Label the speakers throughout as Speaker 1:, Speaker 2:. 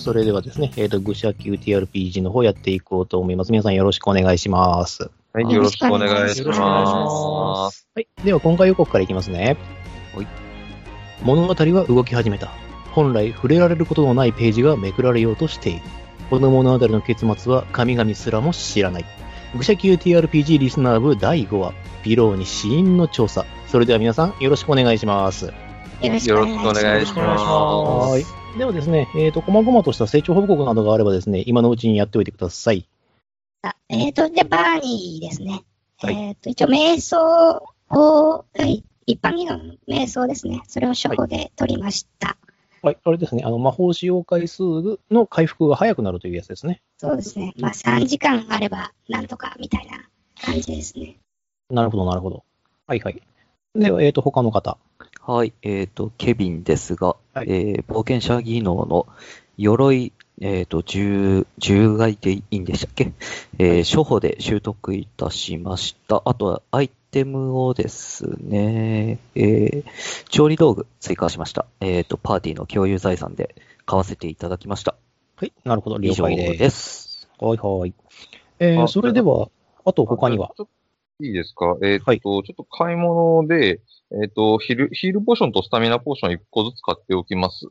Speaker 1: それではですね、えっ、と、愚者級 TRPG の方やっていこうと思います。皆さんよろしくお願いします。
Speaker 2: はい、
Speaker 3: よ
Speaker 2: よ
Speaker 3: ろ
Speaker 2: ろ
Speaker 3: し
Speaker 2: し
Speaker 3: く
Speaker 2: く
Speaker 3: お
Speaker 2: お
Speaker 3: 願
Speaker 2: 願
Speaker 3: い
Speaker 2: い
Speaker 3: し
Speaker 2: し
Speaker 3: ま
Speaker 2: ます。
Speaker 1: はい。では、今回予告からいきますね。
Speaker 2: はい。
Speaker 1: 物語は動き始めた。本来触れられることのないページがめくられようとしている。この物語の結末は神々すらも知らない。愚者級 TRPG リスナー部第5話、ビローに死因の調査。それでは皆さんよろしくお願いします。
Speaker 3: よろし
Speaker 2: よ
Speaker 3: くお
Speaker 2: ろ
Speaker 3: 願
Speaker 2: しく
Speaker 3: いし
Speaker 2: お
Speaker 3: ます。
Speaker 2: 願いしま
Speaker 1: はい。ではですね、えっ、と、細々とした成長報告などがあればですね、今のうちにやっておいてください。
Speaker 3: えっ、と、じゃあ、バーニーですね。
Speaker 1: はい
Speaker 3: えっ、と、一応、瞑想を、はい一般技能の瞑想ですね。それを初歩で取りました。
Speaker 1: はい、あれですね、あの、魔法使用回数の回復が早くなるというやつですね。
Speaker 3: そうですね。まあ、3時間あれば、なんとか、みたいな感じですね。
Speaker 1: なるほど、なるほど。はいはい。では、えっ、と、他の方。
Speaker 4: はい、えっ、と、ケビンですが、
Speaker 1: はい
Speaker 4: えー冒険者技能の鎧、えっ、と、10、10外でいいんでしたっけえー初歩で習得いたしました。あとは、アイテムをですね、えー調理道具追加しました。えっ、と、パーティーの共有財産で買わせていただきました。
Speaker 1: はい、なるほど、
Speaker 4: 以
Speaker 1: 了
Speaker 4: 上
Speaker 1: 解です。
Speaker 4: です。
Speaker 1: はいはい。えー
Speaker 2: あ
Speaker 1: それでは、あと他には。
Speaker 2: ちょっといいですかえっ、
Speaker 1: は
Speaker 2: と、
Speaker 1: い
Speaker 2: ちょっと買い物で、えっ、と、ヒル、ヒールポーションとスタミナポーション1個ずつ買っておきます。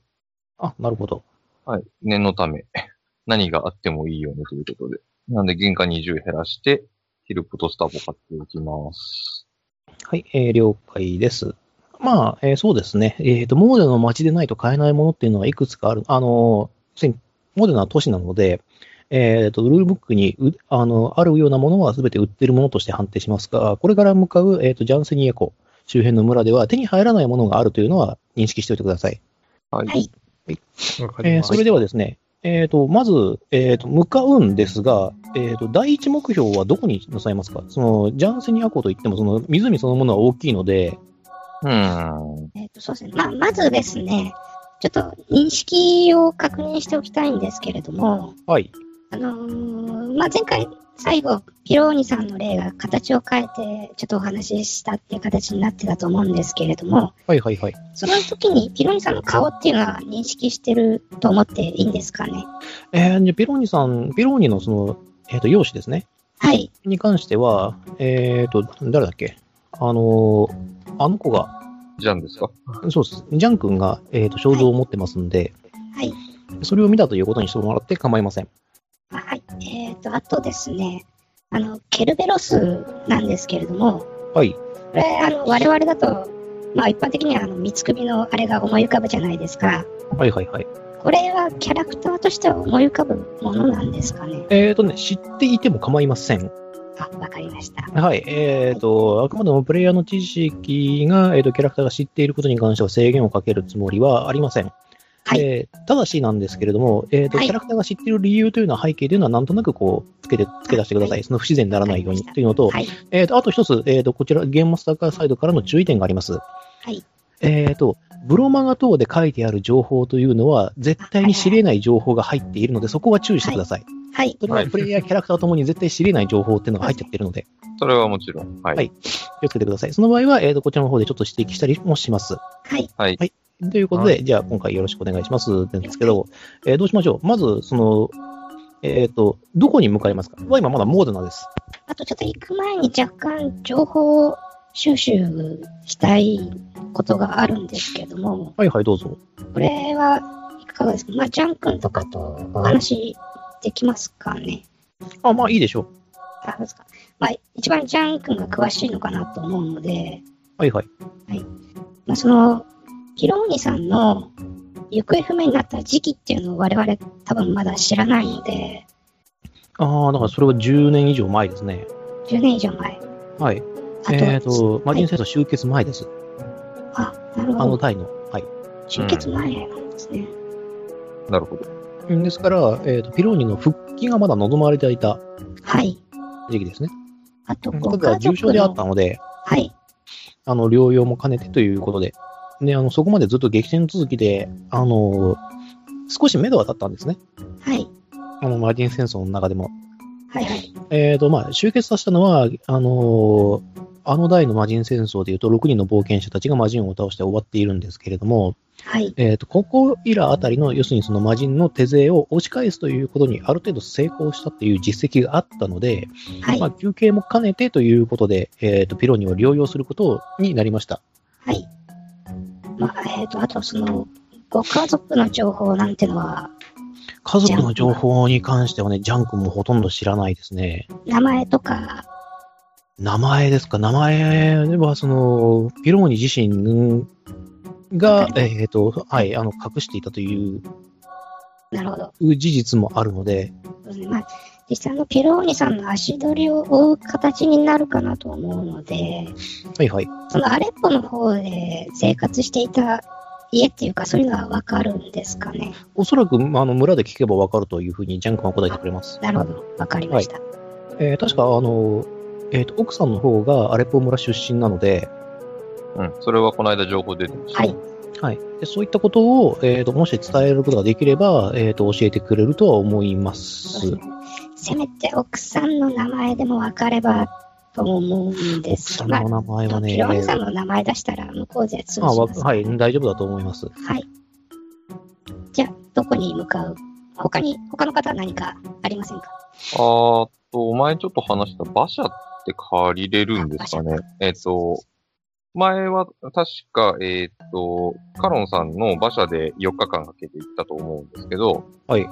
Speaker 1: あ、なるほど。
Speaker 2: はい。念のため。何があってもいいよねということで。なんで、原価20減らして、ヒルポとスタボ買っておきます。
Speaker 1: はい、えー了解です。まあ、えーそうですね。えっ、と、モーデナの街でないと買えないものっていうのはいくつかある。あのー、せんモーデナは都市なので、えっ、と、ルールブックにうあのあるようなものは全て売ってるものとして判定しますが、これから向かう、えっ、と、ジャンセニエコ周辺の村では手に入らないものがあるというのは認識しておいてください。
Speaker 2: はい。
Speaker 3: はい。
Speaker 5: わかり
Speaker 1: えー
Speaker 5: まし
Speaker 1: それではですね、えっ、と、まず、えっ、と、向かうんですが、えっ、と、第一目標はどこになさいますかその、ジャンセニア湖といっても、その、湖そのものは大きいので、
Speaker 2: うーん。
Speaker 3: えっ、と、そうですね。まあ、まずですね、ちょっと認識を確認しておきたいんですけれども、
Speaker 1: はい。
Speaker 3: あのーまあ、前回、最後、ピローニさんの例が形を変えて、ちょっとお話ししたっていう形になってたと思うんですけれども、
Speaker 1: はいはいはい。
Speaker 3: その時にピローニさんの顔っていうのは認識してると思っていいんですかね。
Speaker 1: えー、じゃあピローニさん、ピローニのその、えっ、と、容姿ですね。
Speaker 3: はい。
Speaker 1: に関しては、えっ、と、誰だっけあのーあの子が、
Speaker 2: じゃんですか
Speaker 1: そうです。ジャン君が、えっ、と、肖像を持ってますんで、
Speaker 3: はい。
Speaker 1: それを見たということにしてもらって構いません。
Speaker 3: あはい。えっ、と、あとですね、あの、ケルベロスなんですけれども、
Speaker 1: はい。
Speaker 3: これ、あの、我々だと、まあ、一般的には、あの、三つ首のあれが思い浮かぶじゃないですか。
Speaker 1: はいはいはい。
Speaker 3: これはキャラクターとしては思い浮かぶものなんですかね。
Speaker 1: えっ、とね、知っていても構いません。
Speaker 3: あ、わかりました。
Speaker 1: はい、えっ、と、あくまでもプレイヤーの知識が、えっ、と、キャラクターが知っていることに関しては制限をかけるつもりはありません。
Speaker 3: はい
Speaker 1: えーただしなんですけれども、えっ、と、
Speaker 3: はい
Speaker 1: キャラクターが知っている理由というのは背景というのはなんとなくこう、つけて、付け出してください。
Speaker 3: は
Speaker 1: その不自然にならないようにというのと、
Speaker 3: はい。
Speaker 1: えっ、と、あと一つ、えっ、と、こちら、ゲームマスターサイドからの注意点があります。
Speaker 3: はい。
Speaker 1: えっ、と、ブロマガ等で書いてある情報というのは、絶対に知れない情報が入っているので、そこは注意してください。
Speaker 3: はい。
Speaker 1: それはプレイヤー、キャラクターともに絶対知れない情報っていうのが入っちゃってるので、
Speaker 2: それはもちろん。は
Speaker 1: は
Speaker 2: い。はいい。
Speaker 1: 気をつけてください。その場合は、えー、とこちらの方でちょっと指摘したりもします。
Speaker 3: はい。
Speaker 1: ということで、じゃあ今回よろしくお願いします。なんですけど、えーどうしましょう。まず、その、えっ、と、どこに向かいますかは今まだモーデナです。
Speaker 3: あとちょっと行く前に若干情報収集したいことがあるんですけども、
Speaker 1: はいはい、どうぞ。
Speaker 3: これはいかがですかまあ、ジャン君とかとお話できますかね。
Speaker 1: あ、まあいいでしょう。
Speaker 3: あ、そうですか。まあ、一番ジャン君が詳しいのかなと思うので、
Speaker 1: はいはい。
Speaker 3: まあ、その、ヒローニさんの行方不明になった時期っていうのを我々多分まだ知らないので、
Speaker 1: ああ、だからそれは10年以上前ですね。
Speaker 3: 10年以上前。
Speaker 1: はい。
Speaker 3: あと、
Speaker 1: えっ、と、魔人戦争終結前です。
Speaker 3: あ、なる
Speaker 1: あ
Speaker 3: ほ
Speaker 1: の
Speaker 3: ど。
Speaker 1: タイの。はい。
Speaker 3: 出血前なんですね。
Speaker 2: なるほど。
Speaker 1: ですから、えっ、と、ピローニの復帰がまだ望まれていた
Speaker 3: はい。
Speaker 1: 時期ですね。
Speaker 3: あと、
Speaker 1: た
Speaker 3: ご
Speaker 1: だ、
Speaker 3: 家
Speaker 1: 重
Speaker 3: 族
Speaker 1: 症であった
Speaker 3: の、
Speaker 1: ので、
Speaker 3: はい。
Speaker 1: あの、療養も兼ねてということで。ね、あの、そこまでずっと激戦続きで、あの、少し目処は立ったんですね。
Speaker 3: はい。
Speaker 1: あの、マリン戦争の中でも。
Speaker 3: はいはい。
Speaker 1: えっ、と、まあ、集結させたのは、あの、あの代の魔人戦争でいうと、6人の冒険者たちが魔人を倒して終わっているんですけれども、
Speaker 3: はい。
Speaker 1: えー、とここ以来あたりの、要するにその魔人の手勢を押し返すということにある程度成功したっていう実績があったので、
Speaker 3: はい。
Speaker 1: ま
Speaker 3: は
Speaker 1: あ、休憩も兼ねてということで、えー、とピローニを療養することになりました。
Speaker 3: い。まあ、えっ、と、あとその、ご家族の情報なんてのは、
Speaker 1: 家族の情報に関してはね、ジャンクもほとんど知らないですね。
Speaker 3: 名前とか、
Speaker 1: 名前ですか名前は、その、ピローニ自身が、えっ、と、はい、あの、隠していたという
Speaker 3: なるほど。
Speaker 1: 事実もあるので、
Speaker 3: そうですねまあ、実際のピローニさんの足取りを追う形になるかなと思うので、
Speaker 1: はいはい。
Speaker 3: そのアレッポの方で生活していた家っていうか、そういうのはわかるんですかね。
Speaker 1: おそらく、まあ、あの、村で聞けばわかるというふうにジャンクは答えてくれます。
Speaker 3: なるほど。わかりました。
Speaker 1: えー確か、あの、えっ、と、奥さんの方がアレッポ村出身なので、
Speaker 2: うん。それはこの間情報出てました。
Speaker 3: はい。
Speaker 1: はい。でそういったことを、えっ、と、もし伝えることができれば、えっ、と、教えてくれるとは思いま
Speaker 3: そう
Speaker 1: す
Speaker 3: で。すねせめて奥さんの名前でもわかればと思うんで
Speaker 1: 奥
Speaker 3: す
Speaker 1: さ
Speaker 3: が、
Speaker 1: ん
Speaker 3: ま
Speaker 1: の名
Speaker 3: あ
Speaker 1: 前はね、
Speaker 3: ピローニさんの名前出したら向こうで通じ
Speaker 1: あわ
Speaker 3: ます。
Speaker 1: はい、大丈夫だと思います。
Speaker 3: はい。じゃあ、どこに向かう他に、他の方は何かありませんか
Speaker 2: あーっと、お前ちょっと話した馬車って借りれるんですかねえっ、と、前は確か、えっ、と、カロンさんの馬車で4日間かけて行ったと思うんですけど、
Speaker 1: はい。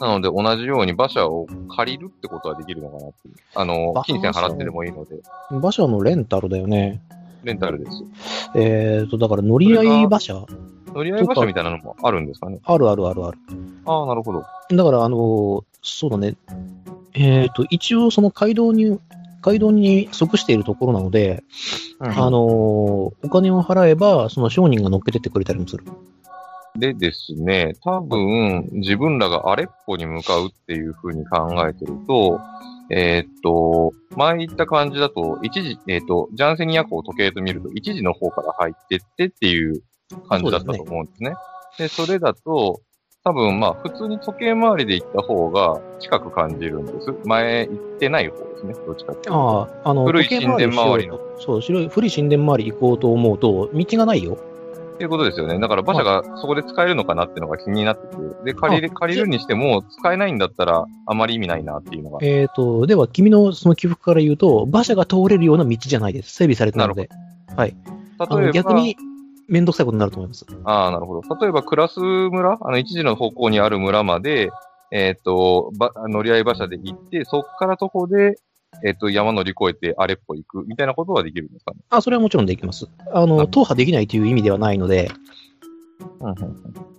Speaker 2: なので同じように馬車を借りるってことはできるのかなっていう。あの
Speaker 1: あ、
Speaker 2: 金銭払ってでもいいので、
Speaker 1: 馬車のレンタルだよね。
Speaker 2: レンタルです。
Speaker 1: えっ、と、だから乗り合い馬車
Speaker 2: 乗り合い馬車みたいなのもあるんですかね
Speaker 1: あるあるあるある。
Speaker 2: ああ、なるほど。
Speaker 1: だから、あの、そうだね。えっ、と、一応その街道に、街道に即しているところなので、
Speaker 2: うん
Speaker 1: あの、お金を払えば、その商人が乗っけてってくれたりもする。
Speaker 2: でですね、多分、自分らがアレッポに向かうっていう風に考えてると、えーっと、前言った感じだと、一時、えーっと、ジャンセニア湖を時計と見ると、一時の方から入ってってっていう感じだったと思うんですね。でそれだと、多分まあ、普通に時計回りで行った方が近く感じるんです。前行ってない方ですね、どっちかっていうと。
Speaker 1: ああ、あの、
Speaker 2: 古い
Speaker 1: 時計回り
Speaker 2: 神殿周りの
Speaker 1: しようと。そう、白い古い神殿周り行こうと思うと、道がないよ。
Speaker 2: っていうことですよね。だから馬車がそこで使えるのかなっていうのが気になってて、で、借りれ、借りるにしても使えないんだったらあまり意味ないなっていうのが。
Speaker 1: えっ、と、では、君のその起伏から言うと、馬車が通れるような道じゃないです。整備されてないので。はい。あ
Speaker 2: 例えば、
Speaker 1: の逆に、めんどくさいことになると思います。
Speaker 2: ああ、なるほど。例えば、クラス村、あの、一時の方向にある村まで、えっ、と、ば、乗り合い馬車で行って、そっから徒歩で、えっ、と、山乗り越えてあれっぽい行くみたいなことはできるんですかね。
Speaker 1: あ、それはもちろんできます。あ
Speaker 2: あ
Speaker 1: の、踏破できないという意味ではないので、
Speaker 2: うんうん。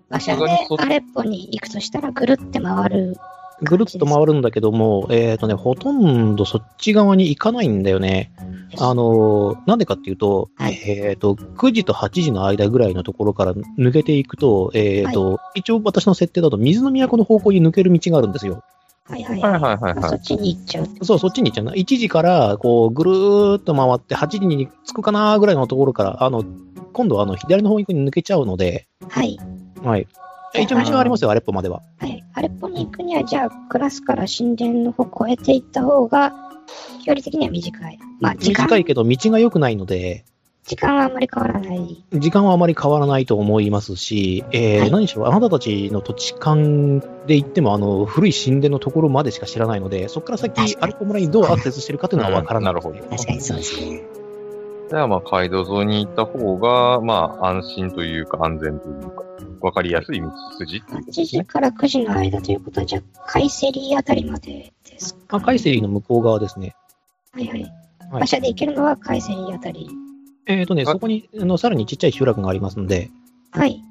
Speaker 3: 馬車でアレッポに行くとしたらぐるって回る。
Speaker 1: ぐるっと回るんだけども、えっ、とね、ほとんどそっち側に行かないんだよね。あの、なんでかっていうと、
Speaker 3: はい
Speaker 1: えっ、と、9時と8時の間ぐらいのところから抜けていくと、えっ、と、一応私の設定だと水の都の方向に抜ける道があるんですよ。
Speaker 3: はいはい
Speaker 2: はい
Speaker 3: は。
Speaker 2: はいいはい
Speaker 3: ま
Speaker 2: は
Speaker 3: あそ
Speaker 2: い
Speaker 3: っ。ちに行っちゃうって。
Speaker 1: そう、そっちに行っちゃうな。1時から、こう、ぐるーっと回って、8時に着くかなーぐらいのところから、あの、今度はあの、左の方向に抜けちゃうので、
Speaker 3: はい。
Speaker 1: はい。一応道はありますよ、アレッポまでは。
Speaker 3: はい。アレッポに行くには、じゃあ、クラスから神殿の方越えていった方が、距離的には短い。まあ、時間
Speaker 1: 短、いけど、道が良くないので、
Speaker 3: 時間はあんまり変わらない。
Speaker 1: 時間はあまり変わらないと思いますし、えー
Speaker 3: はい
Speaker 1: 何しろあなたたちの土地勘で言っても、あの、古い神殿のところまでしか知らないので、そこから
Speaker 3: 確
Speaker 1: 先、
Speaker 3: か
Speaker 1: ア
Speaker 3: に
Speaker 1: ルコ村にどうアクセスしてるかというのは分からない、
Speaker 2: うんなるほ
Speaker 3: 確かにそうですね。
Speaker 2: じゃあ、まあ、街道沿いに行った方が、まあ、安心というか、安全というか、わかりやすい道筋っていうことで
Speaker 3: 8
Speaker 2: す
Speaker 3: 時
Speaker 2: ね。
Speaker 3: から9時の間ということは、じゃあ、カイセリあたりまでですか。
Speaker 1: あカイセリの向こう側ですね。
Speaker 3: はいはい。
Speaker 1: はい
Speaker 3: 馬車で行けるのはカイセリあたり。
Speaker 1: えっ、とね、
Speaker 2: はい
Speaker 1: そこに、あの、さらにちっちゃい集落がありますので、
Speaker 3: はい。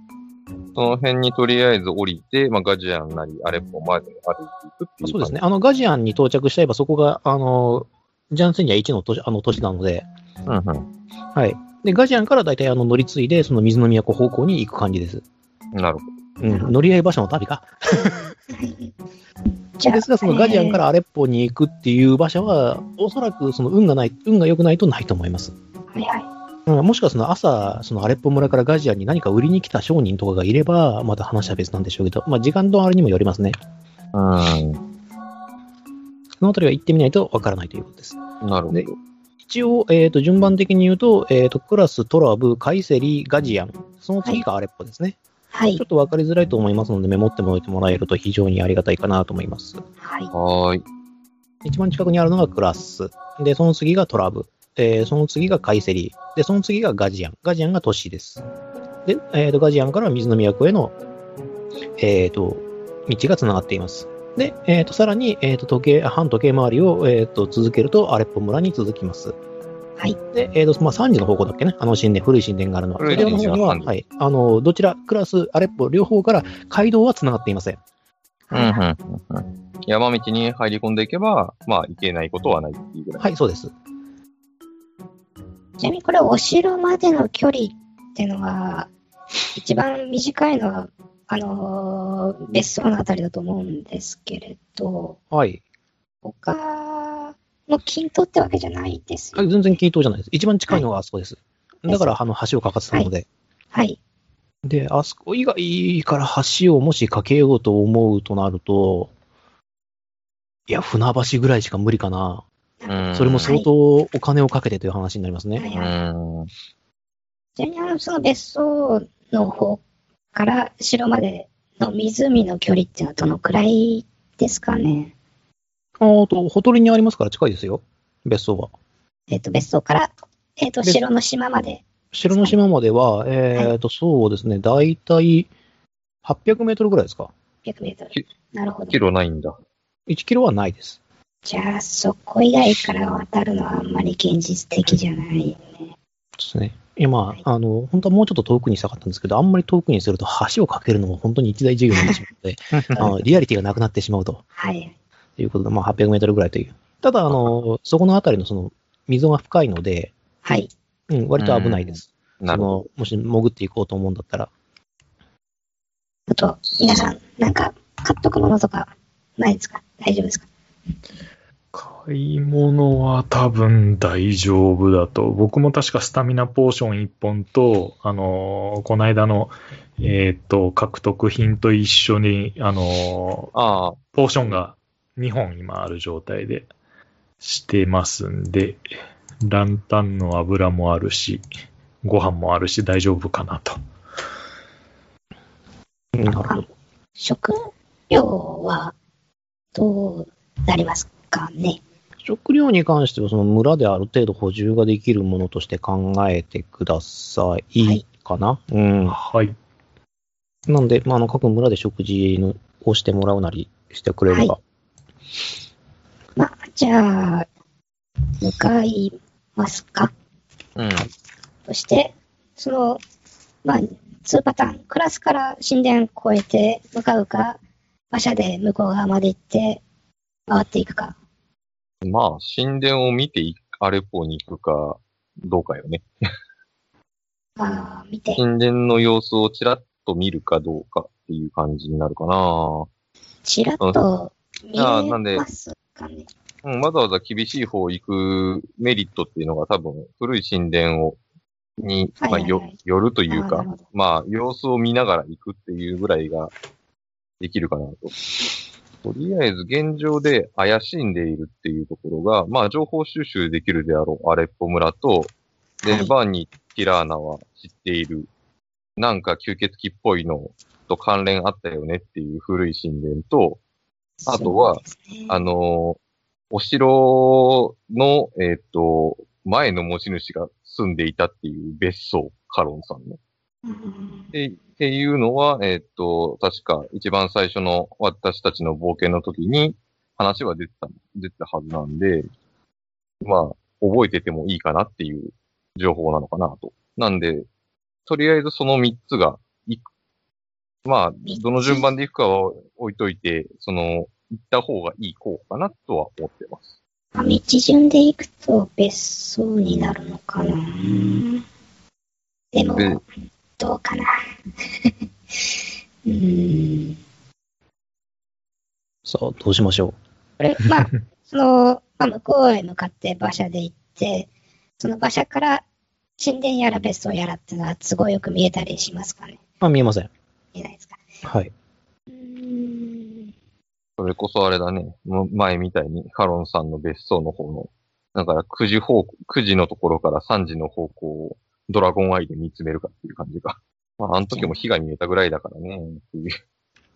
Speaker 2: その辺にとりあえず降りて、まあ、ガジアンなり、アレッポまで歩いていくっていう感じ。
Speaker 1: そうですね。あの、ガジアンに到着しちゃえば、そこが、あの、ジャンセニア1の都市あの都市なので、
Speaker 2: うんうん。
Speaker 1: はい。で、ガジアンから大体あの乗り継いで、その水の都方向に行く感じです。
Speaker 2: なるほど。
Speaker 1: うん。乗り合い場所の旅か。
Speaker 3: はい じゃあ、
Speaker 1: ですが、そのガジアンからアレッポに行くっていう場所は、おそらくその運がない、運が良くないとないと思います。
Speaker 3: えーはいは
Speaker 1: うん、もしくはその朝、そのアレッポ村からガジアンに何か売りに来た商人とかがいれば、また話は別なんでしょうけど、まあ時間とあれにもよりますね。
Speaker 2: う
Speaker 1: そのあたりは行ってみないとわからないということです。
Speaker 2: ん。なるほど
Speaker 1: で。一応、えっ、と、順番的に言うと、えっ、と、クラス、トラブ、カイセリ、ガジアン、その次がアレッポですね。
Speaker 3: はい
Speaker 1: ちょ。っと分かりづらいと思いますので、メモってもおいてもらえると非常にありがたいかなと思います。
Speaker 3: はい。
Speaker 2: はーい。
Speaker 1: 一番近くにあるのがクラス。で、その次がトラブ。えーその次がカイセリ。で、その次がガジアン。ガジアンが都市です。で、えーと、ガジアンから水の都への、えっ、と、道が繋がっています。で、えっ、と、さらに、えっ、と、時計、反時計回りを、えっ、と、続けると、アレッポ村に続きます。
Speaker 3: はい。
Speaker 1: で、えっ、と、まあ、3時の方向だっけね。あの神殿、古い神殿があるのは。
Speaker 2: 古い
Speaker 1: そちら
Speaker 2: 神
Speaker 1: の
Speaker 2: 殿
Speaker 1: 方には、
Speaker 2: は
Speaker 1: はい。あの、どちら、クラス、アレッポ、両方から街道は繋がっていません。
Speaker 2: うんうんうんうん山道に入り込んでいけば、まあ、いけないことはないっていうぐらい。
Speaker 1: はい、そうです。
Speaker 3: ちなみにこれ、お城までの距離ってのは、一番短いのは、あのー別荘のあたりだと思うんですけれど、
Speaker 1: はい。
Speaker 3: 他の均等ってわけじゃないです
Speaker 1: あ
Speaker 3: よ。
Speaker 1: 全然均等じゃないです。一番近いのがあそこです。だから、あの、橋をかかってたので。
Speaker 3: はい。
Speaker 1: で、あそこ以外から橋をもし架けようと思うとなると、いや、船橋ぐらいしか無理かな。
Speaker 2: うん
Speaker 1: それも相当お金をかけてという話になります
Speaker 3: は
Speaker 1: ね。
Speaker 3: いうはい
Speaker 2: ん。
Speaker 3: ちなみに、あの、その別荘の方から城までの湖の距離っていうのはどのくらいですかね。
Speaker 1: あと、ほとりにありますから近いですよ。別荘は。
Speaker 3: えっ、と、別荘から、えっ、と、
Speaker 1: 別
Speaker 3: 城の島まで。
Speaker 1: 城の島までは、えっと、そうですね、だいたい800メートルぐらいですか。
Speaker 3: 100メートル
Speaker 2: き。
Speaker 3: なるほど
Speaker 2: キ。ロないんだ。
Speaker 1: 1キロはないです。
Speaker 3: じゃあ、そこ以外から渡るのはあんまり現実的じゃな
Speaker 1: で
Speaker 3: い。
Speaker 1: すね。いや、まあ、あの、本当はもうちょっと遠くにしたかったんですけど、あんまり遠くにすると橋を架けるのも本当に一大事業になってしまうので、あのリアリティがなくなってしまうと。
Speaker 3: はい。
Speaker 1: ということで、まあ、800メートルぐらいという。ただ、あの、そこのあたりのその、溝が深いので、
Speaker 3: はい。
Speaker 1: うん、割と危ないです。
Speaker 2: なるほど。
Speaker 1: その、もし潜っていこうと思うんだったら。
Speaker 3: あと、皆さん、なんか、買っとくものとか、ないですか大丈夫ですか
Speaker 5: 買い物は多分大丈夫だと。僕も確かスタミナポーション1本と、あのーこの間の、えーっと、獲得品と一緒に、あのー
Speaker 2: ああ、
Speaker 5: ポーションが2本今ある状態でしてますんで、ランタンの油もあるし、ご飯もあるし大丈夫かなと。
Speaker 1: うんなるほど。
Speaker 3: 食料は、どうなりますかね
Speaker 1: 食料に関しては、その村である程度補充ができるものとして考えてください。
Speaker 3: はい
Speaker 1: いかな、うん。
Speaker 5: はい。
Speaker 1: なんで、まあ、あの、各村で食事のをしてもらうなりしてくれれば。
Speaker 3: まあ、じゃあ、向かいますか
Speaker 2: うん。
Speaker 3: そして、その、まあ、2パターン。クラスから神殿越えて向かうか、馬車で向こう側まで行って、回っていくか。
Speaker 2: まあ、神殿を見ていアレポに行くか、どうかよね。
Speaker 3: ああ、見て。
Speaker 2: 神殿の様子をちらっと見るかどうかっていう感じになるかな。
Speaker 3: ちらっと見
Speaker 2: ああなん
Speaker 3: え
Speaker 2: で
Speaker 3: ますかね。
Speaker 2: うん、わざわざ厳しい方行くメリットっていうのが多分、古い神殿を、に、ま
Speaker 3: はい
Speaker 2: あ、
Speaker 3: はいはい
Speaker 2: よ、よるという
Speaker 3: あな
Speaker 2: か
Speaker 3: るほど、
Speaker 2: まあ、様子を見ながら行くっていうぐらいができるかなと。とりあえず現状で怪しんでいるっていうところが、まあ、情報収集できるであろうアレッポ村と、で、
Speaker 3: はい
Speaker 2: バーニー・ティラーナは知っている、なんか吸血鬼っぽいのと関連あったよねっていう古い神殿と、あとは
Speaker 3: そうですね
Speaker 2: あのーお城の、えーっ、と、前の持ち主が住んでいたっていう別荘、カロンさんの。
Speaker 3: うん
Speaker 2: でっていうのは、えーっ、と、確か一番最初の私たちの冒険の時に話は出てた、出てたはずなんで、まあ、覚えててもいいかなっていう情報なのかなと。なんで、とりあえずその3つがいく。まあ、どの順番でいくかは置いといて、その、行った方がいい方かなとは思ってます。
Speaker 3: まあ道順で行くと別荘になるのかな。
Speaker 2: で
Speaker 3: でも、どうかな。 うん。
Speaker 1: さあ、どうしましょ
Speaker 3: これ、まあ、その、まあ、向こうへ向かって馬車で行って、その馬車から神殿やら別荘やらっていうのは都合よく見えたりしますかね
Speaker 1: う。あ、見えません。
Speaker 3: 見えないですか。
Speaker 1: はい。
Speaker 3: うーん。
Speaker 2: それこそあれだね。む前みたいに、カロンさんの別荘の方のだから9時方向、9時のところから3時の方向をドラゴンアイで見つめるかっていう感じが。まあ、あの時も火が見えたぐらいだからね、っていう。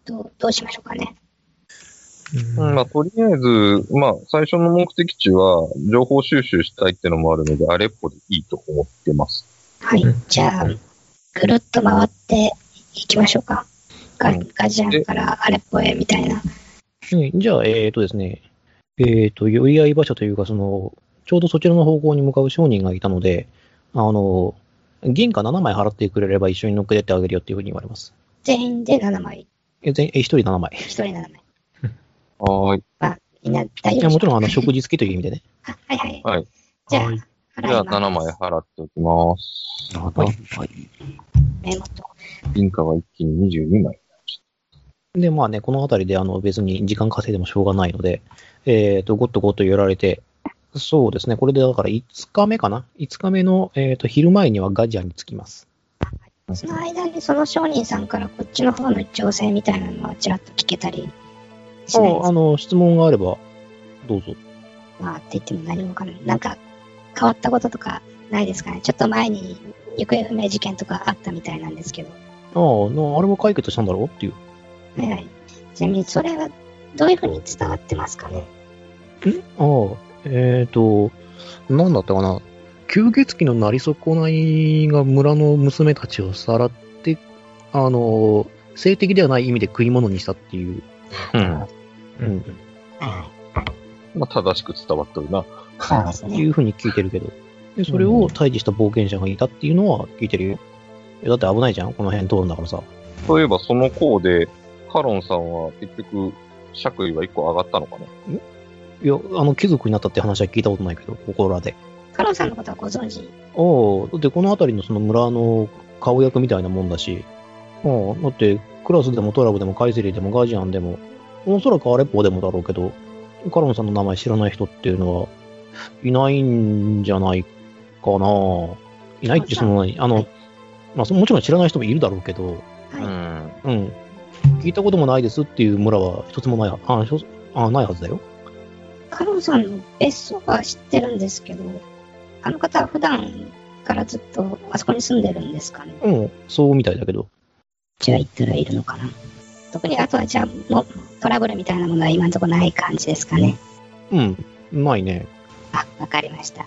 Speaker 3: どう、どうしましょうかね。
Speaker 2: うんまあ、とりあえず、まあ、最初の目的地は、情報収集したいってのもあるので、アレッポでいいと思ってます。
Speaker 3: はい。じゃあ、ぐるっと回っていきましょうか。ガ
Speaker 2: うん
Speaker 3: ガジアンからあれっぽいみたいな。
Speaker 1: うんじゃあ、えっ、とですね、えっ、と、寄り合い場所というか、その、ちょうどそちらの方向に向かう商人がいたので、あの、銀貨7枚払ってくれれば一緒に乗っけてってあげるよっていうふうに言われます。
Speaker 3: 全員で7枚、
Speaker 1: え、全え、一人7枚。
Speaker 3: 一人7枚。
Speaker 2: はーい。
Speaker 3: みんな
Speaker 1: い
Speaker 3: 大
Speaker 1: や、
Speaker 3: 丈夫
Speaker 1: も
Speaker 3: で
Speaker 1: ち
Speaker 3: しょう
Speaker 1: ろん、あの、食事付きという意味でね。
Speaker 3: あはいはい。
Speaker 2: はい。
Speaker 3: じゃあ、
Speaker 5: はい
Speaker 2: じゃ
Speaker 3: 払
Speaker 2: あ、
Speaker 3: います
Speaker 2: 7枚払っておきます。
Speaker 4: あ
Speaker 1: はい
Speaker 4: はい。
Speaker 3: メモっとこ
Speaker 2: 銀貨は一気に22枚。
Speaker 1: で、まあね、この辺りで、あの、別に時間稼いでもしょうがないので、えっ、と、ごっとごっと寄られて、そうですね、これでだから5日目かな ?5 日目の、えっ、と、昼前にはガジアに着きます。
Speaker 3: うその間にその商人さんからこっちの方の情勢みたいなのはちらっと聞けたりしないです
Speaker 1: あの、質問があれば、どうぞ。
Speaker 3: まあって言っても何もわからない。なんか変わったこととかないですかね。ちょっと前に行方不明事件とかあったみたいなんですけど。
Speaker 1: ああ、なあれは解決したんだろうっていう。
Speaker 3: はいはい。ちなみにそれはどういうふうに伝わってますかね。
Speaker 1: ああ、えっ、と、なんだったかな。吸血鬼のなり損ないが村の娘たちをさらって、あの、性的ではない意味で食い物にしたっていう。
Speaker 2: うん。
Speaker 5: うん
Speaker 1: うん
Speaker 2: まあ、正しく伝わっとるな。
Speaker 3: そうです
Speaker 1: い
Speaker 3: ね。
Speaker 1: うふうに聞いてるけど。で、それを退治した冒険者がいたっていうのは聞いてるよ。えだって危ないじゃん、この辺通るんだからさ。
Speaker 2: そういえば、その項で、カロンさんは結局、爵位は1個上がったのかない
Speaker 1: や、あの、貴族になったって話は聞いたことないけど、ここらで。
Speaker 3: カロンさんのことはご存知
Speaker 1: ああ、だってこの辺りのその村の顔役みたいなもんだし、ああ、だってクラスでもトラブでもカイセリでもガージアンでも、おそらくアレッポでもだろうけど、カロンさんの名前知らない人っていうのは、いないんじゃないかな。いないってその何あの、まあ、そもちろん知らない人もいるだろうけど、
Speaker 3: は
Speaker 2: ん。
Speaker 3: い。
Speaker 1: うん。聞いたこともないですっていう村は一つもないは、あ、一つあないはずだよ。
Speaker 3: カロンさんの別荘は知ってるんですけど、あの方は普段からずっとあそこに住んでるんですかね。
Speaker 1: うん、そうみたいだけど。
Speaker 3: じゃあ行ったらいるのかな。特にあとはじゃあもうトラブルみたいなものは今のところない感じですかね。
Speaker 1: うん、ないね。
Speaker 3: あ、わかりました。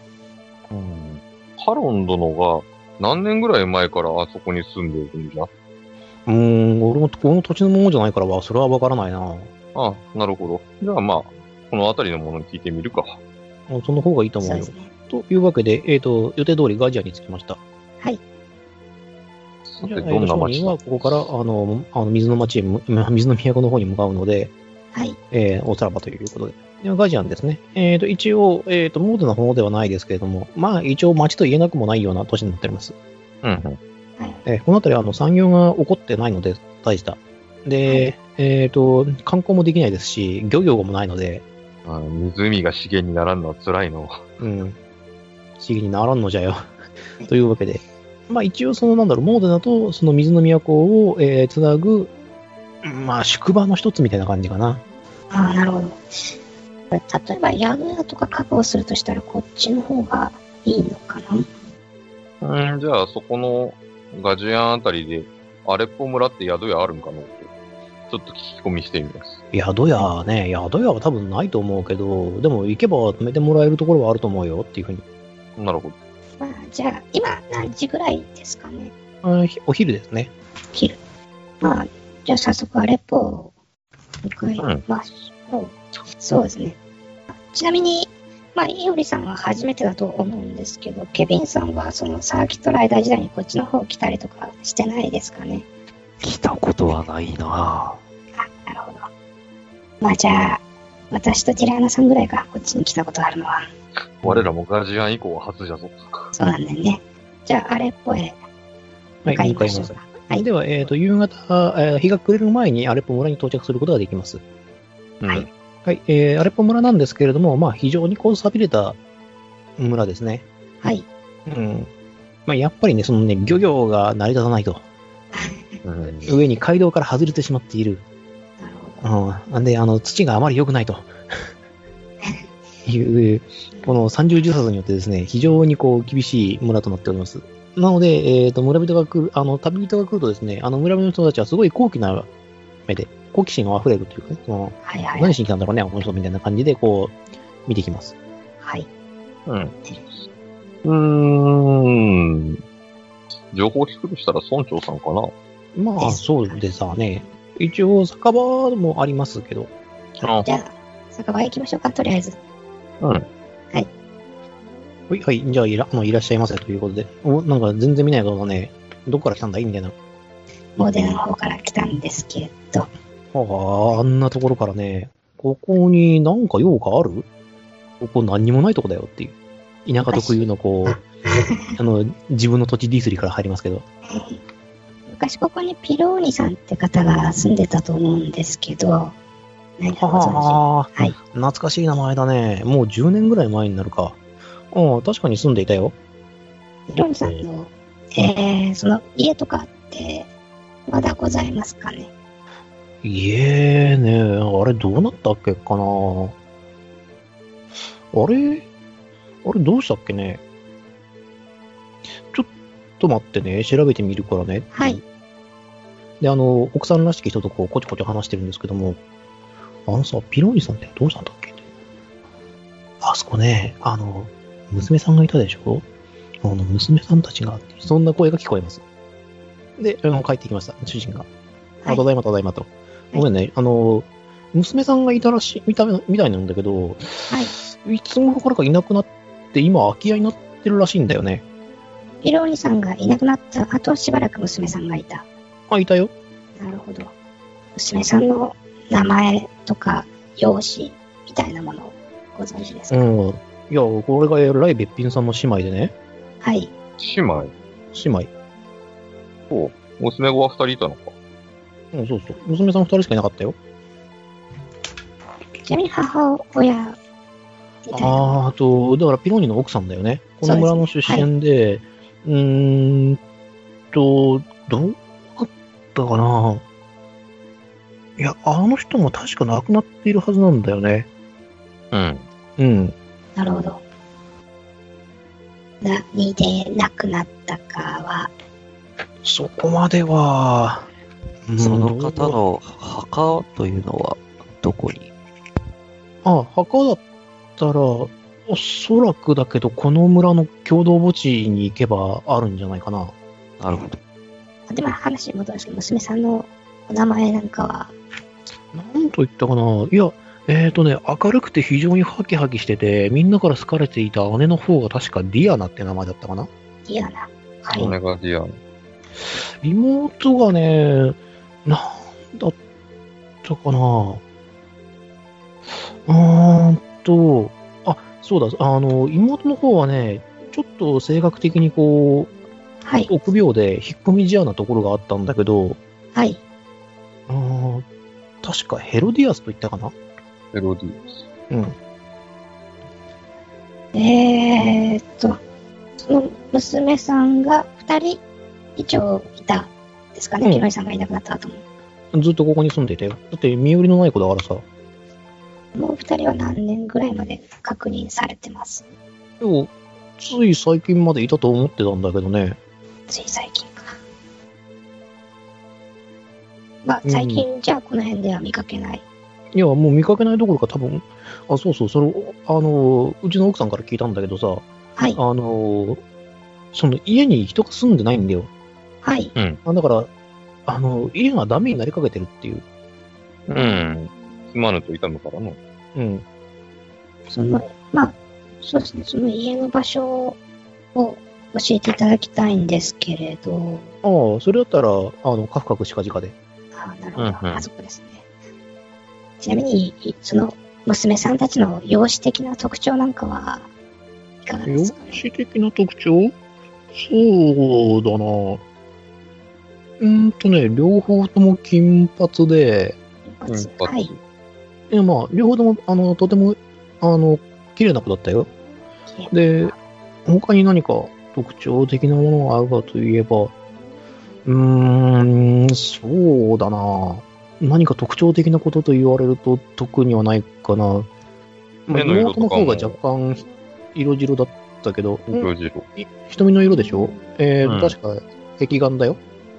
Speaker 2: うん。カロン殿が、何年ぐらい前からあそこに住んでるんじゃ
Speaker 1: うーん、俺もこの土地のものじゃないからわ、それはわからないな。
Speaker 2: あなるほど。じゃあまあ、この辺りのものに聞いてみるか。
Speaker 1: その方がいいと思
Speaker 3: そう
Speaker 1: うよ
Speaker 3: です。ね。
Speaker 1: というわけで、えっ、と、予定通りガジアに着きました。
Speaker 2: さ
Speaker 1: じ
Speaker 2: て、
Speaker 1: ゃあ、
Speaker 2: どんな
Speaker 1: 商
Speaker 2: 街
Speaker 1: 人
Speaker 2: だ
Speaker 1: はここから、あの、あの水の町へむ、 水の都の方に向かうので、
Speaker 3: はい。
Speaker 1: えー、おさらばということで。ではガジアンですね。えっ、と、一応、えっ、と、モードな方ではないですけれども、まあ、一応町と言えなくもないような都市になっております。
Speaker 2: うんうん。
Speaker 3: はい。
Speaker 1: えーこの辺りはあの産業が起こってないので、大した。で、えっ、と、観光もできないですし、漁業もないので、
Speaker 2: あ湖が資源にならんのは辛いの。
Speaker 1: うん。不思議にならんのじゃよ。 というわけで。まあ一応そのなんだろう、モーデナとその水の都を、えーつなぐ、まあ宿場の一つみたいな感じかな。
Speaker 3: ああ、なるほど。これ例えば宿屋とか確保するとしたらこっちの方がいいのかな
Speaker 2: うん、じゃあそこのガジアンあたりで、アレッポ村って宿屋あるんかなって、ちょっと聞き込みしてみます。
Speaker 1: 宿屋ね、宿屋は多分ないと思うけど、でも行けば止めてもらえるところはあると思うよっていうふうに。
Speaker 2: なるほど。
Speaker 3: まあ、じゃあ今何時ぐらいですかね。
Speaker 1: あひお昼ですね。
Speaker 3: 昼。まあ、じゃあ早速アレッポを向かいましょう。そうですね。ちなみに、まあ、イオリさんは初めてだと思うんですけど、ケビンさんはそのサーキットライダー時代にこっちの方来たりとかしてないですかね。
Speaker 4: 来たことはないな
Speaker 3: なるほど。まあじゃあ、私とティラーナさんぐらいか、こっちに来たことあるのは。
Speaker 2: 我らもガジアン以降は初じゃぞ。
Speaker 3: そうなんだよね。じゃあ、あれっぽい。向かいましょうか。はい
Speaker 1: では、えっ、と、夕方、えー日が暮れる前にアレッポ村に到着することができます。
Speaker 2: うん。
Speaker 3: はい
Speaker 1: はい、えーアレッポ村なんですけれども、まあ非常にこう寂れた村ですね。
Speaker 3: はい。
Speaker 1: うん。まあ、やっぱりね、そのね、漁業が成り立たないと。
Speaker 2: うん
Speaker 1: 上に街道から外れてしまっている。
Speaker 3: なるほど。
Speaker 1: うん。なんで、あの、土があまり良くないと。いう、この三重重殺によってですね、非常にこう厳しい村となっております。なので、えっ、と、村人が来る、あの、旅人が来るとですね、あの、村人の人たちはすごい高貴な目で、好奇心が溢れるというかね、その、
Speaker 3: はいはいはい。
Speaker 1: 何しに来たんだろうね、この人みたいな感じで、こう、見てきます。
Speaker 3: はい。
Speaker 2: うん。うーん。情報を低くしたら村長さんかな
Speaker 1: まあ、そうでさね。一応、酒場もありますけど、
Speaker 2: あ
Speaker 3: じゃあ、酒場へ行きましょうか、とりあえず。
Speaker 1: はい、はい、じゃあいら、あのいらっしゃいませということで、おなんか全然見ないからね、どこから来たんだいみたいな。
Speaker 3: モデルの方から来たんですけれど、
Speaker 1: ああ、あんなところからね、ここになんか用があるここ何にもないとこだよっていう。田舎特有のこう、あの、自分の土地ディスリから入りますけど。
Speaker 3: 昔ここにピローニさんって方が住んでたと思うんですけど、何かご存
Speaker 1: はあ、
Speaker 3: はい
Speaker 1: 懐かしい名前だね。もう10年ぐらい前になるか。うん、確かに住んでいたよ。
Speaker 3: 知ピローニさんの、えー、その家とかって、まだございますかね。
Speaker 1: いえねあれどうなったっけかなあれあれどうしたっけねちょっと待ってね、調べてみるからね。
Speaker 3: はい。
Speaker 1: で、あの、奥さんらしき人とこう、こちこち話してるんですけども、あのさ、ピローニさんってどうしたんだっけってあそこね、あの、娘さんがいたでしょあの、娘さんたちが、そんな声が聞こえます。で、あの帰ってきました、主人が。
Speaker 3: は
Speaker 1: あ、
Speaker 3: い
Speaker 1: ただいま、ただいまと。ごめんね、あの、娘さんがいたらしい、見た目、みたいなんだけど、い。つ頃からかいなくなって、今、空き家になってるらしいんだよね。
Speaker 3: ピローニさんがいなくなった後、しばらく娘さんがいた。
Speaker 1: あ、いたよ。
Speaker 3: なるほど。娘さんの名前とか、容姿みたいなものをご存知です
Speaker 1: う
Speaker 3: か、
Speaker 1: ん。いや、これがえらいべっぴんさんの姉妹でね。
Speaker 3: はい。
Speaker 2: 姉妹。
Speaker 1: 姉妹。
Speaker 2: 娘子は二人いたのか。
Speaker 1: うん、そうそう。娘さん二人しかいなかったよ。
Speaker 3: ちなみに母親みたいな。
Speaker 1: あーあと、だからピローニの奥さんだよね。この村の出身で、うーんと、どうだったかな。いや、あの人も確か亡くなっているはずなんだよね。
Speaker 2: うん。
Speaker 1: うん。
Speaker 3: なるほど。何で亡くなったかは、
Speaker 1: そこまでは、うん
Speaker 4: その方。の墓というのはどこに
Speaker 1: あ、墓だったら、おそらくだけど、この村の共同墓地に行けばあるんじゃないかな。
Speaker 4: なるほど。
Speaker 3: でも話に戻るんですけど、娘さんのお名前なんかは、
Speaker 1: なんと言ったかないや、えっ、ー、とね、明るくて非常にハキハキしてて、みんなから好かれていた姉の方が確かディアナって名前だったかな。
Speaker 3: ディアナ。は
Speaker 2: そ
Speaker 3: い。
Speaker 2: れがディアン。
Speaker 1: 妹がね、なんだったかなうーんと、あ、そうだ、あの、妹の方はね、ちょっと性格的にこう、
Speaker 3: はい。
Speaker 1: 臆病で引っ込み思案なところがあったんだけど、
Speaker 3: はい。
Speaker 1: うーん確かヘロディアスと言ったかな
Speaker 2: ヘロディウス。
Speaker 1: うん。
Speaker 3: えーっと、その娘さんが2人以上いたんですかね、
Speaker 1: うん
Speaker 3: ピロリさんがいなくなった後も。
Speaker 1: ずっとここに住んでいたよ。だって身寄りのない子だからさ。
Speaker 3: もう2人は何年ぐらいまで確認されてます
Speaker 1: でも、つい最近までいたと思ってたんだけどね。
Speaker 3: つい最近か。まあ、最近じゃあこの辺では見かけない。
Speaker 1: いや、もう見かけないどころか多分、あ、そうそう、それ、あの、うちの奥さんから聞いたんだけどさ、
Speaker 3: はい。
Speaker 1: あの、その家に人が住んでないんだよ。
Speaker 3: はい。
Speaker 1: あだから、あの、家がダメになりかけてるっていう。
Speaker 2: うん。すまぬと痛むからの。
Speaker 1: うん。
Speaker 3: その、まあ、そうですね、その家の場所を教えていただきたいんですけれど、
Speaker 1: ああ、それだったら、あの、カフカクシカジカで。
Speaker 3: あなるほど、
Speaker 2: うんうん
Speaker 3: あそこですね。ちなみに、いその、娘さんたちの容姿的な特徴なんかは、いかがで
Speaker 1: 容
Speaker 3: すかね
Speaker 1: 姿的な特徴そうだなうーんとね、両方とも金髪で、
Speaker 3: 一発はい。
Speaker 1: いやまあ、両方とも、あの、とても、あの、綺麗な子だったよ。で、他に何か特徴的なものがあるかといえば、うーん、そうだな何か特徴的なことと言われると特にはないかな。まあ、
Speaker 2: 目の色
Speaker 1: 妹
Speaker 2: と
Speaker 1: の
Speaker 2: か
Speaker 1: 方
Speaker 2: も
Speaker 1: が若干色白だったけど、
Speaker 2: 色白。
Speaker 1: 瞳の色でしょえー
Speaker 2: うん
Speaker 1: 確か壁眼だよ。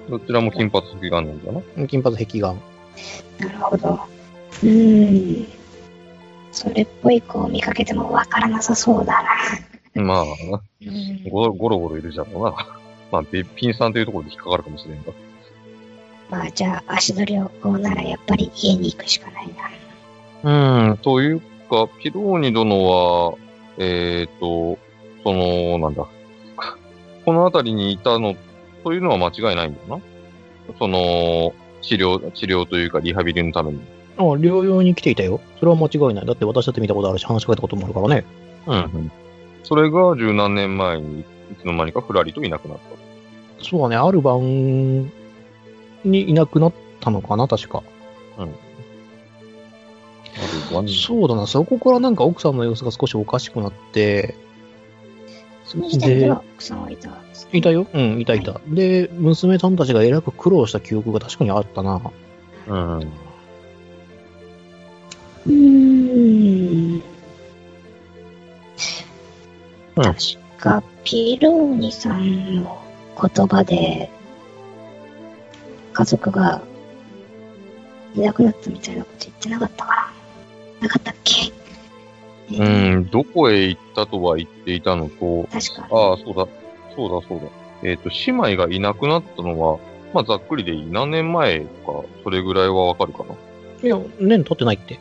Speaker 2: どちらも金髪的なんだな。
Speaker 1: 金髪壁眼。
Speaker 3: なるほど。うーん。それっぽい子を見かけてもわからなさそうだな。
Speaker 2: まあ、
Speaker 3: うん
Speaker 2: ゴロゴロゴロいるじゃろうな。 まあ、べっぴんさんというところで引っかかるかもしれんが。
Speaker 3: まあじゃあ足取りをこうならやっぱり家に行くしかないな。
Speaker 2: うん、というか、ピローニ殿は、えっ、と、その、なんだ、 この辺りにいたの、というのは間違いないんだよな。その、治療、治療というかリハビリのために。
Speaker 1: あ療養に来ていたよ。それは間違いない。だって私だって見たことあるし、話しかけたこともあるからね。
Speaker 2: うん。それが十何年前に、いつの間にかふらりといなくなった。
Speaker 1: そうだね、ある晩にいなくなったのかな、確か。そうだな、そこからなんか奥さんの様子が少しおかしくなって、
Speaker 3: その時点では奥さんはいたわけですね、
Speaker 1: いたよ。うん、いたいた。で、娘さんたちがえらく苦労した記憶が確かにあったな。
Speaker 2: うん。
Speaker 3: うーん。確か、ピローニさんの言葉で、家族がいなくなったみたいなこと言ってなかったかな。なかったっけ
Speaker 2: う
Speaker 3: えー
Speaker 2: ん、どこへ行ったとは言っていたのと、
Speaker 3: 確か。
Speaker 2: ああ、そうだ、そうだ、そうだ。えっ、と、姉妹がいなくなったのは、まあ、ざっくりでいい何年前とか、それぐらいはわかるかな。
Speaker 1: いや、年経ってないって。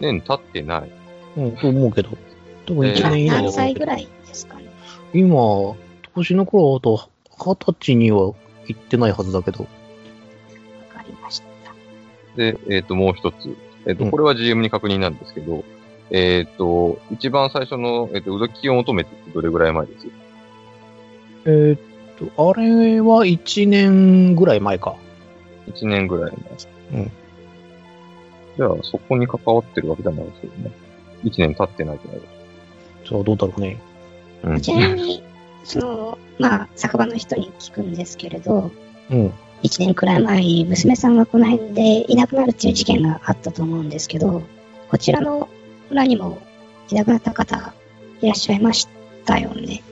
Speaker 2: 年経ってない。
Speaker 1: うん、と思うけど。多分
Speaker 2: えー
Speaker 1: 1年以内
Speaker 3: 何
Speaker 1: だと思
Speaker 3: 歳
Speaker 1: うけ
Speaker 3: ぐ
Speaker 1: ど
Speaker 3: らいですかね。
Speaker 1: 今、年の頃だと二十歳には行ってないはずだけど。
Speaker 3: わかりました。
Speaker 2: で、えっ、と、もう一つ。えっ、
Speaker 1: う
Speaker 2: と、
Speaker 1: ん
Speaker 2: これは GM に確認なんですけど、えっ、と、一番最初の、えっ、と、うどきを求めてってどれぐらい前です
Speaker 1: えーっと、あれは1年ぐらい前か。
Speaker 2: 一年ぐらい前。
Speaker 1: うん。
Speaker 2: じゃあ、そこに関わってるわけじゃないですよね。一年経ってないじゃない
Speaker 1: じゃあどうだろうね。
Speaker 2: です
Speaker 3: ち
Speaker 2: か。
Speaker 3: なみに、その、まあ、酒場の人に聞くんですけれど、
Speaker 1: うん。
Speaker 3: 1年くらい前に娘さんがこの辺でいなくなるっていう事件があったと思うんですけど、こちらの村にもいなくなった方いらっしゃいましたよね。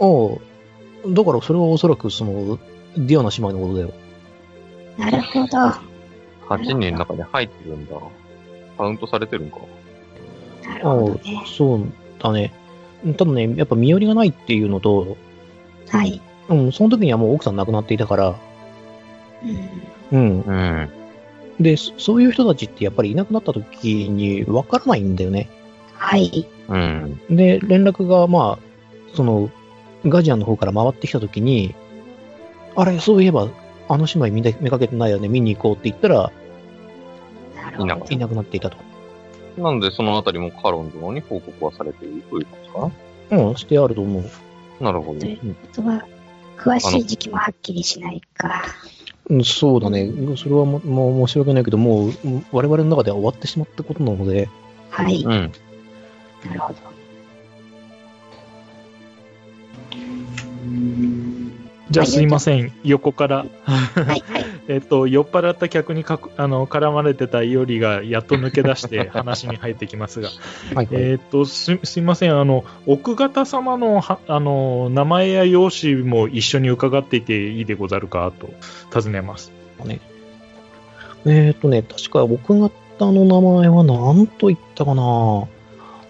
Speaker 1: ああ、だからそれはおそらくその、ディアナ姉妹のことだよ。
Speaker 3: なるほど。な
Speaker 2: うん。8人の中に入ってるんだ。カウントされてるんか。
Speaker 3: るほどね。
Speaker 1: そうだね。ただね、やっぱ身寄りがないっていうのと、
Speaker 3: はい。
Speaker 1: うん、その時にはもう奥さん亡くなっていたから、
Speaker 3: うん
Speaker 1: うん。
Speaker 2: うん。
Speaker 1: で、そそういう人たちってやっぱりいなくなった時にわからないんだよね。
Speaker 3: はい。
Speaker 2: うん。
Speaker 1: で、連絡が、まあ、その、ガジアンの方から回ってきたときに、あれ、そういえば、あの姉妹みんな見かけてないよね、見に行こうって言ったら、
Speaker 3: なるほ
Speaker 2: いなかっ
Speaker 3: ど
Speaker 1: い。なくなっていたと。
Speaker 2: なので、そのあたりもカロン殿に報告はされているということか
Speaker 1: うん、してあると思う。
Speaker 2: な。なるほど
Speaker 3: と。いうことは、詳しい時期もはっきりしないか。
Speaker 1: うん、そうだね。それはも、もう申し訳ないけど、もう、うん我々の中では終わってしまったことなので、
Speaker 3: はい。
Speaker 2: うん。
Speaker 3: なるほど。
Speaker 5: じゃあすいません、横から。
Speaker 3: は い、はい。
Speaker 5: えっと、酔っ払った客にかくあの絡まれてたいおりがやっと抜け出して 話に入ってきますが、
Speaker 1: はい、はい。
Speaker 5: えっと、すすいません、あの、奥方様のはあの名前や容姿も一緒に伺っていていいでござるかと尋ねます。
Speaker 1: ね。えっ、とね、確か奥方の名前は何と言ったかな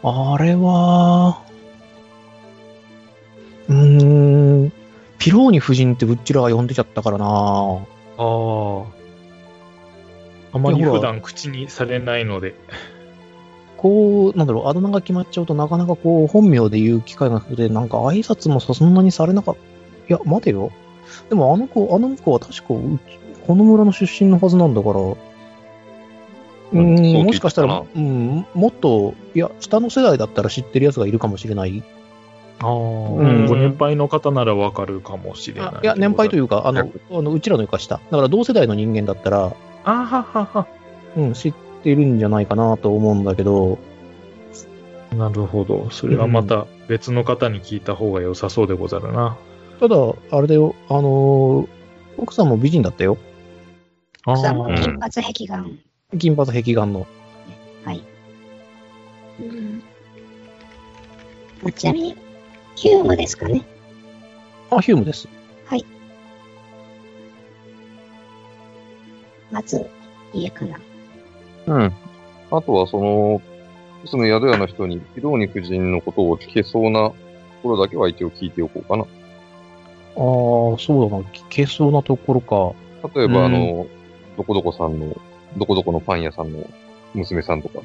Speaker 1: あれは、うーん、ピローニ夫人ってうっちらが呼んでちゃったからな
Speaker 5: ああ。あまり
Speaker 1: いやほら
Speaker 5: 普段口にされないので。
Speaker 1: こう、なんだろう、あだ名が決まっちゃうとなかなかこう、本名で言う機会がなくて、なんか挨拶もさそんなにされなかった。いや、待てよ。でもあの子、あの子は確かうち、この村の出身のはずなんだから、うー
Speaker 2: うんそう
Speaker 1: ん、
Speaker 2: 聞いてたな
Speaker 1: もしかしたら、うん、もっと、いや、下の世代だったら知ってるやつがいるかもしれない。
Speaker 5: ああ、
Speaker 1: ん
Speaker 5: ご年配の方ならわかるかもしれない。
Speaker 1: あいや、年配といううか、あの、あのうちらの床下。だから同世代の人間だったら、
Speaker 5: あははは。
Speaker 1: うん、知ってるんじゃないかなと思うんだけど、
Speaker 5: なるほど。それはまた別の方に聞いた方が良さそうでござるな。
Speaker 1: ただ、あれだよ、あのー奥さんも美人だったよ。
Speaker 5: あ
Speaker 3: 草
Speaker 5: あ
Speaker 2: う
Speaker 3: の
Speaker 2: ん
Speaker 3: 金髪壁眼。
Speaker 1: 金髪壁眼の。
Speaker 3: はい。うんまあ、ちなみに、ヒュームですかね。
Speaker 1: あ、ヒュームです。
Speaker 3: まず、家かな。
Speaker 2: うん。あとは、その、住む宿屋の人に、非道に夫人のことを聞けそうなところだけは一応聞いておこうかな。
Speaker 1: ああ、そうだな。聞けそうなところか。
Speaker 2: 例えば、
Speaker 5: うん
Speaker 2: あの、どこどこさんの、どこどこのパン屋さんの娘さんとか。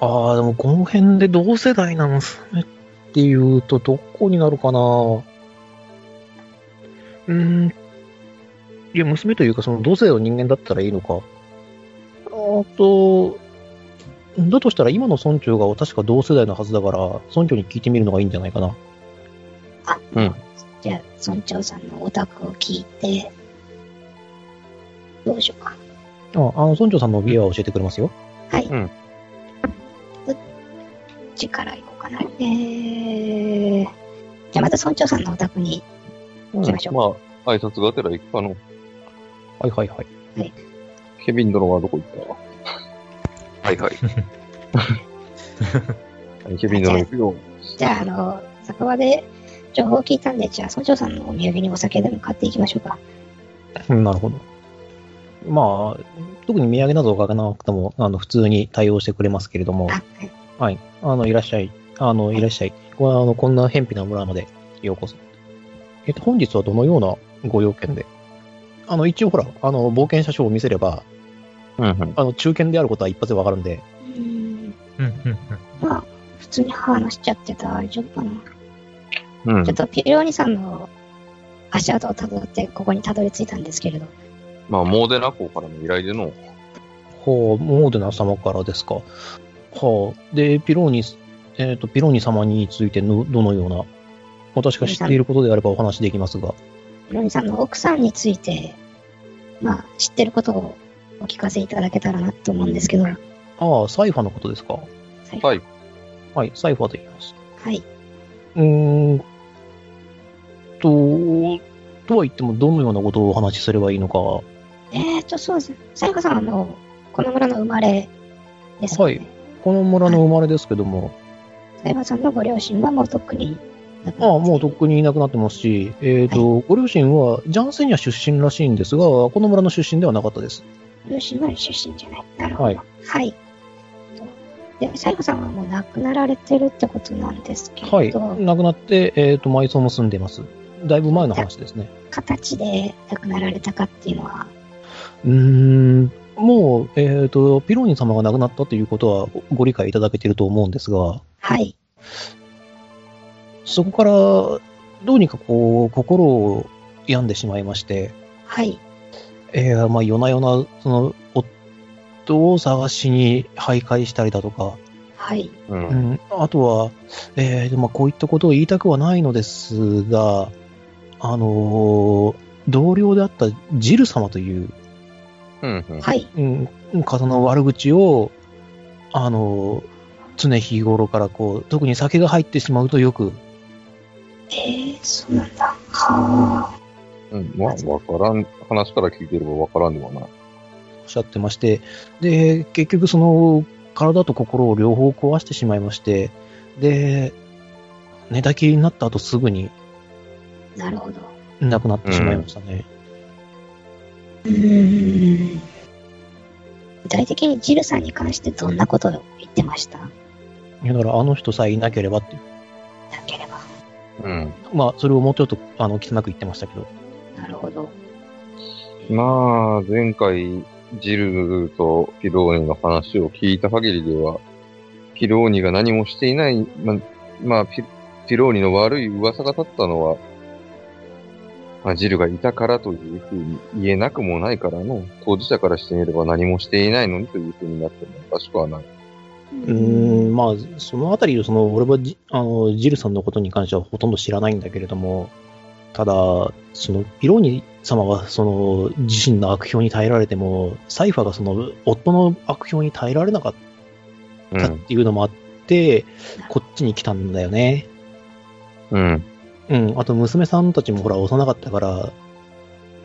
Speaker 1: ああ、でもこの辺で同世代な娘っていうと、どこになるかなうーん。いや、娘というか、その同世代の人間だったらいいのか。あーと、だとしたら今の村長が確か同世代のはずだから、村長に聞いてみるのがいいんじゃないかな。
Speaker 3: じゃあ、村長さんのお宅を聞いて、どうしようか。
Speaker 1: ああの、村長さんの家は教えてくれますよ。
Speaker 3: はい。
Speaker 2: うん
Speaker 3: どっちから行こうかな。えー、じゃあまた村長さんのお宅に、
Speaker 2: うん、
Speaker 3: きましょう
Speaker 2: まあ、挨拶がてら行くかの。
Speaker 1: はいはいはい。
Speaker 2: ケビン殿はどこ行ったはいはい。ケビン殿行くよ。
Speaker 3: じゃあ、あの、酒場で情報を聞いたんで、じゃあ村長さんのお土産にお酒でも買っていきましょうか。
Speaker 1: うんなるほど。まあ、特に土産などをかけなくても、あの、普通に対応してくれますけれども
Speaker 3: あ、、はい。
Speaker 1: はい。あの、いらっしゃい。あの、いらっしゃい。こあのこんな偏僻な村までようこそ。えっと、本日はどのようなご用件であの、一応ほら、あの、冒険者証を見せれば、
Speaker 2: うんうん。
Speaker 1: あの、中堅であることは一発でわかるんで、
Speaker 3: うーん、
Speaker 5: うんうんうん
Speaker 3: まあ、普通に話しちゃってたら大丈夫かな。
Speaker 2: うん
Speaker 3: ちょっ。とピエロ兄さんの足跡をたどって、ここにたどり着いたんですけれど。
Speaker 2: まあ、モーデナ校からの依頼での。
Speaker 1: ほう、モーデナ様からですか。はあ、で、ピローニ、えっ、と、ピローニ様についての、どのような、私が知っていることであればお話できますが、
Speaker 3: ピエロ兄さんの奥さんについて、まあ、知ってることをお聞かせいただけたらなと思うんですけど。は
Speaker 1: ああ、サイファーのことですか。
Speaker 3: い。
Speaker 2: はい。
Speaker 1: はい、サイファーと言います。
Speaker 3: はい。
Speaker 1: うーんと、とは言っても、どのようなことをお話しすればいいのか。は
Speaker 3: えーと、そうですね。サイコさんはもう、この村の生まれですよね。
Speaker 1: この村の生まれですけども、
Speaker 3: サイコさんのご両親はもうとっくに亡くなって
Speaker 1: ああもうとっくにいなくなってますし、えーとご両親はジャンセニア出身らしいんですが、この村の出身ではなかったです。
Speaker 3: 両親は出身じゃない。なるほど。
Speaker 1: は
Speaker 3: はいい。で、サイコさんはもう亡くなられてるってことなんですけ
Speaker 1: はい、
Speaker 3: れど、
Speaker 1: 亡くなって、えーと埋葬も住んでます。だいぶ前の話ですね。
Speaker 3: 形で亡くなられたかっていうのは、
Speaker 1: うーん、もう、えーとピローニ様が亡くなったということはごご理解いただけていると思うんですが、
Speaker 3: はい。
Speaker 1: そこからどうにかこう心を病んでしまいまして、
Speaker 3: はい。
Speaker 1: えーまあ、夜な夜な、その、夫を探しに徘徊したりだとか、
Speaker 3: はい。
Speaker 2: う。
Speaker 1: うんん、あとは、えーでまあ、こういったことを言いたくはないのですが、あのー同僚であったジル様という、
Speaker 2: うんうん。
Speaker 3: はい。
Speaker 1: うん、方の悪口を、あのー常日頃からこう、特に酒が入ってしまうとよく、
Speaker 3: えー、そうなんだ。は
Speaker 2: うん。まあ、わからん、話から聞いてればわからんではない。
Speaker 1: おっしゃってまして、で、結局その、体と心を両方壊してしまいまして、で、寝たきりになった後すぐに
Speaker 3: あ。なるほど。
Speaker 1: 亡くなってしまいましたね。
Speaker 3: うーん。具体的にジルさんに関してどんなことを言ってましたない
Speaker 1: やだからあの人さえいなければっていう、
Speaker 3: ければ。
Speaker 2: うん。
Speaker 1: まあ、それをもうちょっと、あの、汚く言ってましたけど。
Speaker 3: なるほど。
Speaker 2: まあ、前回、ジルとピローニの話を聞いた限りでは、ピローニが何もしていない、ま、まあピ、ピローニの悪い噂が立ったのは、まあ、ジルがいたからというふうに言えなくもないからの、当事者からしてみれば何もしていないのにというふうになってもおかしくはない。
Speaker 3: う
Speaker 1: うーん、まあ、そのあたり、その、俺はジ、あの、ジルさんのことに関してはほとんど知らないんだけれども、ただ、その、ピローニ様は、その、自身の悪評に耐えられても、サイファーがその、夫の悪評に耐えられなかった
Speaker 2: う
Speaker 1: ったっ。ていうのもあって、こっちに来たんだよね。
Speaker 2: うん。
Speaker 1: うん。あと、娘さんたちもほら、幼かったから、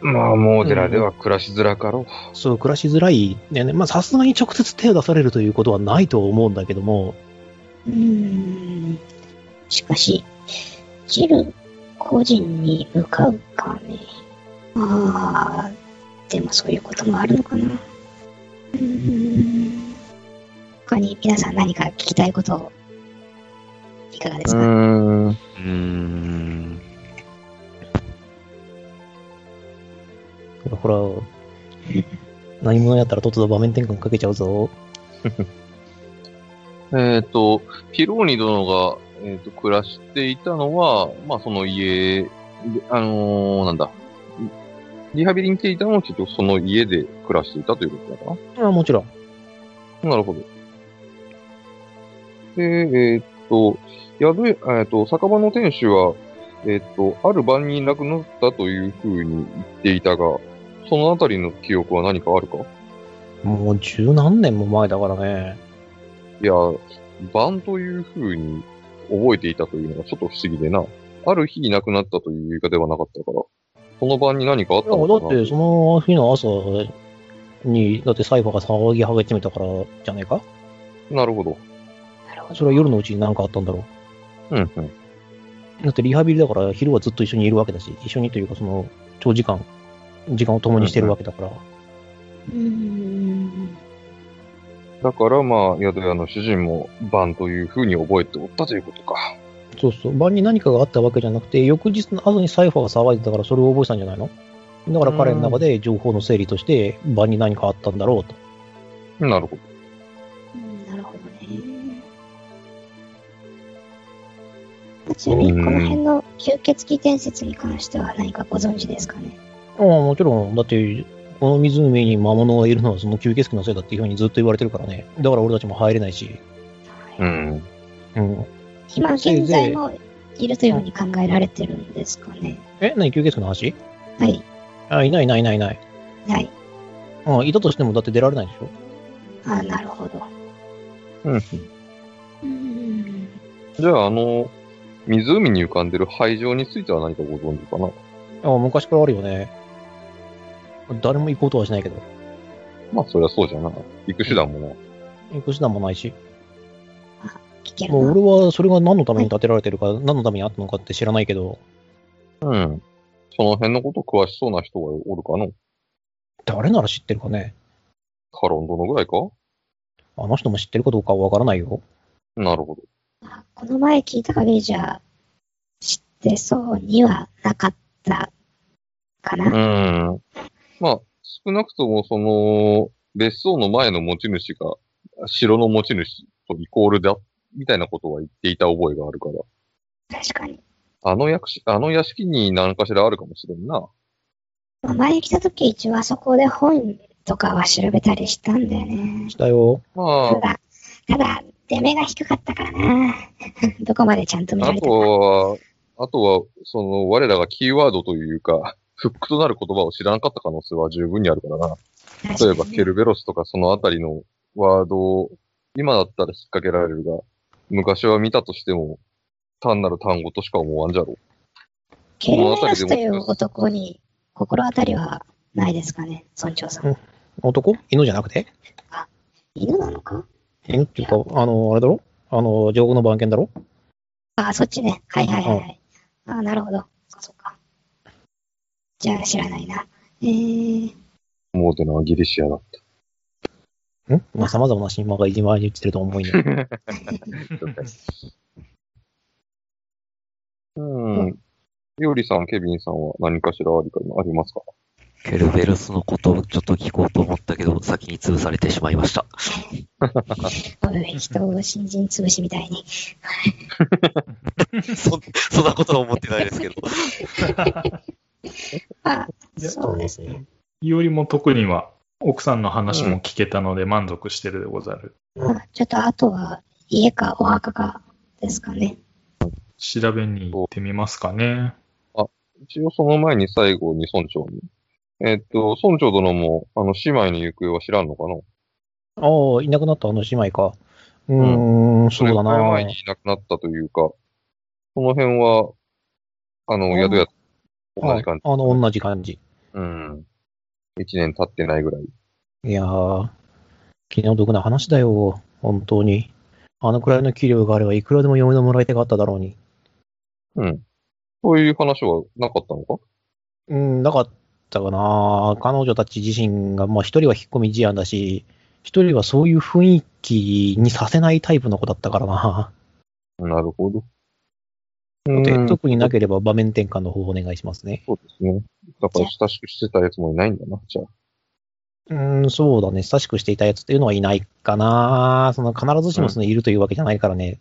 Speaker 2: まあ、モーデラでは暮らしづらかろう。
Speaker 1: そう、暮らしづらいんだよね。まあ、さすがに直接手を出されるということはないと思うんだけども、
Speaker 3: うーん。しかし、ジル個人に向かうかね。ああ、でもそういうこともあるのかな。うーん。他に皆さん何か聞きたいこと、いかがです
Speaker 2: う
Speaker 3: か、
Speaker 2: ーん。
Speaker 4: うーん。
Speaker 1: ほら、ほら何者やったらとっとと場面転換かけちゃうぞ。
Speaker 2: えっ、と、ピローニ殿が、えー、と暮らしていたのは、まあ、その家で、あのーなんだ、リハビリに来ていたのも結局その家で暮らしていたということなのか
Speaker 1: あもちろん。
Speaker 2: ななるほど。で、えっ、と、やぶ、えっ、と、酒場の店主は、えっ、と、ある晩に亡くなったというふうに言っていたが、そのあたりの記憶は何かあるか
Speaker 1: もう十何年も前だからね。
Speaker 2: いや、晩という風に覚えていたというのがちょっと不思議でな。ある日に亡くなったという言い方ではなかったから、その晩に何かあっ
Speaker 1: い
Speaker 2: た
Speaker 1: や、
Speaker 2: の
Speaker 1: だっ
Speaker 2: かな
Speaker 1: てその日の朝に、だってサイファーが騒ぎ始めたからじゃねえか
Speaker 2: なるほど。
Speaker 3: なるほど。
Speaker 1: それは夜のうちに何かあったんだろ
Speaker 2: うんうん。
Speaker 1: う。だってリハビリだから昼はずっと一緒にいるわけだし、一緒にというかその長時間、時間を共にしてるわけだから。
Speaker 3: うーん。
Speaker 2: だからまあ、宿屋の主人も晩という風に覚えておったということか。
Speaker 1: そうそう。晩に何かがあったわけじゃなくて、翌日の朝にサイファーが騒いでたからそれを覚えてたんじゃないのだから彼の中で情報の整理として、晩に何かあったんだろうと。
Speaker 2: なるほど。
Speaker 3: うんなるほどね。ちなみに、この辺の吸血鬼伝説に関しては何かご存知ですかね
Speaker 1: ああ、もちろん。だって、この湖に魔物がいるのはその吸血鬼のせいだっていうふうにずっと言われてるからね。だから俺たちも入れないし。
Speaker 2: うん。
Speaker 1: うん。
Speaker 3: 今現在もいるというふうに考えられてるんですかね
Speaker 1: え何吸血鬼の話
Speaker 3: はい。
Speaker 1: あ、いないいないいないいない。
Speaker 3: ない。
Speaker 1: うん、いたとしてもだって出られないでしょ。
Speaker 3: あなるほど。
Speaker 2: うん
Speaker 3: うーん。
Speaker 2: じゃあ、あの、湖に浮かんでる廃城については何かご存知かな
Speaker 1: あ昔からあるよね。誰も行こうとはしないけど。
Speaker 2: まあ、そりゃそうじゃな。行く手段もな。
Speaker 1: 行く手段もないし。
Speaker 3: 聞ける
Speaker 1: も
Speaker 3: な。
Speaker 1: う俺はそれが何のために建てられてるか、何のためにあったのかって知らないけど、
Speaker 2: うん。その辺のこと詳しそうな人がおるかの
Speaker 1: 誰なら知ってるかね。
Speaker 2: カロン殿ぐらいか
Speaker 1: あの人も知ってるかどうかはわからないよ。
Speaker 2: なるほど。
Speaker 3: あこの前聞いた限りじゃ、知ってそうにはなかったかな、
Speaker 2: うん。まあ、少なくとも、その、別荘の前の持ち主が、城の持ち主とイコールだ、みたいなことは言っていた覚えがあるから、
Speaker 3: 確かに。
Speaker 2: あの役しあの屋敷に何かしらあるかもしれんな。
Speaker 3: まあ前来た時一応あそこで本とかは調べたりしたんだよね。
Speaker 1: したよ。
Speaker 2: ま
Speaker 3: た
Speaker 2: あ、
Speaker 3: だ、ただ、出目が低かったからな。 どこまでちゃんと見ら
Speaker 2: あ
Speaker 3: れた
Speaker 2: と
Speaker 3: か。
Speaker 2: は、あとは、その、我らがキーワードというか、フックとなる言葉を知らんかった可能性は十分にあるからな。例えば、ケルベロスとかそのあたりのワードを、今だったら引っ掛けられるが、昔は見たとしても、単なる単語としか思わんじゃろう。
Speaker 3: ケルメロスという男に心当たりはないですかね、村長さん。
Speaker 1: 男犬じゃなくて
Speaker 3: 犬なのか
Speaker 1: 犬っていうか、あの、あれだろあの、上空の番犬だろ
Speaker 3: ああ、そっちね。はいはいはいはい。ああ、なるほど。そっかそっか。じゃあ知らないな。えー、
Speaker 2: モーテナはギリシアだっ
Speaker 1: んまあ、様々な神話が一番に落ちてると思う よ。
Speaker 2: た。うん。ヨリさん、ケビンさんは何かしらありかありますか
Speaker 4: ケルベロスのことをちょっと聞こうと思ったけど、先に潰されてしまいました。
Speaker 3: おい 人を新人潰しみたいに。
Speaker 4: そ、そんなことは思ってないですけど。
Speaker 3: あ
Speaker 5: いや
Speaker 3: そうですね。
Speaker 5: よりも特には、奥さんの話も聞けたので満足してるでござる。
Speaker 3: あちょっとあとは、家かお墓かですかね。
Speaker 5: 調べに行ってみますかね。
Speaker 2: 一応その前に最後に村長に。えっと、村長殿も、あの、姉妹の行方は知らんのかな
Speaker 1: ああ、いなくなったあの姉妹か。うーん、そうだ
Speaker 2: れくらい
Speaker 1: な
Speaker 2: 前にいなくなったというか、その辺は、あの、宿屋と同じ感じ。
Speaker 1: ああの、同じ感じ。
Speaker 2: うん。一年経ってないぐらい。
Speaker 1: いやー、気の毒な話だよ。本当に。あのくらいの給料があればいくらでも嫁のもらい手があっただろうに。
Speaker 2: うん。そういう話はなかったのか
Speaker 1: うん、なかったかな。彼女たち自身が、まあ一人は引っ込み思案だし、一人はそういう雰囲気にさせないタイプの子だったからな。
Speaker 2: なるほど。
Speaker 1: で特になければ場面転換の方法お願いしますね。
Speaker 2: そうですね。だから親しくしてたやつもいないんだな、じゃあ。
Speaker 1: うん、そうだね。親しくしていたやつっていうのはいないかな。その必ずしもそのいるというわけじゃないからね。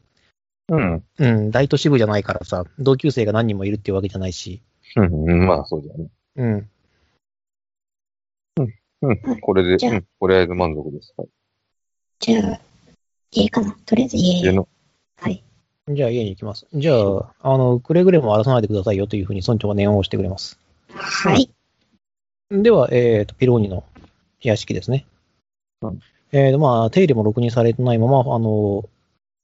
Speaker 2: うん。
Speaker 1: うん、大都市部じゃないからさ、同級生が何人もいるっていうわけじゃないし。
Speaker 2: うん、まあそうだね。
Speaker 1: うん。
Speaker 2: うん。これ
Speaker 3: じ
Speaker 2: で、
Speaker 3: ゃあ
Speaker 2: うん。とりあえず満足です。はい。
Speaker 3: じゃあ、家かな。とりあえず家
Speaker 2: 家
Speaker 3: へ。
Speaker 2: の、
Speaker 3: はい。
Speaker 1: じゃあ家に行きます。じゃあ、あの、くれぐれも荒らさないでくださいよというふうに村長は念を押してくれます。
Speaker 3: はい。
Speaker 1: では、えっ、と、ピローニの屋敷ですね。
Speaker 2: うん
Speaker 1: えっ、と、まあ、手入れもろくにされてないまま、あの、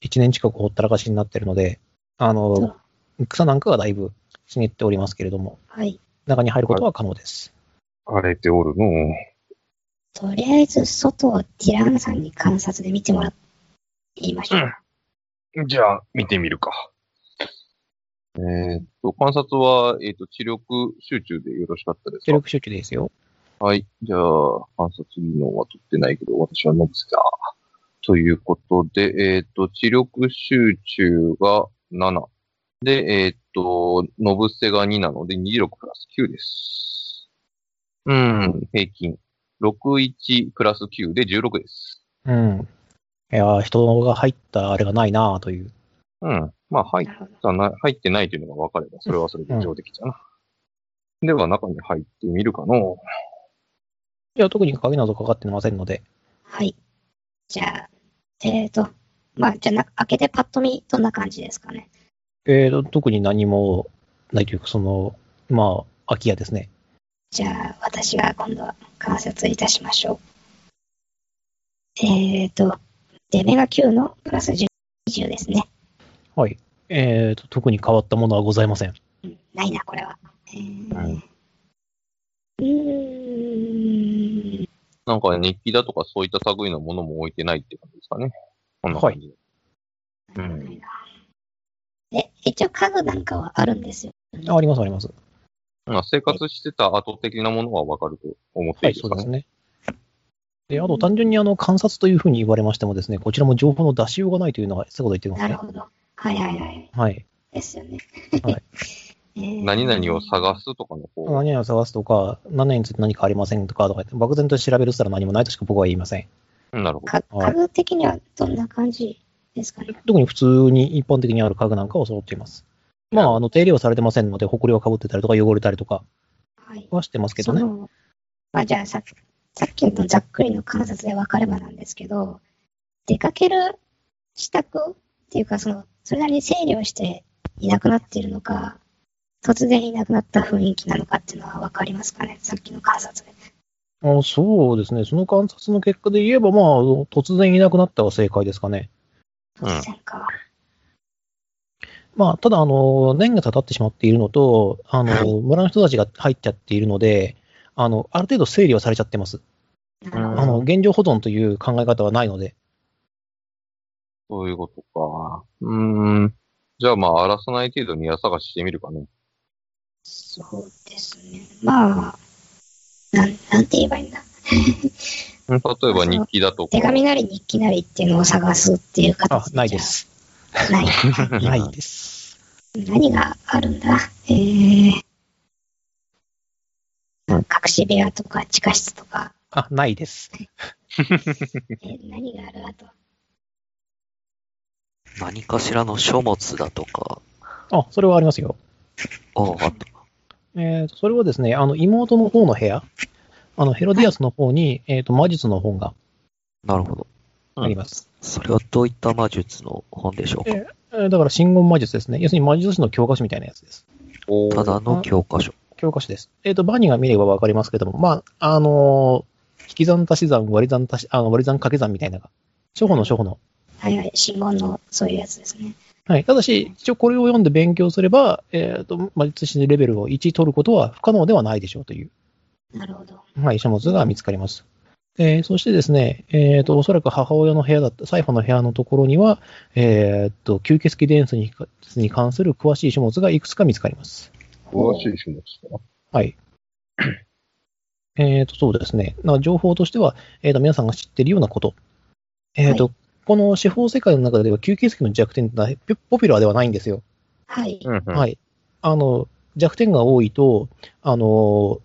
Speaker 1: 1年近くほったらかしになってるので、あの、草なんかがだいぶ茂っておりますけれども、
Speaker 3: はい。
Speaker 1: 中に入ることは可能です。
Speaker 2: 荒れておるのう。
Speaker 3: とりあえず、外をティラーナさんに観察で見てもらいましょう。
Speaker 2: じゃあ、見てみるか。えーっと、観察は、えーっと、知力集中でよろしかったです
Speaker 1: 出
Speaker 2: か
Speaker 1: 力集中ですよ。
Speaker 2: はい。じゃあ、観察技能は取ってないけど、私はノブスだ。ということで、えーっと、知力集中が7。で、えーっと、ノブスが2なので、26プラス9です。うん、平均。61プラス9で16です。
Speaker 1: うん。いやー、人が入ったあれがないなあという。
Speaker 2: うん。まあ、はい
Speaker 3: な。るほど。
Speaker 2: さな入ってないというのが分かれば、それはそれで上出来じゃな。では、中に入ってみるかの
Speaker 1: いや、特に鍵などかかってませんので、
Speaker 3: はい。じゃあ、えーと、まあ、じゃあな、開けてパッと見、どんな感じですかね。
Speaker 1: えーと、特に何もないというか、その、まあ、空き家ですね。
Speaker 3: じゃあ、私が今度は観察いたしましょう。えーと、デメが9のプラス10 20ですね。
Speaker 1: はい。えーと、特に変わったものはございません。
Speaker 3: うんないな、これは。えー
Speaker 2: はいう
Speaker 3: ーん。
Speaker 2: なんか日記だとかそういった類のものも置いてないって感じですかね。こんな感じで。うん
Speaker 3: ないなで、一応家具なんかはあるんですよ。
Speaker 1: ああります、あります。
Speaker 2: まあ、生活してた後的なものは分かると思って
Speaker 1: はい
Speaker 2: い
Speaker 1: い、
Speaker 2: で
Speaker 1: そ
Speaker 2: す
Speaker 1: う
Speaker 2: か
Speaker 1: で
Speaker 2: ね。
Speaker 1: すね。で、あと単純にあの観察というふうに言われましてもですね、こちらも情報の出しようがないというのは、そういうこと言ってます
Speaker 3: なる
Speaker 1: ね。
Speaker 3: ほど。はいはいはい。
Speaker 1: はい。
Speaker 3: ですよね。
Speaker 1: はい
Speaker 3: えー
Speaker 2: 何々を探すとかの方。
Speaker 1: 何々を探すとか、何々について何かありませんとか、とか言って漠然と調べるしたら何もないとしか僕は言いません。
Speaker 2: うんなるほど。
Speaker 3: か家具的にはどんな感じですかね。
Speaker 1: 特に普通に一般的にある家具なんかを揃っています。まあ、あの、手入れはされてませんので、埃はかぶってたりとか、汚れたりとか
Speaker 3: はい。
Speaker 1: はしてますけどね
Speaker 3: そ。のまあ、じゃあささっきのざっくりの観察で分かればなんですけど、出かける支度っていうか、その、それなりに整理をしていなくなっているのか、突然いなくなった雰囲気なのかっていうのは分かりますかね、さっきの観察で。
Speaker 1: あそうですね。その観察の結果で言えば、まあ、突然いなくなったは正解ですかね。
Speaker 2: うん
Speaker 3: 突然か。
Speaker 1: まあ、ただ、あの、年月が経ってしまっているのと、あの、
Speaker 3: はい
Speaker 1: 村の人たちが入っちゃっているので、あの、ある程度整理はされちゃってます。
Speaker 3: なるほ
Speaker 2: うん
Speaker 3: ど
Speaker 1: あの、現状保存という考え方はないので、
Speaker 2: そういうことか。うーん。じゃあまあ、荒らさない程度に家探ししてみるかね。
Speaker 3: そうですね。まあ、なん、なんて言えばいいんだ。
Speaker 2: 例えば日記だとか。
Speaker 3: 手紙なり日記なりっていうのを探すっていう
Speaker 1: あ
Speaker 3: 形、じゃ
Speaker 1: ないで。す。
Speaker 3: ない。
Speaker 1: ないです。
Speaker 3: 何があるんだえー、隠し部屋とか地下室とか、
Speaker 1: あ、ないです。
Speaker 3: えー何があるあと。
Speaker 4: 何かしらの書物だとか、
Speaker 1: あ、それはありますよ。
Speaker 4: ああった。
Speaker 1: えーと、それはですね、あの、妹の方の部屋、あの、ヘロディアスの方に、えっ、と、魔術の本が
Speaker 4: なるほど。
Speaker 1: あります。
Speaker 4: それはどういった魔術の本でしょうか
Speaker 1: えーだから、信言魔術ですね。要するに魔術師の教科書みたいなやつです。
Speaker 2: おー
Speaker 4: ただの教科書。
Speaker 1: 教科書です。えっ、と、バーニーが見ればわかりますけども、まあ、あのー引き算足し算、割り算足し、あの割り算掛け算みたいなのが、初歩の初歩の。
Speaker 3: はいはい、信号のそういうやつですね。
Speaker 1: はい。ただし、一応これを読んで勉強すれば、えっ、と、魔術師レベルを1取ることは不可能ではないでしょうという、
Speaker 3: なるほど。
Speaker 1: はい、書物が見つかります。えーそしてですね、えっ、と、おそらく母親の部屋だった、サイファーの部屋のところには、えっ、と、吸血鬼伝説にに関する詳しい書物がいくつか見つかります。
Speaker 2: 詳しい種ですか
Speaker 1: はい。えっと、そうですね。な情報としては、えっ、と、皆さんが知っているようなこと。えっ、と、
Speaker 3: は
Speaker 1: この司法世界の中では吸血鬼の弱点ってのはポポピュラーではないんですよ。
Speaker 3: はい。
Speaker 2: うんうん。
Speaker 1: はい。あの、弱点が多いと、あの、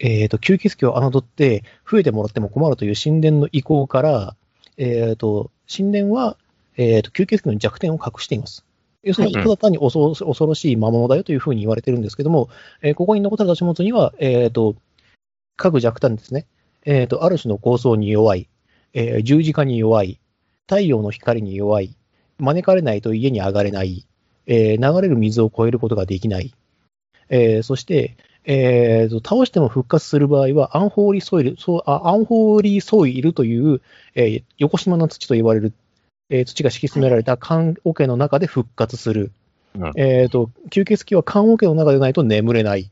Speaker 1: えっ、と、吸血鬼を侮って増えてもらっても困るという神殿の意向から、えっ、と、神殿は、えっ、と、吸血鬼の弱点を隠しています。要するに、
Speaker 2: は
Speaker 1: た
Speaker 2: い
Speaker 1: だ単に恐ろ恐ろしい魔物だよというふうに言われてるんですけども、えーここに残された書物には、えっ、と、各弱点ですね。えっ、と、ある種の構想に弱い、えー十字架に弱い、太陽の光に弱い、招かれないと家に上がれない、えー流れる水を越えることができない、えーそして、えーと倒しても復活する場合はアンホーリーソイル、そうあアンホーリーソイルという、えー横島の土と言われる、えー土が敷き詰められた棺桶の中で復活する、
Speaker 2: うん
Speaker 1: えーと吸血鬼は棺桶の中でないと眠れない、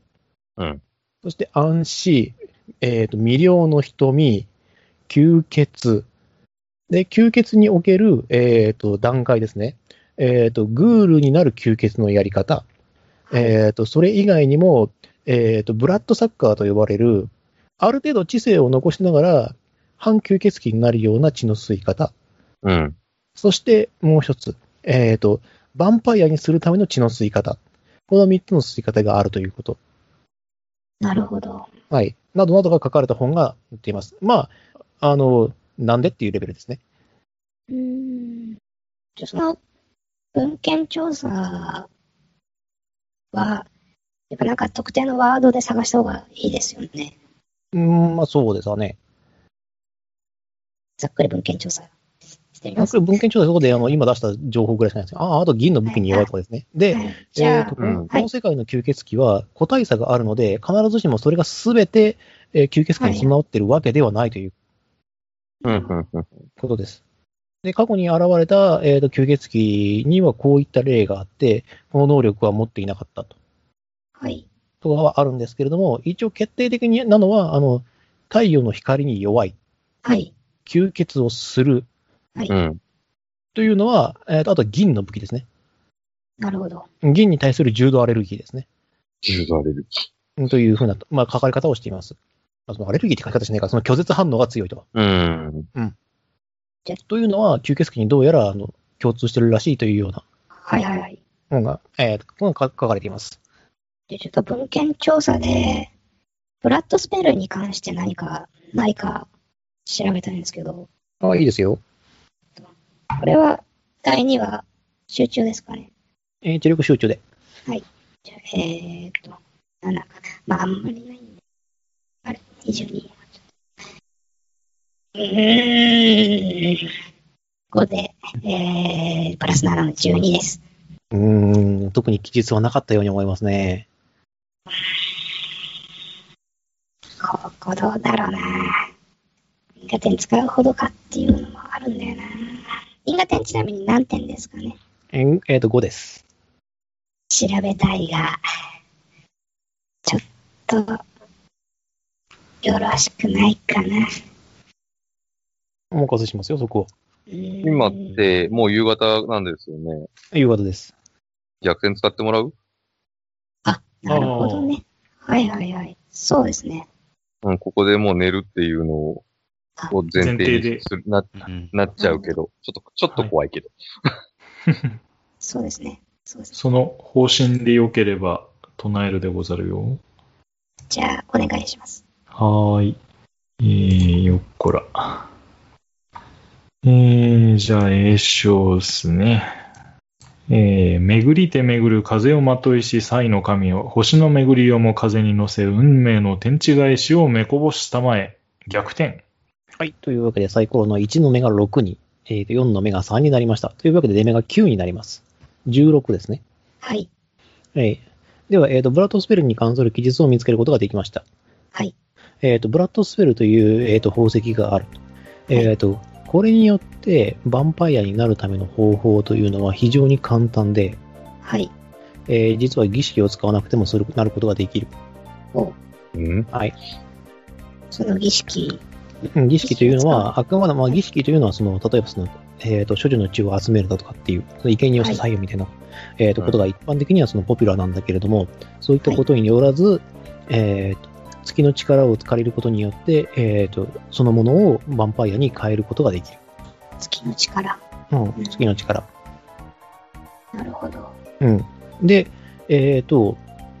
Speaker 2: うん
Speaker 1: そして暗視、えーと未了の瞳、吸血、で吸血における、えーと段階ですね、えーとグールになる吸血のやり方、えー、とそれ以外にも、えーと、ブラッドサッカーと呼ばれる、ある程度知性を残しながら、反吸血鬼になるような血の吸い方、
Speaker 2: うん。
Speaker 1: そしてもう一つ、えーと、ヴァンパイアにするための血の吸い方、この3つの吸い方があるということ、
Speaker 3: なるほど。
Speaker 1: はい、などなどが書かれた本が載っています。まあ、あの、なんでっていうレベルですね。
Speaker 3: うーん。じゃあその文献調査は、やっぱなんか特定のワードで探した方がいいですよね。
Speaker 1: うーん、まあそうですわね。
Speaker 3: ざっくり文献調査してみ
Speaker 1: や
Speaker 3: ま
Speaker 1: っぱ
Speaker 3: す。
Speaker 1: り文献調査そこであの今出した情報ぐらいしかないんですよ。ああ、あと銀の武器に弱いとかですね。で、
Speaker 3: はいじ
Speaker 1: え
Speaker 3: ゃ
Speaker 1: ーと
Speaker 3: あ、
Speaker 1: この
Speaker 2: うん
Speaker 1: この世界の吸血鬼は個体差があるので、必ずしもそれがすべて、えー吸血鬼に備わっているわけではないという
Speaker 2: うんうんうん。
Speaker 1: ことです。で過去に現れた、えー、と吸血鬼にはこういった例があって、この能力は持っていなかったと
Speaker 3: はい。
Speaker 1: とかはあるんですけれども、一応決定的になのはあの太陽の光に弱い、
Speaker 3: はい。
Speaker 1: 吸血をする
Speaker 2: うん。
Speaker 1: というのは、えーとあとは銀の武器ですね。
Speaker 3: なるほど。
Speaker 1: 銀に対する重度アレルギーですね。
Speaker 2: 重度アレルギ
Speaker 1: うんというふうな、まあ、書かれ方をしています。まあそのアレルギーって書き方しないから、その拒絶反応が強いと。
Speaker 2: ー。うん。
Speaker 1: というのは、吸血鬼にどうやらあの共通してるらしいというような
Speaker 3: はいはいはい。
Speaker 1: 本が、えー、本が書かれています。
Speaker 3: で、ちょっと文献調査で、ブラッドスペルに関して何かないか調べたいんですけど、
Speaker 1: ああ、いいですよ。
Speaker 3: これは第2話集中ですかね。
Speaker 1: えー、知力集中で。
Speaker 3: じゃあえーっと、7か。まあ、あんまりないんで。あれ、22。うーん。5で、えー、プラス7の12です。
Speaker 1: うーん、特に記述はなかったように思いますね。
Speaker 3: ここどうだろうな。銀河点使うほどかっていうのもあるんだよな。銀河点ちなみに何点ですかね。
Speaker 1: えーえーと、5です。
Speaker 3: 調べたいが、ちょっと、よろしくないかな。
Speaker 1: お任せしますよ、そこ。
Speaker 3: うーん
Speaker 2: 今って、もう夕方なんですよね。
Speaker 1: いうことです。
Speaker 2: 逆転使ってもらう
Speaker 3: なるほどね。はいはいはい。そうですね。
Speaker 2: うん、ここでもう寝るっていうのを
Speaker 3: あ
Speaker 2: を前提
Speaker 5: 前提
Speaker 2: に
Speaker 5: です
Speaker 2: るな
Speaker 4: うん
Speaker 2: なっちゃうけど、ちょっと、ちょっと怖いけど。
Speaker 3: そうですね。そうですね。
Speaker 5: その方針でよければ唱えるでござるよ。
Speaker 3: じゃあ、お願いします。
Speaker 5: はーい。えー、よっこら。えー、じゃあ、栄唱ですね。えー、巡りて巡る風をまといし、才の神を、星の巡りをも風に乗せ、運命の天地返しをめこぼしたまえ、逆転。
Speaker 1: はい。というわけで、サイコロの1の目が6に、えーと、4の目が3になりました。というわけで、出目が9になります。16ですね。
Speaker 3: はい。
Speaker 1: はい。では、えーと、ブラッドスペルに関する記述を見つけることができました。
Speaker 3: はい。
Speaker 1: えっ、と、ブラッドスフェルという、えー、と宝石がある。えっ、と、これによって、ヴァンパイアになるための方法というのは非常に簡単で、
Speaker 3: はい。
Speaker 1: えー実は儀式を使わなくてもするなることができる。
Speaker 2: うん
Speaker 1: はい。
Speaker 3: その儀式、
Speaker 1: うん儀式というのは、あくまで、まあ、儀式というのは、その、例えばその、えっ、と、処女の血を集めるだとかっていう、その生贄を捧げるみたいな、えっ、と、
Speaker 2: うん
Speaker 1: ことが一般的にはそのポピュラーなんだけれども、そういったことによらず、えっ、と、月の力を借りることによって、えっ、と、そのものをヴァンパイアに変えることができる。
Speaker 3: 月の力。
Speaker 1: うん、月の力。
Speaker 3: なるほど。
Speaker 1: うん。で、えっ、と、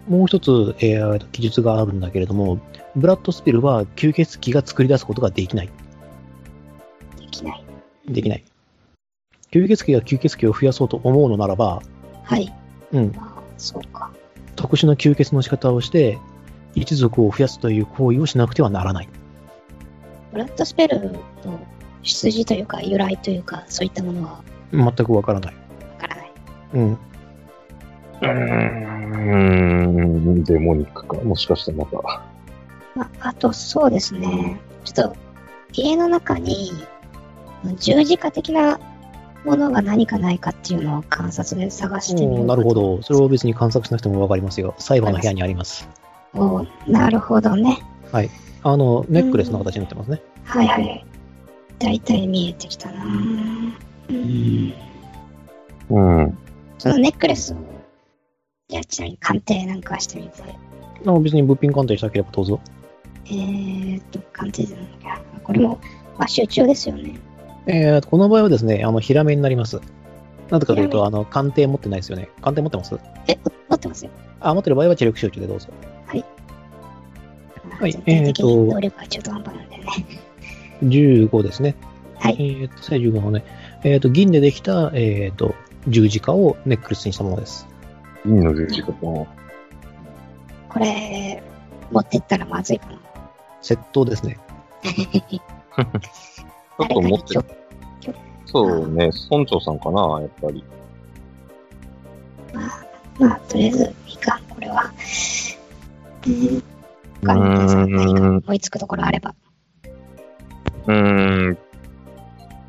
Speaker 1: もう一つ、えー、と記述があるんだけれども、ブラッドスピルは吸血鬼が作り出すことができない。
Speaker 3: できない。
Speaker 1: できない。吸血鬼が吸血鬼を増やそうと思うのならば、
Speaker 3: はい。
Speaker 1: うん、
Speaker 3: まあ、そうか。
Speaker 1: 特殊な吸血の仕方をして、一族を増やすという行為をしなくてはならない。
Speaker 3: ブラッドスペルの出自というか、由来というか、そういったものは
Speaker 1: 全くわからない。
Speaker 3: わからない。
Speaker 1: うん。
Speaker 2: うーん、デモニックか。もしかしてまた。
Speaker 3: まあ、あと、そうですね。ちょっと、家の中に、十字架的なものが何かないかっていうのを観察で探してみよう。
Speaker 1: なるほど。それを別に観察しなくてもわかりますよ。裁判の部屋にあります。
Speaker 3: おなるほどね。
Speaker 1: あの、ネックレスの形になってますね。
Speaker 3: はいはい。だいたい見えてきたな。うん
Speaker 2: うん。
Speaker 3: そのネックレスを、じゃあちなみに鑑定なんかしてみて。
Speaker 1: あの別に物品鑑定したければどうぞ。
Speaker 3: えーっと、鑑定図なんだっけなこれも、まあ、集中ですよね。
Speaker 1: えー、この場合はですね、あの、ヒラメになります。なぜかという
Speaker 3: ヒラ
Speaker 1: と、あの、鑑定持ってないですよね。鑑定持ってます
Speaker 3: え、持ってますよ。
Speaker 1: あ、持ってる場合は知力集中でどうぞ。はい
Speaker 3: 全体的
Speaker 1: えーっ
Speaker 3: に
Speaker 1: と
Speaker 3: 能力が中途半端なんでね。
Speaker 1: 15ですね。
Speaker 3: はい
Speaker 1: えっ、と、最15のね、えっ、と、銀でできた、えっ、と、十字架をネックレスにしたものです。
Speaker 2: 銀の十字架と。
Speaker 3: これ、持ってったらまずいかな。
Speaker 1: 窃盗ですね。
Speaker 2: ちょっと持って
Speaker 3: 誰かに
Speaker 2: る。そうね、村長さんかな、やっぱり。
Speaker 3: まあ、とりあえず、いいか、これは。うん。
Speaker 2: う
Speaker 3: 他に皆さん何
Speaker 2: ーん
Speaker 3: か追いつくところあれば。
Speaker 2: うーん。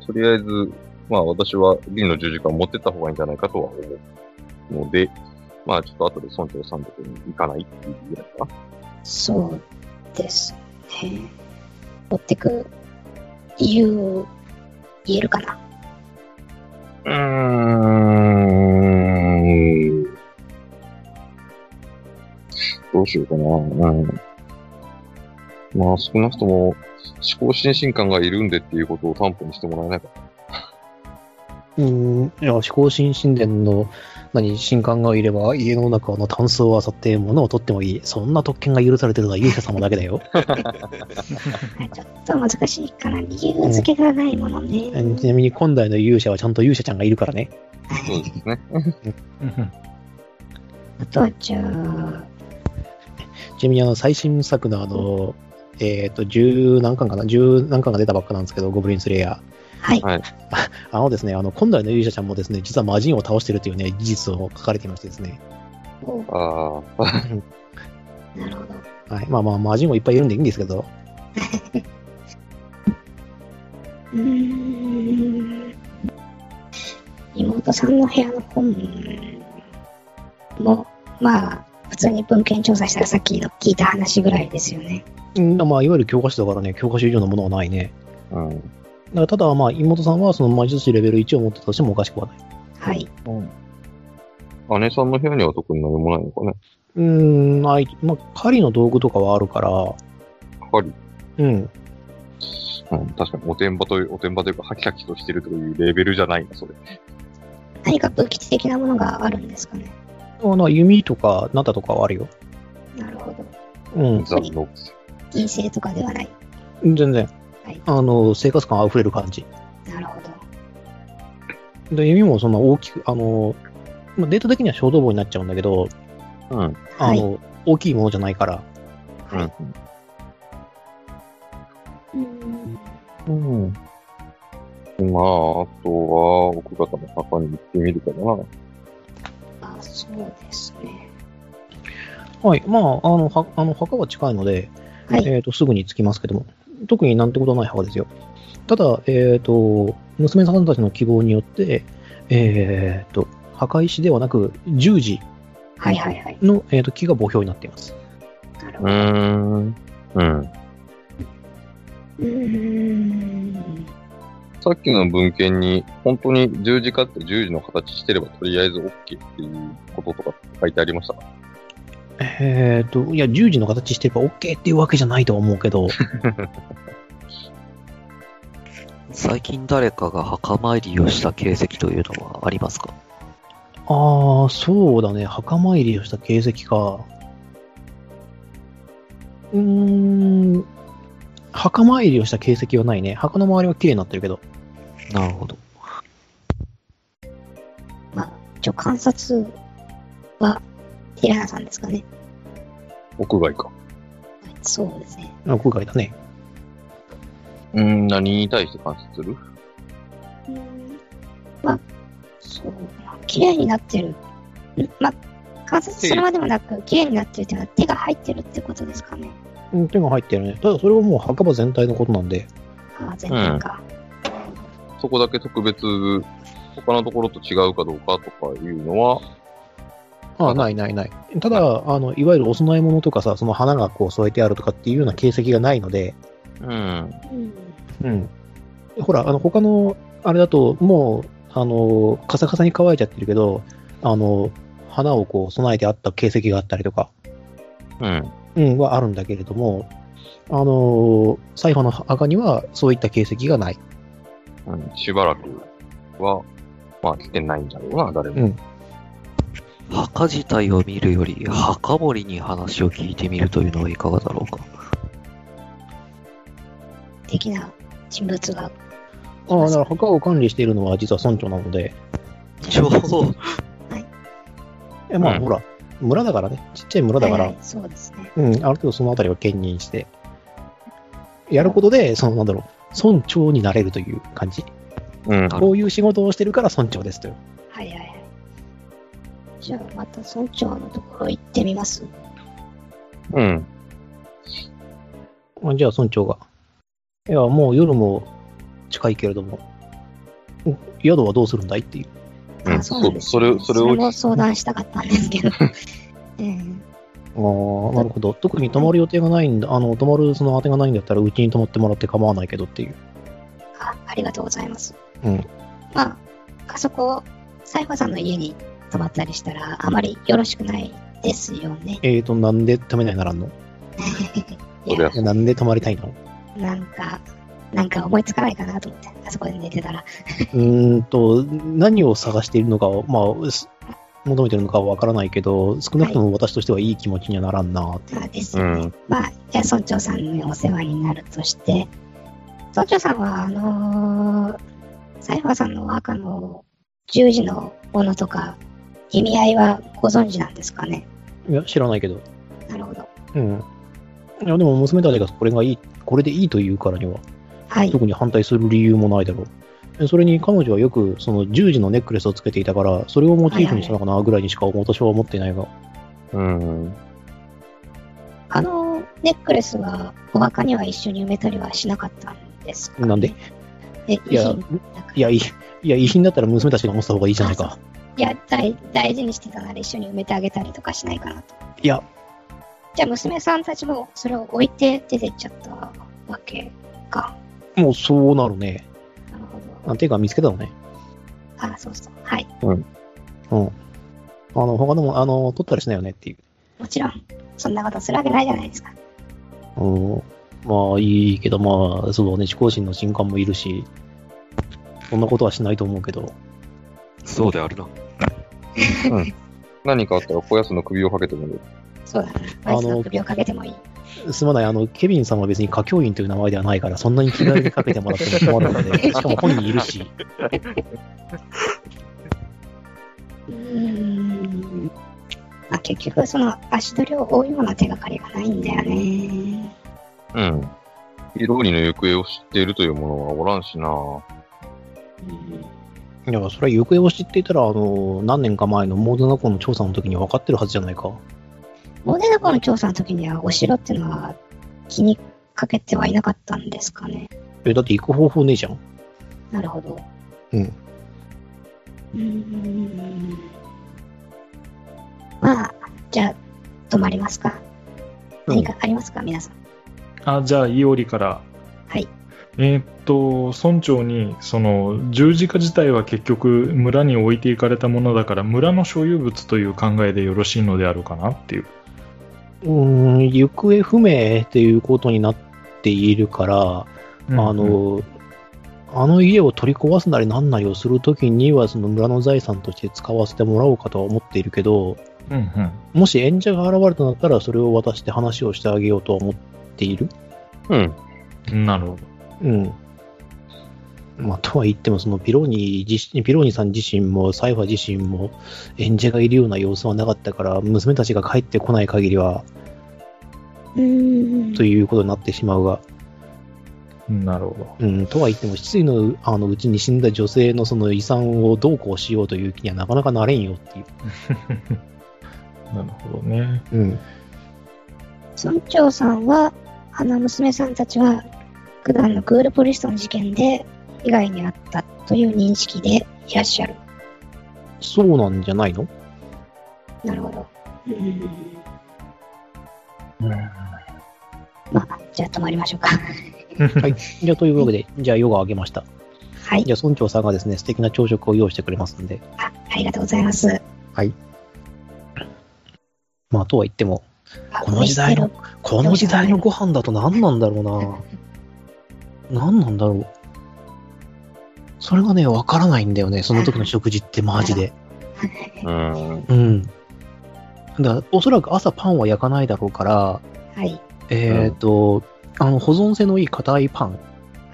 Speaker 2: とりあえず、まあ私は銀の十字架を持ってった方がいいんじゃないかとは思うので、まあちょっと後で村長さんのとこに行かないっていうぐらいかな。
Speaker 3: そうですね。持ってく理由を言えるかな。
Speaker 2: うーん。どうしようかな。うん。まあ少なくとも思考心身感がいるんでっていうことを担保にしてもらえないか
Speaker 1: うーん、いや、思考新神殿の、何、神官がいれば、家の中のタンスを漁って物を取ってもいい。そんな特権が許されてるのは勇者様だけだ よ。
Speaker 3: ちょっと難しいから、理由付けがないものね。
Speaker 1: えーちなみに、今代の勇者はちゃんと勇者ちゃんがいるからね。
Speaker 2: そうですね。
Speaker 3: あとは、じゃあ、
Speaker 1: ちなみに、あの、最新作のあの、えっ、と、十何巻かな十何巻が出たばっかなんですけど、ゴブリンスレイヤー。
Speaker 3: はい。
Speaker 2: はい。
Speaker 1: あのですね、あの、今代の勇者ちゃんもですね、実は魔人を倒してるというね、事実を書かれていましてですね。
Speaker 3: おう
Speaker 2: ああ。
Speaker 3: なるほど。
Speaker 1: はい。まあまあ、魔人もいっぱいいるんでいいんですけど。
Speaker 3: うーん。妹さんの部屋の本も、まあ、普通に文献調査したらさっきの聞いた話ぐらいですよね。
Speaker 1: うんまあ、いわゆる教科書だからね、教科書以上のものはないね。
Speaker 2: うん。
Speaker 1: だからただ、まあ、妹さんはその魔術師レベル1を持ってたとしてもおかしくはない。
Speaker 3: はい。
Speaker 2: 姉さんの部屋には特に何もないのかね。
Speaker 1: うーん、あい、まあ、狩りの道具とかはあるから、
Speaker 2: かかり。
Speaker 1: うん。
Speaker 2: うん、確かに、おてんばという、おてんばというか、ハキハキとしてるというレベルじゃないな、それ。
Speaker 3: 何か武器的なものがあるんですかね。
Speaker 1: あの、弓とか、ナタとかはあるよ。
Speaker 3: なるほど。
Speaker 1: うん、
Speaker 2: ザ・ノックス。
Speaker 3: 陰性とかではない。
Speaker 1: 全然
Speaker 3: はい。
Speaker 1: あの、生活感あふれる感じ。
Speaker 3: なるほど。
Speaker 1: で、弓もそんな大きく、あの、まあ、データ的には小動棒になっちゃうんだけど、
Speaker 2: うん。
Speaker 1: あ
Speaker 3: はい。
Speaker 1: の、大きいものじゃないから、
Speaker 3: うん
Speaker 2: うん。まあ、あとは、奥方の墓に行ってみるかな。
Speaker 3: あ、そうですね。
Speaker 1: はい、まあ、あの、はあの墓は近いので、
Speaker 3: はい。
Speaker 1: えー、とすぐに着きますけども、特になんてことはない墓ですよ。ただ、えー、と娘さんたちの希望によって、えー、と墓石ではなく十字
Speaker 3: はいはいはい。
Speaker 1: の、えー、と木が墓標になっています。
Speaker 3: な
Speaker 2: う
Speaker 3: るほ
Speaker 2: ー
Speaker 3: ど。
Speaker 2: ん。うん。
Speaker 3: うーん。
Speaker 2: さっきの文献に、本当に十字架って十字の形してればとりあえず OK っていうこととか書いてありましたか
Speaker 1: えっ、と、いや、十字の形してれば OK っていうわけじゃないとは思うけど、
Speaker 4: 最近誰かが墓参りをした形跡というのはありますか
Speaker 1: ああ、そうだね。墓参りをした形跡か。うーん。墓参りをした形跡はないね。墓の周りは綺麗になってるけど。
Speaker 4: なるほど。
Speaker 3: 一応観察は、平野さんですかね。
Speaker 2: 屋外か。
Speaker 3: そうですね。
Speaker 1: 屋外だね。
Speaker 2: うーん、何に対して観察する
Speaker 3: うんまあ、そう、綺麗になってる。んまあ、観察するまでもなく、綺麗になってるっていうのは手が入ってるってことですかね。
Speaker 1: うん、手が入ってるね。ただそれはもう墓場全体のことなんで。
Speaker 3: ああ、全然か。
Speaker 2: そこだけ特別、他のところと違うかどうかとかいうのは、
Speaker 1: ああ、ないないない。ただ、あの、いわゆるお供え物とかさ、その花がこう添えてあるとかっていうような形跡がないので、
Speaker 2: うん。
Speaker 3: うん。
Speaker 1: うん。ほら、あの、他の、あれだと、もう、あの、カサカサに乾いちゃってるけど、あの、花をこう備えてあった形跡があったりとか、
Speaker 2: うん。
Speaker 1: うん、はあるんだけれども、あの、サイファーの墓にはそういった形跡がない。
Speaker 2: うん、しばらくは、まあ来てないんだろうな、誰も。
Speaker 4: 墓自体を見るより、墓守に話を聞いてみるというのはいかがだろうか。
Speaker 3: 的な人物が。
Speaker 1: ああ、だから墓を管理しているのは実は村長なので、
Speaker 4: 情報、
Speaker 1: えまあ、
Speaker 2: うん
Speaker 1: ほら、村だからね、ちっちゃい村だから、
Speaker 3: はいはいそうですね。
Speaker 1: うん、ある程度そのあたりは兼任して、やることで、その、なんだろう、村長になれるという感じ。
Speaker 2: うん。
Speaker 4: あ
Speaker 1: こういう仕事をしてるから村長ですという。
Speaker 3: はいはいはい。じゃあ、また村長のところ行ってみます。
Speaker 2: うん。
Speaker 1: あじゃあ村長が。いや、もう夜も近いけれども、お宿はどうするんだいっていう。
Speaker 2: うん
Speaker 3: あそうなんです
Speaker 2: それ、それ
Speaker 3: それ
Speaker 2: を、
Speaker 3: も相談したかったんですけ ど。ええ
Speaker 1: ああ、なるほど。特に泊まる予定がないんだ、あの、泊まるその当てがないんだったら、うちに泊まってもらって構わないけどっていう。
Speaker 3: あありがとうございます。
Speaker 1: うん。
Speaker 3: まあ、あそこ、サイファーさんの家に泊まったりしたら、あまりよろしくないですよね。
Speaker 1: えーと、なんで泊めないならんの
Speaker 3: い
Speaker 2: そりゃ
Speaker 3: や、
Speaker 1: いやなんで泊まりたいの
Speaker 3: なんか、なんか思いつかないかなと思って、あそこで寝てたら。
Speaker 1: うーんと、何を探しているのかは、まあ、す求めてるのかはわからないけど、少なくとも私としてはいい気持ちにはならんなって。
Speaker 3: あです
Speaker 2: う
Speaker 3: よね。
Speaker 2: ん。
Speaker 3: まあ、じゃあ村長さんにお世話になるとして、村長さんは、あのーサイファーさんの赤の十字のものとか、意味合いはご存知なんですかね
Speaker 1: いや、知らないけど。
Speaker 3: なるほど。
Speaker 1: うん。いや、でも娘たちがこれがいい、これでいいというからには、
Speaker 3: はい。
Speaker 1: 特に反対する理由もないだろう。でそれに彼女はよく、その十字のネックレスをつけていたから、それをモチーフにしたのかなぐらいにしか私は思っていないが。
Speaker 2: うん。
Speaker 3: あのネックレスはお墓には一緒に埋めたりはしなかったんですか、
Speaker 1: なんで
Speaker 3: え、い
Speaker 1: いや、
Speaker 3: い
Speaker 1: いや、いいや、遺品だったら娘たちが持ってた方がいいじゃないか。
Speaker 3: いや大、大事にしてたなら一緒に埋めてあげたりとかしないかなと。
Speaker 1: いや、
Speaker 3: じゃあ娘さんたちもそれを置いて出てっちゃったわけか。
Speaker 1: もうそうなるね。
Speaker 3: なるほど。
Speaker 1: あていうか見つけたのね。
Speaker 3: あ、そうそう。はい。
Speaker 1: うん。あの、他のも、あの、取ったりしないよねっていう。
Speaker 3: もちろん、そんなことするわけないじゃないですか。
Speaker 1: うん。まあ、いいけど、まあ、そうね、思考心の新刊もいるし、そんなことはしないと思うけど。
Speaker 4: そうであるな。
Speaker 2: 何かあったら、小安の首をかけてもらう。
Speaker 3: そうだな。
Speaker 1: あの
Speaker 3: あいつの首をかけてもいい。
Speaker 1: すまない、あの、ケビンさんは別に歌教員という名前ではないから、そんなに気軽にかけてもらっても困るので、しかも本人いるし。
Speaker 3: うーん。まあ、結局、その足取りを追うような手がかりがないんだよね。
Speaker 2: うん。ヒローニの行方を知っているというものはおらんしな。
Speaker 3: うん
Speaker 1: いや、それは行方を知っていたら、あの、何年か前のモードナコの調査の時に分かってるはずじゃないか。
Speaker 3: 大手箱の調査の時には、お城ってのは気にかけてはいなかったんですかね。
Speaker 1: え、だって行く方法ねえじゃん。
Speaker 3: なるほど。
Speaker 1: うん
Speaker 3: うーん。まあ、じゃあ、泊まりますか。
Speaker 1: うん
Speaker 3: 何かありますか、皆さん。
Speaker 5: あ、じゃあ、いおりから
Speaker 3: はい。
Speaker 5: えーっと、村長に、その、十字架自体は結局村に置いていかれたものだから、村の所有物という考えでよろしいのであろうかなっていう。
Speaker 1: うーん、行方不明っていうことになっているから、あ
Speaker 5: うん、
Speaker 1: の、あの家を取り壊すなりなんなりをするときには、その村の財産として使わせてもらおうかとは思っているけど、
Speaker 5: うんうん。
Speaker 1: もし演者が現れたんだったら、それを渡して話をしてあげようとは思っている。
Speaker 2: うん。
Speaker 5: なるほど。
Speaker 1: うん。まあ、とは言っても、そのピローニ自身、ピローニさん自身も、サイファ自身も、演者がいるような様子はなかったから、娘たちが帰ってこない限りは、
Speaker 3: うーん。
Speaker 1: ということになってしまうが、
Speaker 5: なるほど。
Speaker 1: うん、とは言っても、失意のあのうちに死んだ女性のその遺産をどうこうしようという気にはなかなかなれんよっていう。
Speaker 5: なるほどね。
Speaker 1: うん。
Speaker 3: 村長さんは、あの娘さんたちは、普段のクールポリストの事件で被害に遭ったという認識でいらっしゃる。
Speaker 1: そうなんじゃないの
Speaker 3: なるほど。うん。まあ、じゃあ止まりましょうか。
Speaker 1: じゃあ、というわけで、じゃあ、夜が明けました。
Speaker 3: はい
Speaker 1: じ。ゃあ、村長さんがですね、素敵な朝食を用意してくれますんで。
Speaker 3: あありがとうございます。
Speaker 1: まあ、とは言っても、
Speaker 3: あ
Speaker 1: この時代の。この時代のご飯だと何なんだろ うな。何なんだろう。それがね、わからないんだよね。その時の食事ってマジで。
Speaker 2: うん。
Speaker 1: うん。だからおそらく朝パンは焼かないだろうから、
Speaker 3: はい。
Speaker 1: えっ、と、あの、保存性のいい硬いパン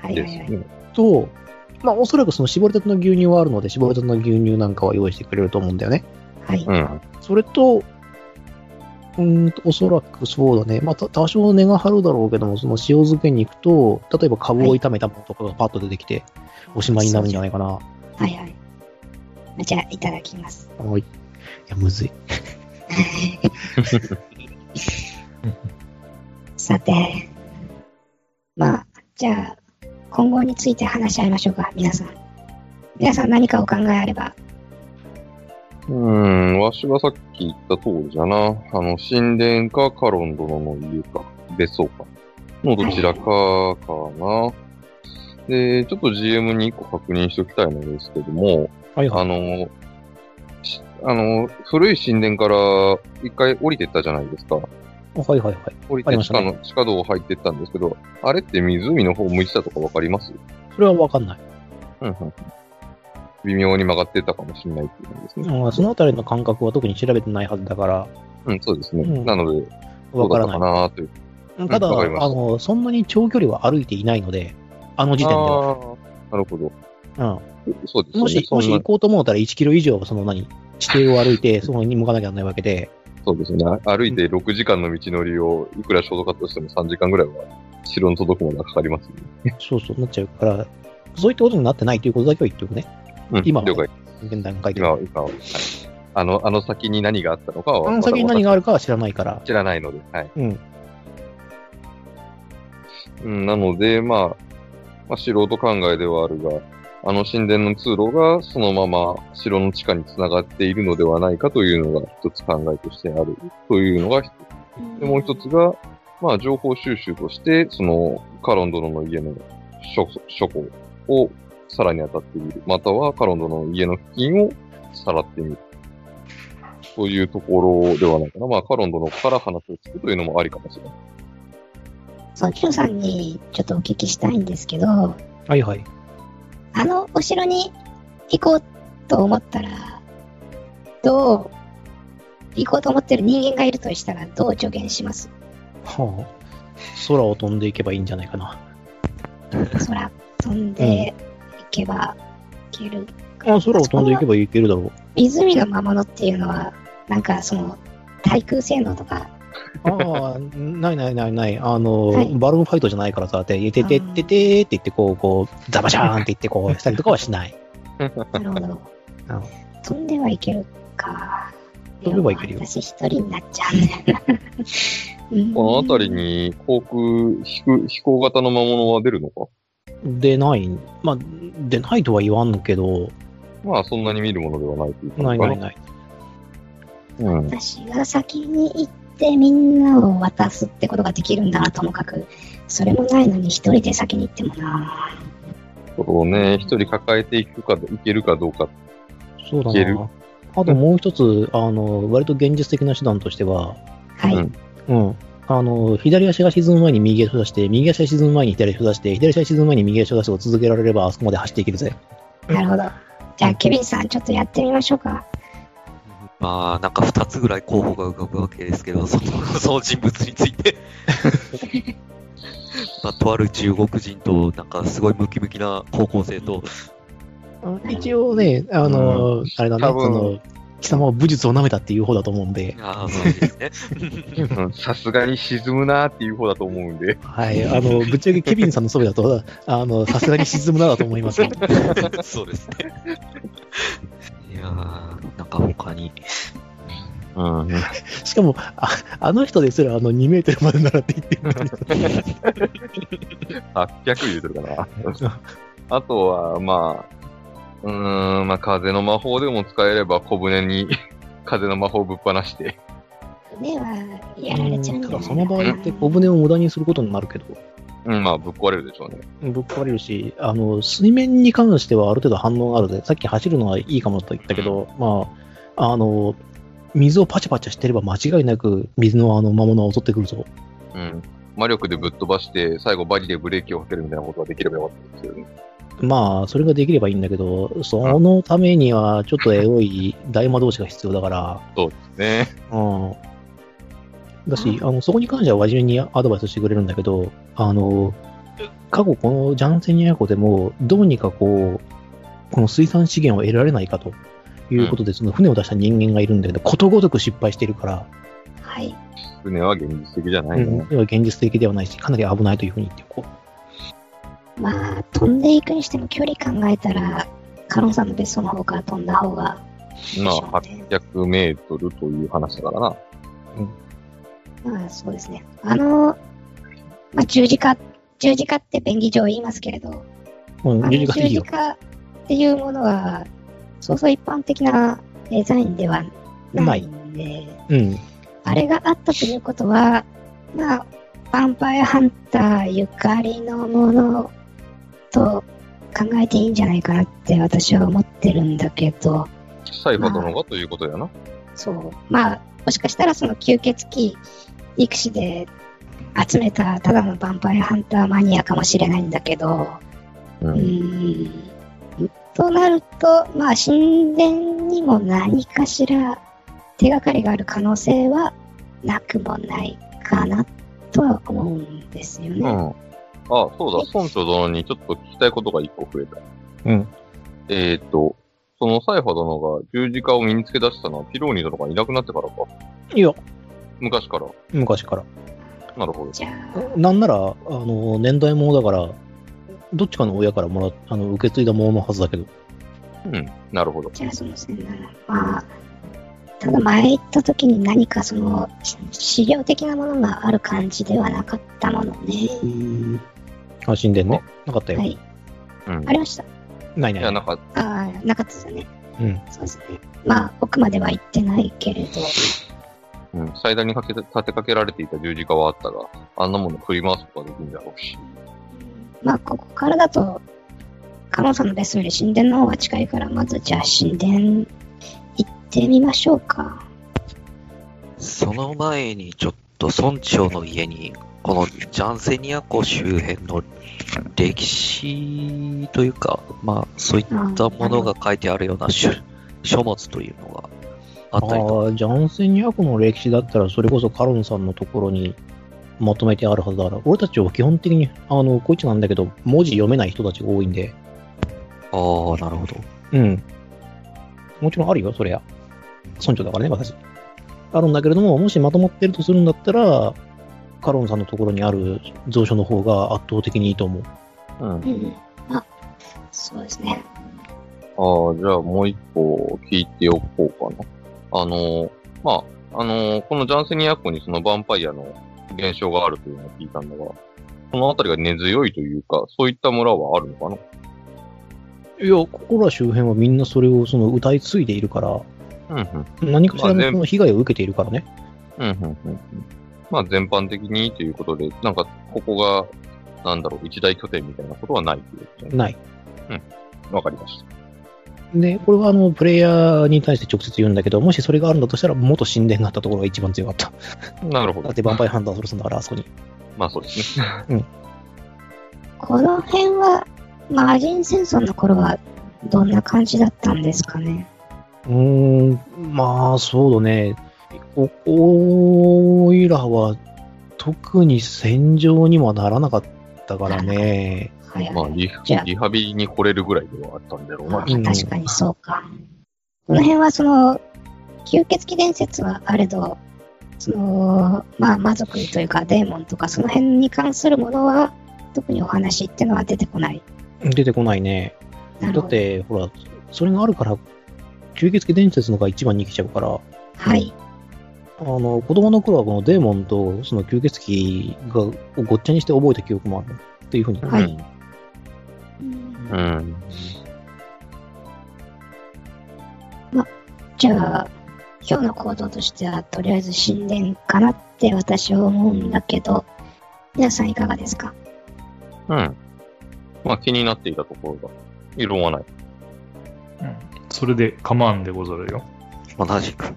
Speaker 3: はいはいはい。
Speaker 2: ね。
Speaker 1: と、まあ、おそらくその絞りたての牛乳はあるので、絞りたての牛乳なんかは用意してくれると思うんだよね。
Speaker 3: はい。
Speaker 2: うん。
Speaker 1: それと、うーんと、おそらくそうだね。まあ、た多少値が張るだろうけども、その塩漬けに行くと、例えば株を炒めたものとかがパッと出てきて、おしまいになるんじゃないかな。
Speaker 3: はいはい。じゃあ、いただ きます。
Speaker 1: はい。いや、むずい。
Speaker 3: さて、まあ、じゃあ、今後について話し合いましょうか、皆さん。皆さん何かお考えあれば。
Speaker 2: うん。わしはさっき言った通りじゃな。あの、神殿かカロン殿の家か、別荘か、のどちらかかな。で、ちょっと GM に一個確認しておきたいのですけども、
Speaker 1: はいは
Speaker 2: あ
Speaker 1: い。
Speaker 2: の、しあの、古い神殿から一回降りてったじゃないですか。
Speaker 1: はいはいはい。
Speaker 2: 降り
Speaker 1: あり
Speaker 2: て
Speaker 1: ま
Speaker 2: 地
Speaker 1: したね
Speaker 2: 下の、地下道を入ってったんですけど、あれって湖の方向いてたとかわかります
Speaker 1: それはわかんない。
Speaker 2: うんうん。微妙に曲がってたかもしれないっていう感じですね。
Speaker 1: うんそのあたりの感覚は特に調べてないはずだから、
Speaker 2: うん、そうですね。
Speaker 1: うん
Speaker 2: なので、ど
Speaker 1: わ
Speaker 2: う
Speaker 1: か
Speaker 2: だっ
Speaker 1: ら
Speaker 2: たか
Speaker 1: ない。
Speaker 2: なという。
Speaker 1: ただ、
Speaker 2: わかりました
Speaker 1: あの、そんなに長距離は歩いていないので、あの時点では。
Speaker 2: あーなるほど。
Speaker 1: うん。
Speaker 2: そうですよね。
Speaker 1: もし、
Speaker 2: そん
Speaker 1: も
Speaker 2: な
Speaker 1: し行こうと思ったら1キロ以上はその何、地底を歩い て、その方に向かなきゃならないわけで、
Speaker 2: そうですね。歩いて6時間の道のりを、いくらショートカットしても3時間ぐらいは、城に届くまではかかりますね。
Speaker 1: そうそうなっちゃうから、そういったことになってないということだけは言っておくね。
Speaker 2: うん、
Speaker 1: 今は
Speaker 2: 了解。
Speaker 1: 現段階で。
Speaker 2: 今
Speaker 1: あ
Speaker 2: は、今は。はいあの、あの先に何があったのかは、
Speaker 1: の先に何
Speaker 2: が
Speaker 1: があるかは知らないから。
Speaker 2: 知らないので、はい。
Speaker 1: うん。
Speaker 2: うん、なので、まあ、まあ、素人考えではあるが、あの神殿の通路がそのまま城の地下に繋がっているのではないかというのが一つ考えとしてあるというのが一つ。で、もう一つが、まあ、情報収集として、その、カロン殿の家の書書庫をさらに当たってみる。または、カロン殿の家の付近をさらってみる。というところではないかな。まあ、カロン殿から話を聞くというのもありかもしれない。
Speaker 3: 村長さんにちょっとお聞きしたいんですけど、あ
Speaker 1: はいはい。
Speaker 3: のお城に行こうと思ったら、どう、行こうと思ってる人間がいるとしたら、どう助言します
Speaker 1: はあ。空を飛んでいけばいいんじゃないかな。
Speaker 3: 空飛んで行けば行ける。
Speaker 1: あ空を飛んでいけばいけるだろう。
Speaker 3: 湖の魔物っていうのは、なんかその、対空性能とか、
Speaker 1: ああ、ないないないない。あの、
Speaker 3: はい
Speaker 1: バルーンファイトじゃないからさ、て、てててててって言って、こう、こう、ザバシャーンって言って、こう、したりとかはしない。
Speaker 3: なるほど
Speaker 1: あの。
Speaker 3: 飛んではいけるか。
Speaker 1: 飛べばいけるよ
Speaker 3: 私一人になっちゃうんだよな。うん
Speaker 2: この辺り。に航空飛空、飛行型の魔物は出るのか
Speaker 1: でない、まあ、でないとは言わんけど、
Speaker 2: まあ、そんなに見るものではないというか
Speaker 1: ないないない。
Speaker 2: うん。
Speaker 3: 私が先に行っってみんなを渡すってことができるんだなともかく、それもないのに一人で先に行ってもな
Speaker 2: そうね、一人抱えていくか、いけるかどうか。
Speaker 1: そうだ
Speaker 2: いける
Speaker 1: な。あともう一つ、あの、割と現実的な手段としては、
Speaker 3: はい。
Speaker 2: うん
Speaker 1: うん。あの、左足が沈む前に右足を出して、右足が沈む前に左足を出して、左足が沈む前に右足を出してを続けられれば、あそこまで走っていけるぜ。
Speaker 3: なるほど。じゃあ、ケビンさん、ちょっとやってみましょうか。
Speaker 4: まあ、なんか2つぐらい候補が浮かぶわけですけど、そのその人物について、まあ、とある中国人と、なんかすごいムキムキな高校生と、
Speaker 1: 一応ね、あの、あれだね、
Speaker 2: 多分
Speaker 1: その、貴様は武術を舐めたっていう方だと思うんで、
Speaker 4: ああ、そうですね。
Speaker 2: うんさすがに沈むなーっていう方だと思うんで。
Speaker 1: はい、あの、ぶっちゃけケビンさんのそべだと、 あの、さすがに沈むなだと思い ますけど。
Speaker 4: そうですね。いやー、なんか他に、
Speaker 2: うん。
Speaker 1: しかも、ああの人ですら、あの、2メートルまでならって言ってるのに。
Speaker 2: 800言うてるかな。 あとは、まあ、うーん、まあ、風の魔法でも使えれば小舟に 風の魔法ぶっ放して。
Speaker 3: では、やられちゃうん
Speaker 1: た
Speaker 3: じゃない
Speaker 1: だ、
Speaker 3: か
Speaker 1: その場合って小舟を無駄にすることになるけど、
Speaker 2: うん、まあ、ぶっ壊れるでしょうね。
Speaker 1: ぶっ壊れるし、あの、水面に関してはある程度反応があるで、さっき走るのはいいかもと言ったけど、まあ、あの、水をパチパチしてれば間違いなく水のあの魔物は襲ってくるぞ。
Speaker 2: うん。魔力でぶっ飛ばして、最後バリでブレーキをかけるみたいなことができればよかったんですけどね。
Speaker 1: まあ、それができればいいんだけど、そのためにはちょっとエロい大魔導士が必要だから、
Speaker 2: ね
Speaker 1: うん。だし、あの、そこに関しては真面目にアドバイスしてくれるんだけど、あの、過去このジャンセニア湖でも、どうにかこう、この水産資源を得られないかということで、その船を出した人間がいるんだけど、ことごとく失敗してるから、
Speaker 3: はい。
Speaker 2: 船は現実的じゃないね。
Speaker 1: うん要は現実的ではないし、かなり危ないというふうに言ってこ
Speaker 3: まあ、飛んでいくにしても距離考えたら、カロンさんの別荘の方から飛んだ方が、
Speaker 2: ま
Speaker 3: そう
Speaker 2: あ、
Speaker 3: ね
Speaker 2: 800メートルという話だからな。
Speaker 3: まあ、そうですね。あの、まあ、十字架、十字架って便宜上言いますけれど、
Speaker 1: う。う
Speaker 3: あ
Speaker 1: ん、
Speaker 3: の
Speaker 1: 十字架で
Speaker 3: 十
Speaker 1: いい
Speaker 3: 字
Speaker 1: よ。
Speaker 3: 架っていうものは、そうそう一般的なデザインではないんで、
Speaker 1: うん。
Speaker 3: あれがあったということは、まあ、ヴァンパイアハンターゆかりのものと考えていいんじゃないかなって私は思ってるんだけど、
Speaker 2: サイファー殿がということやな。
Speaker 3: そう。まあ、もしかしたらその吸血鬼、育士で集めたただのヴァンパイアハンターマニアかもしれないんだけど、
Speaker 2: う
Speaker 3: う。ーんとなると、まあ、神殿にも何かしら手がかりがある可能性はなくもないかなとは思うんですよ
Speaker 2: う
Speaker 3: ね。
Speaker 2: ん。あ、そうだ、村長殿にちょっと聞きたいことが一個増えた。
Speaker 1: うん。
Speaker 2: えーっと、そのサイファー殿が十字架を身につけ出したのはピローニ殿がいなくなってからか。
Speaker 1: いいよ、
Speaker 2: 昔から。
Speaker 1: 昔から。
Speaker 2: なるほど。
Speaker 3: じゃあ、
Speaker 1: なんなら、あの、年代物だから、どっちかの親からもらっあの受け継いだもののはずだけど、
Speaker 2: うん。なるほど。
Speaker 3: じゃあその線なら、まあ、ただ前行った時に何かそのし資料的なものがある感じではなかったものね。
Speaker 1: あ神殿ね。なかったよ。
Speaker 3: はい。
Speaker 2: うん
Speaker 3: あ。りました。
Speaker 1: ない
Speaker 2: い
Speaker 1: ない。
Speaker 2: や、なんか、
Speaker 3: ああ、なかったですよね。
Speaker 1: うん。
Speaker 3: そうですね。まあ、奥までは行ってないけれど、
Speaker 2: うん、祭壇にかけた立てかけられていた十字架はあったが、あんなもの振り回すことはできんだろうし。
Speaker 3: まあ、ここからだと、カノさんの別荘より神殿の方が近いから、まずじゃあ神殿行ってみましょうか。
Speaker 4: その前にちょっと村長の家に、このジャンセニア湖周辺の歴史というか、まあそういったものが書いてあるような書書物というのがあったりと
Speaker 1: ああ、ジャンセニア湖の歴史だったら、それこそカロンさんのところにまとめてあるはずだから、俺たちは基本的に、あの、こいつなんだけど、文字読めない人たちが多いんで、
Speaker 4: ああ、なるほど。
Speaker 1: うん。もちろんあるよ、そりゃ。村長だからね、私。あるんだけれども、もしまとまってるとするんだったら、カロンさんのところにある蔵書の方が圧倒的にいいと思う。
Speaker 2: うん。
Speaker 3: うん。まあ、そうですね。
Speaker 2: ああ、じゃあもう一個聞いておこうかな。あのー、まあ、あのーこのジャンセニア湖にそのヴァンパイアの現象があるというのを聞いたんだが、この辺りが根強いというか、そういった村はあるのかない
Speaker 1: や、ここら周辺はみんなそれをその歌い継いでいるから、
Speaker 2: うん
Speaker 1: 何かしらのその被害を受けているからね。
Speaker 2: うん、うん、うん。まあ全般的にということで、なんか、ここが、なんだろう、一大拠点みたいなことはないということですね。
Speaker 1: ない。
Speaker 2: わかりました。
Speaker 1: で、これはあの、プレイヤーに対して直接言うんだけど、もしそれがあるんだとしたら、元神殿があったところが一番強かった。
Speaker 2: なるほ
Speaker 1: だ
Speaker 2: ど
Speaker 1: っ。てヴァンパイアハンターするんだから、あそこに。
Speaker 2: まあそうですね。
Speaker 3: この辺は、マジン戦争の頃はどんな感じだったんですかね。
Speaker 1: うーん、まあ、そうだね。ここいらは、特に戦場にもならなかったからね。
Speaker 3: はい
Speaker 2: まあ
Speaker 3: はい。
Speaker 2: リ
Speaker 3: じゃあ
Speaker 2: リハビリに来れるぐらいではあったんだろう
Speaker 3: ま
Speaker 2: な
Speaker 3: あ、。
Speaker 1: う
Speaker 3: 確
Speaker 1: ん
Speaker 3: かにそうか。この辺はその、吸血鬼伝説はあれど、その、まあ、魔族というかデーモンとかその辺に関するものは、特にお話ってのは出てこない。
Speaker 1: 出てこないね。
Speaker 3: なる
Speaker 1: だ
Speaker 3: ほど
Speaker 1: って、ほら、それがあるから、吸血鬼伝説のが一番に来ちゃうから、
Speaker 3: はい。
Speaker 1: あの、子供の頃はこのデーモンとその吸血鬼がをごっちゃにして覚えた記憶もあるっていうふうに。
Speaker 3: は
Speaker 2: う
Speaker 3: い
Speaker 2: ん。うん。
Speaker 3: じゃあ、今日の行動としては、とりあえず神殿かなって私は思うんだけど、皆さんいかがですか
Speaker 2: うん。まあ気になっていたところが、異論はない。
Speaker 5: うん それで構わんでござるよ。
Speaker 4: 同じく。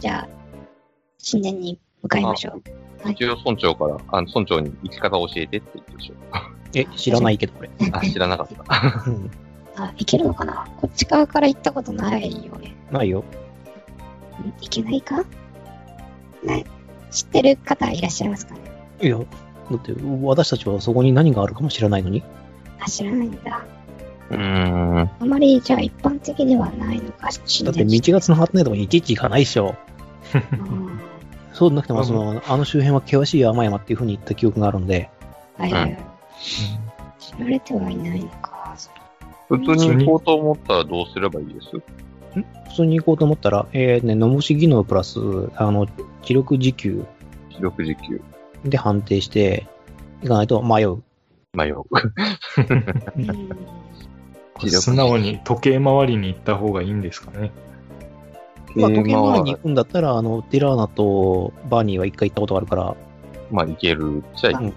Speaker 3: じゃあ、神殿に向かいましょう。はい
Speaker 2: 一応村長から、あ村長に生き方を教えてって言ってましょう。
Speaker 1: え、知らないけど、これ。
Speaker 2: あ、知らなかっ た。
Speaker 1: うん
Speaker 3: あ、行けるのかなこっち側から行ったことないよね。
Speaker 1: ないよ。
Speaker 3: ん行けないかね知ってる方いらっしゃいますかね
Speaker 1: いや、だって私たちはそこに何があるかも知らないのに。
Speaker 3: あ、知らないんだ。
Speaker 2: うーん。
Speaker 3: あまり、じゃあ一般的ではないのか、
Speaker 1: だ
Speaker 3: 神
Speaker 1: って
Speaker 3: 殿
Speaker 1: 道が繋がってないとこにいちいち行かないでしょ。
Speaker 3: うん
Speaker 1: そうでなくて
Speaker 5: う
Speaker 1: も、
Speaker 5: ん
Speaker 1: その、あの周辺は険しい山々っていうふうに言った記憶があるんで、
Speaker 3: はいはいはい。知られてはいないのか。
Speaker 2: 普通に行こうと思ったらどうすればいいです
Speaker 1: 普通に行こうと思ったら、えー、ね、のぼし技能プラス、あの、気力時給
Speaker 2: 記録時給。
Speaker 1: で判定して、いかないと迷う。
Speaker 2: 迷う。
Speaker 3: うん
Speaker 5: これ素直に時計回りに行った方がいいんですかね。
Speaker 1: まあ、時計
Speaker 2: ま
Speaker 1: 回
Speaker 2: あ
Speaker 1: りに行くんだったら、あの、ティラーナとバーニーは一回行ったことがあるから、
Speaker 2: まあ、いけるっちゃいける。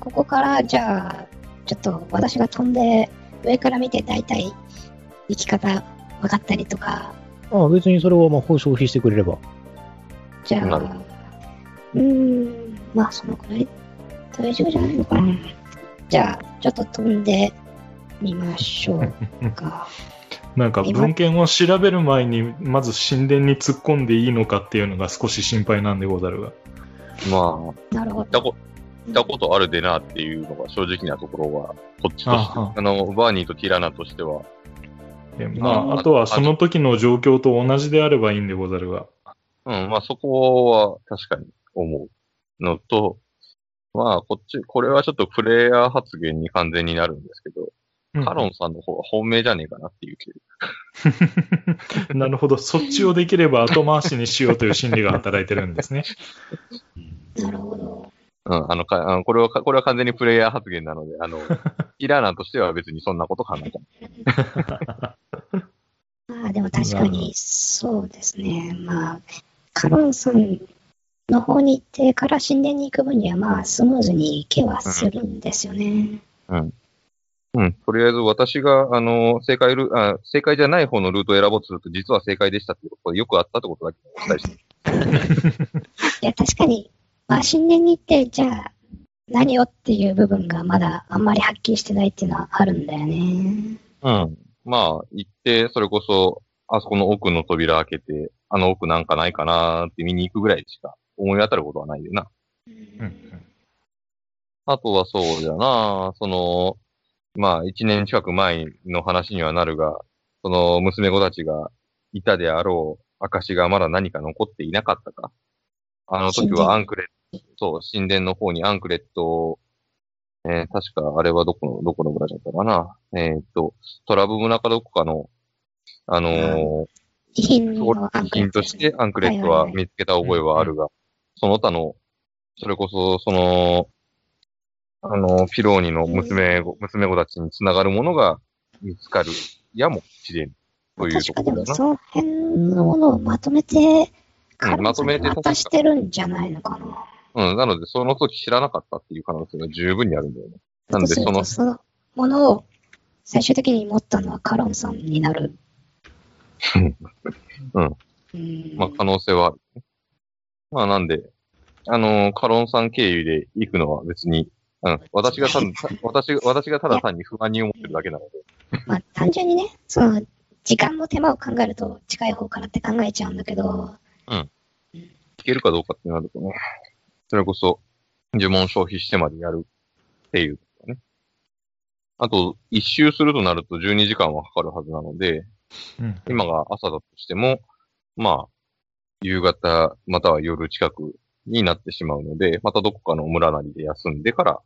Speaker 3: ここから、じゃあ、ちょっと私が飛んで、上から見て大体、生き方分かったりとか、
Speaker 1: ああ別にそれは魔法消費してくれれば。
Speaker 3: じゃ
Speaker 2: な
Speaker 3: あ
Speaker 2: るほ、
Speaker 3: うーん、まあそのくらい大丈夫じゃないのかな。じゃあ、ちょっと飛んでみましょうか。
Speaker 5: なんか
Speaker 3: 今
Speaker 5: 文献を調べる前に、まず神殿に突っ込んでいいのかっていうのが少し心配なんでござるが。
Speaker 2: まあ、
Speaker 3: なる
Speaker 2: 行
Speaker 3: ほ
Speaker 2: った
Speaker 3: ど。
Speaker 2: こ行ったことあるでなっていうのが正直なところは、こっちとして、
Speaker 5: あ
Speaker 2: あ
Speaker 5: は
Speaker 2: の、バーニーとティラナとしては、
Speaker 5: えま
Speaker 2: あ
Speaker 5: あ、あとはその時の状況と同じであればいいんでござるが。
Speaker 2: うん、まあそこは確かに思うのと、まあこっち、これはちょっとプレイヤー発言に完全になるんですけど、
Speaker 5: うん
Speaker 2: カロンさんの方は本命じゃねえかなっていう気が
Speaker 5: なるほど。そっちをできれば後回しにしようという心理が働いてるんですね。
Speaker 3: なるほど。
Speaker 2: うん、あの、かあのこれはか、これは完全にプレイヤー発言なので、あ の、イラーナとしては別にそんなこと考えてない。
Speaker 3: まあでも確か
Speaker 5: なるほ
Speaker 3: に、そうですね。まあ、カロンさんの方に行ってから神殿に行く分には、まあスムーズに行けはするんですよね。
Speaker 2: うん、とりあえず私が、あの、正解ルあ、正解じゃない方のルートを選ぼうとすると、実は正解でしたっていうこと、よくあったってことだけお伝え して。
Speaker 3: いや、確かに、まあ、神殿に行って、じゃあ、何をっていう部分がまだあんまりはっきりしてないっていうのはあるんだよね。
Speaker 2: うん。まあ、行って、それこそ、あそこの奥の扉開けて、あの奥なんかないかなーって見に行くぐらいしか思い当たることはないでな。
Speaker 5: うん
Speaker 2: あとはそうだな、その、まあ、一年近く前の話にはなるが、その、娘子たちがいたであろう証がまだ何か残っていなかったか。あの時
Speaker 3: 神殿
Speaker 2: はアンクレット、そう、神殿の方にアンクレットを、えー確かあれはどこの、どこの村だったかな。えーっと、トラブ村かどこかの、あのー、
Speaker 3: 遺品のアン
Speaker 2: 作
Speaker 3: クレ
Speaker 2: 品
Speaker 3: ット
Speaker 2: と
Speaker 3: で
Speaker 2: し
Speaker 3: すね
Speaker 2: てアンクレットはい
Speaker 3: ははいはい
Speaker 2: 見つけた覚えはあるが、その他の、それこそ、その、あの、ピローニの娘子、娘子たちにつながるものが見つかるやもしれん。というと
Speaker 3: 確
Speaker 2: こ
Speaker 3: かで
Speaker 2: ろ
Speaker 3: も、
Speaker 2: だな。
Speaker 3: その辺のものをまとめて、カル
Speaker 2: ま
Speaker 3: マ
Speaker 2: と
Speaker 3: さん
Speaker 2: めて
Speaker 3: 渡してるんじゃないのかな。
Speaker 2: うん、なので、その時知らなかったっていう可能性が十分にあるんだよね。なの
Speaker 3: と
Speaker 2: です
Speaker 3: る
Speaker 2: その
Speaker 3: と、そのものを最終的に持ったのはカロンさんになる。
Speaker 2: うん
Speaker 3: うん。
Speaker 2: まあ、可能性はある、ね。まあ、なんで、あのーカロンさん経由で行くのは別に、うん、私がただ、私が、私がただ単に不安に思ってるだけなので、
Speaker 3: まあ、単純にね、その、時間も手間を考えると近い方からって考えちゃうんだけど、
Speaker 2: 聞けるかどうかってなるとね、それこそ、呪文消費してまでやるっていうことね。あと、一周するとなると12時間はかかるはずなので、
Speaker 5: うん。
Speaker 2: 今が朝だとしても、まあ、夕方または夜近くになってしまうので、またどこかの村なりで休んでから、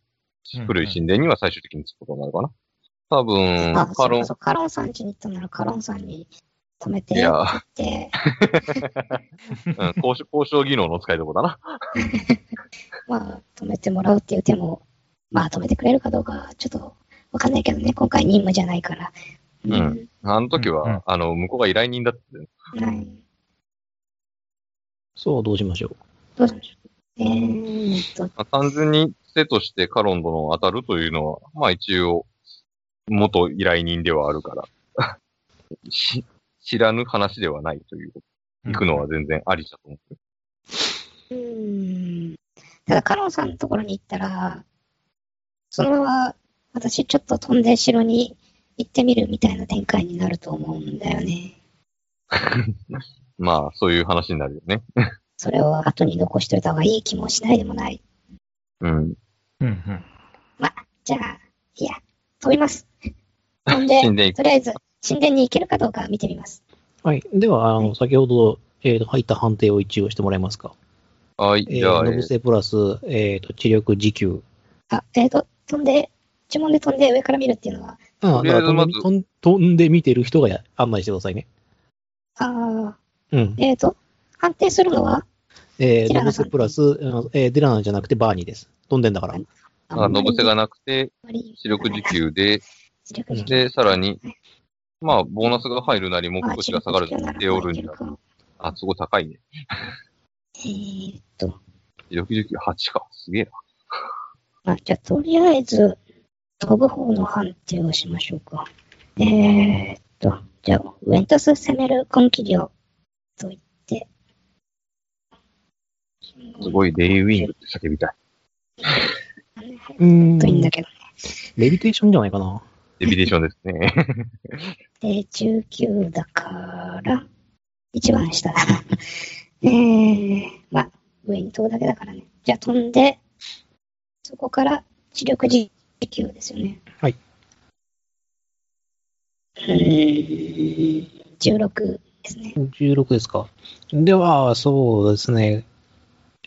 Speaker 2: 古い神殿には最終的に着くことになるかな。多
Speaker 3: あ
Speaker 2: 分、カロン
Speaker 3: そう、そうカロンさん家に行ったならカロンさんに止めて
Speaker 2: いや
Speaker 3: って、
Speaker 2: うん、交渉交渉技能の使いどころだな。
Speaker 3: まあ、止めてもらうっていう手も、まあ、止めてくれるかどうか、ちょっとわかんないけどね、今回任務じゃないから。
Speaker 2: うん。あの時は、
Speaker 5: うんうん
Speaker 2: あの、向こうが依頼人だって、
Speaker 3: はい。
Speaker 1: そう、どうしましょう。
Speaker 3: どうしましょう。えーっと、
Speaker 2: まあ単純に癖としてカロン殿を当たるというのは、まあ一応、元依頼人ではあるから、 し知らぬ話ではないという、 行くのは全然ありだと思う。
Speaker 3: うーん。ただ、カロンさんのところに行ったら、そのまま、私ちょっと飛んで城に行ってみるみたいな展開になると思うんだよね。
Speaker 2: まあ、そういう話になるよね。
Speaker 3: それを後に残しといた方がいい気もしないでもない。
Speaker 2: うん。
Speaker 5: うんうん。
Speaker 3: じゃあ、いや、飛 びます。飛んで、
Speaker 2: 神殿行く
Speaker 3: とりあえず、神殿に行けるかどうか見てみます。
Speaker 1: はい。では、あの、先ほど、えーと、入った判定を一応してもらえますか。
Speaker 2: はい、
Speaker 1: え
Speaker 2: じゃ
Speaker 1: ー、
Speaker 2: あ、
Speaker 1: ノブセプラス、えーと、知力時給。
Speaker 3: あ、えっ、と、飛んで、呪文で飛んで上から見るっていうのは、
Speaker 1: あ
Speaker 2: と
Speaker 1: あ、
Speaker 2: り
Speaker 1: だ
Speaker 2: あ
Speaker 1: か
Speaker 2: えず
Speaker 1: ら
Speaker 2: ま
Speaker 1: 飛
Speaker 2: ず
Speaker 1: んで飛ん飛んで見てる人がや案内してくださいね。
Speaker 3: あ
Speaker 1: うん
Speaker 3: ー。えっ、と、判定するのは、
Speaker 1: え
Speaker 3: ティ
Speaker 1: ー、
Speaker 3: ラ
Speaker 1: ノ
Speaker 3: ノ
Speaker 1: ブ
Speaker 3: さん
Speaker 1: セプラス、あのえーディラナじゃなくてバーニーです。飛んでんだから。
Speaker 2: まあ、のぶせがなくて、
Speaker 3: あんまり
Speaker 2: 視力時。給で、
Speaker 3: 視力時給
Speaker 2: で、さらに、まあ、ボーナスが入るなり、目
Speaker 3: まあ
Speaker 2: 星が下がる
Speaker 3: 16
Speaker 2: なり、手
Speaker 3: 時給
Speaker 2: を
Speaker 3: な
Speaker 2: 折るん
Speaker 3: ら
Speaker 2: だ
Speaker 3: まあいけ。か
Speaker 2: あ、すごい高いね。
Speaker 3: えーっと、
Speaker 2: 69、8か。すげえな。
Speaker 3: まあ、じゃあ、とりあえず、飛ぶ方の判定をしましょうか。えーっと、じゃあ、ウェントス攻める根気量と言って。
Speaker 2: すごい、レイウィングって叫びたい。
Speaker 1: う
Speaker 3: 本
Speaker 1: ん
Speaker 3: 当にいいんだけど。
Speaker 1: レビテーションじゃないかな。
Speaker 2: デビデーションですね。
Speaker 3: で、19だから、一番下 だ。えー、まあ、上に飛ぶだけだからね。じゃあ飛んで、そこから知力時給ですよね。
Speaker 1: はいう
Speaker 3: ーん、16ですね。
Speaker 1: 16ですか。では、そうですね。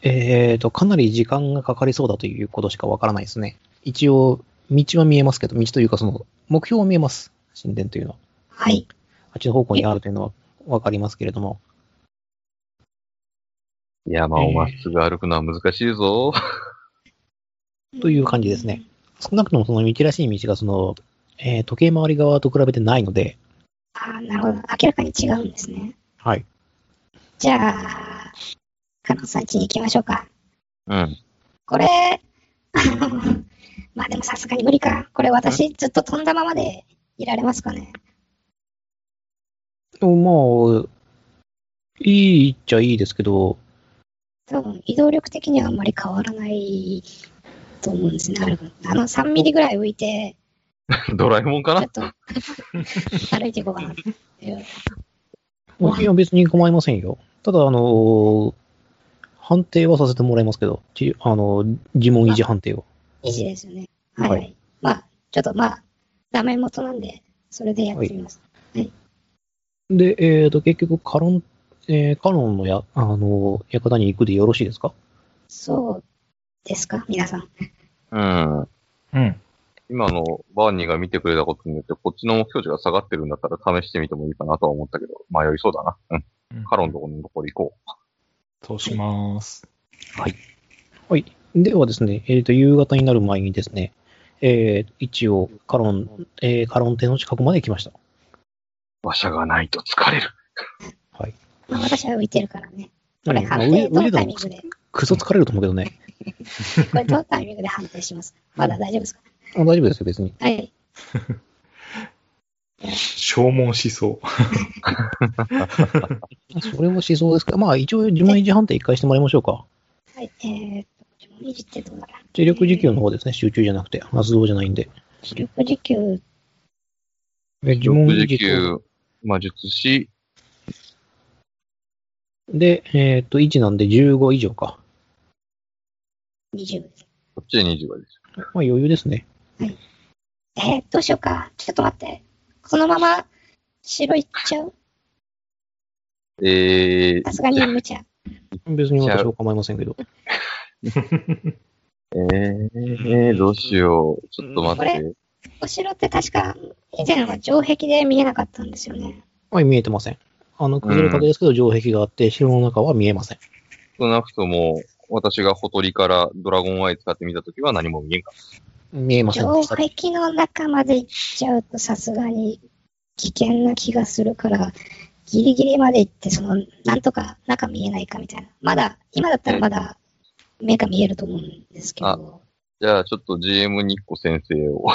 Speaker 1: えーと、かなり時間がかかりそうだということしかわからないですね。一応、道は見えますけど、道というかその、目標は見えます。神殿というのは。
Speaker 3: はい。
Speaker 1: あっちの方向にあるというのはわかりますけれども。
Speaker 2: 山をまっすぐ歩くのは難しいぞ。
Speaker 1: という感じですね。少なくともその道らしい道がその、えー時計回り側と比べてないので、
Speaker 3: ああ、なるほど。明らかに違うんですね。
Speaker 1: はい。
Speaker 3: じゃあ、カノさん家に行きましょうか。
Speaker 2: うん。
Speaker 3: これ、 あのまあでもさすがに無理か。これ私ずっと飛んだままでいられますかね。
Speaker 1: でもまあ、いいっちゃいいですけど、
Speaker 3: 多分移動力的にはあんまり変わらないと思うんですね。あのあの3ミリぐらい浮いて、
Speaker 2: ドラえもんか
Speaker 3: ちょ
Speaker 2: な
Speaker 3: っと 歩いていこうかなっていう。
Speaker 1: もういや別に構いませんよ。ただ、あのー判定はさせてもらいますけど、じあのー呪文維持判定を。
Speaker 3: 維持ですよね。はい、は。
Speaker 1: はい
Speaker 3: まあ、ちょっとまあ、ダメ元なんで、それでやってみます。
Speaker 1: で、えーと、結局、カロン、えーカロンのや、あのー館に行くでよろしいですか
Speaker 3: そうですか皆さん。
Speaker 2: うん。
Speaker 5: うん。
Speaker 2: 今のバーニーが見てくれたことによって、こっちの目標値が下がってるんだったら試してみてもいいかなとは思ったけど、迷いそうだな。うん。カロンのところのところ行こ
Speaker 5: そうします。
Speaker 1: ではですね、えーと、夕方になる前にですね、えー一応、カロン、えーカロン店の近くまで来ました。
Speaker 2: う。馬車がないと疲れる。
Speaker 3: まあ、私は浮いてるからね。これ
Speaker 1: うん
Speaker 3: 判
Speaker 1: まあ
Speaker 3: 定、
Speaker 1: ウィ
Speaker 3: ど
Speaker 1: ウィ
Speaker 3: の
Speaker 1: ルド
Speaker 3: タイ
Speaker 1: ン
Speaker 3: ミングで、
Speaker 1: くそ疲れると思うけどね。
Speaker 3: これどのタイミングで判定しますかまだ大丈夫ですか
Speaker 1: あ大丈夫ですよ、別 に。
Speaker 3: はい。
Speaker 5: 消耗しそう。
Speaker 1: それはしそうですか。まあ、一応、自分一判定一回してもらいましょうか。
Speaker 3: はい。えーっと、いじってどうだろう
Speaker 1: 磁力時給の方ですね、集中じゃなくて、発動じゃないんで。
Speaker 3: 視力時給、
Speaker 1: え、呪文技
Speaker 2: 時
Speaker 1: 術
Speaker 2: 給、魔術師、
Speaker 1: で、えっ、と、1なんで15以上か。
Speaker 3: 20です。
Speaker 2: こっちで20倍です。
Speaker 1: まあ余裕ですね。
Speaker 3: えー、どうしようか。ちょっと待って。このまま、白いっちゃう
Speaker 2: え
Speaker 3: さすがに無茶。
Speaker 1: 別に私は構いませんけど。
Speaker 2: ー、えー、どうしよう。ちょっと待って。
Speaker 3: お城って確か、以前は城壁で見えなかったんですよね。
Speaker 1: はい、見えてません。あの、崩れかけですけど、城壁があって、城の中は見えません。
Speaker 2: 少なくとも、私がほとりからドラゴンアイ使ってみたときは何も見えんかっ
Speaker 1: 見えません
Speaker 3: 城
Speaker 1: でした。
Speaker 3: 壁の中まで行っちゃうとさすがに危険な気がするから、ギリギリまで行って、その、なんとか中見えないかみたいな。まだ、今だったらまだ目が見えると思うんですけど、
Speaker 2: た。じゃあ、ちょっと GM 日光先生を。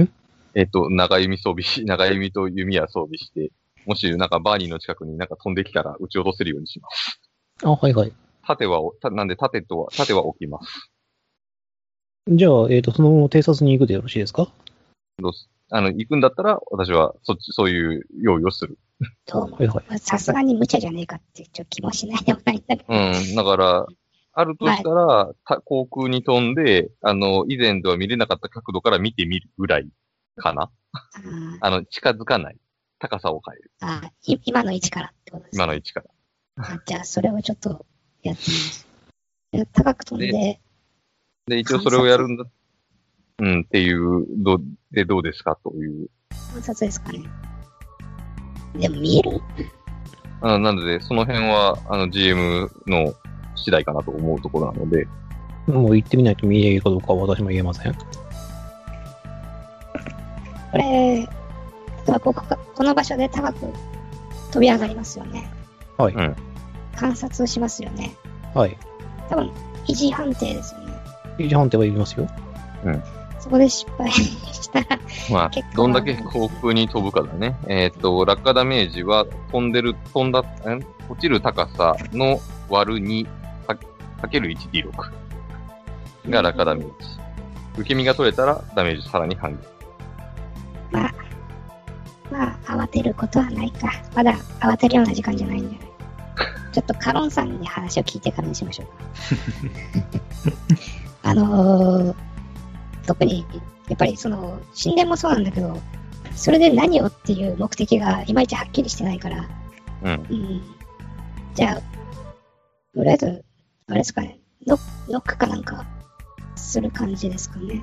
Speaker 1: ん
Speaker 2: えっと、長弓装備し、 長弓と弓矢装備して、もしなんかバーニーの近くになんか飛んできたら撃ち落とせるようにします。
Speaker 1: あ、はいはい。
Speaker 2: 盾はお、たなんで盾とは、盾は置きます。
Speaker 1: じゃあ、えっ、と、そのまま偵察に行くでよろしいですか
Speaker 2: あの、行くんだったら、私は、そっち、そういう用意をする。
Speaker 3: どうも。
Speaker 1: はいはい。
Speaker 3: まあさすがに無茶じゃねえかって、ちょっと気もしないでもないんだけど。
Speaker 2: うん。だから、あるとしたら、た航空に飛んで、あの、以前では見れなかった角度から見てみるぐらいかな。
Speaker 3: あ
Speaker 2: あの、近づかない。高さを変える。
Speaker 3: ーあー、い今の位置からってことですね
Speaker 2: 今の位置から。
Speaker 3: あじゃあ、それをちょっとやってみます。いや高く飛んで、
Speaker 2: で、一応それをやるんだ。うん、っていう、ど、で、どうですかという。
Speaker 3: 観察ですかね。でも見える
Speaker 2: あなので、その辺は、あの、GM の次第かなと思うところなので、
Speaker 1: もう行ってみないと見えるかどうかは私も言えません。
Speaker 3: これ、まあここかこの場所で高く飛び上がりますよね。
Speaker 1: はい
Speaker 2: うん
Speaker 3: 観察しますよね。
Speaker 1: はい。
Speaker 3: 多分、維持判定ですよね。
Speaker 1: 一時判定は言いますよ。
Speaker 3: そこで失敗したら、
Speaker 2: まあ
Speaker 3: 結、構
Speaker 2: どんだけ航空に飛ぶかだね。えーっと、落下ダメージは、飛んでる、飛んだ、ん落ちる高さの割る2かかける 1D6 が落下ダメージ。受け身が取れたら、ダメージさらに半減。
Speaker 3: まあ、まあ、慌てることはないか。まだ慌てるような時間じゃないんじゃないちょっとカロンさんに話を聞いてからにしまし ょうか。あのー特に、やっぱりその、神殿もそうなんだけど、それで何をっていう目的がいまいちはっきりしてないから、
Speaker 2: うん。
Speaker 3: うん。じゃあ、とりあえず、あれですかね、ノノックかなんかする感じですかね。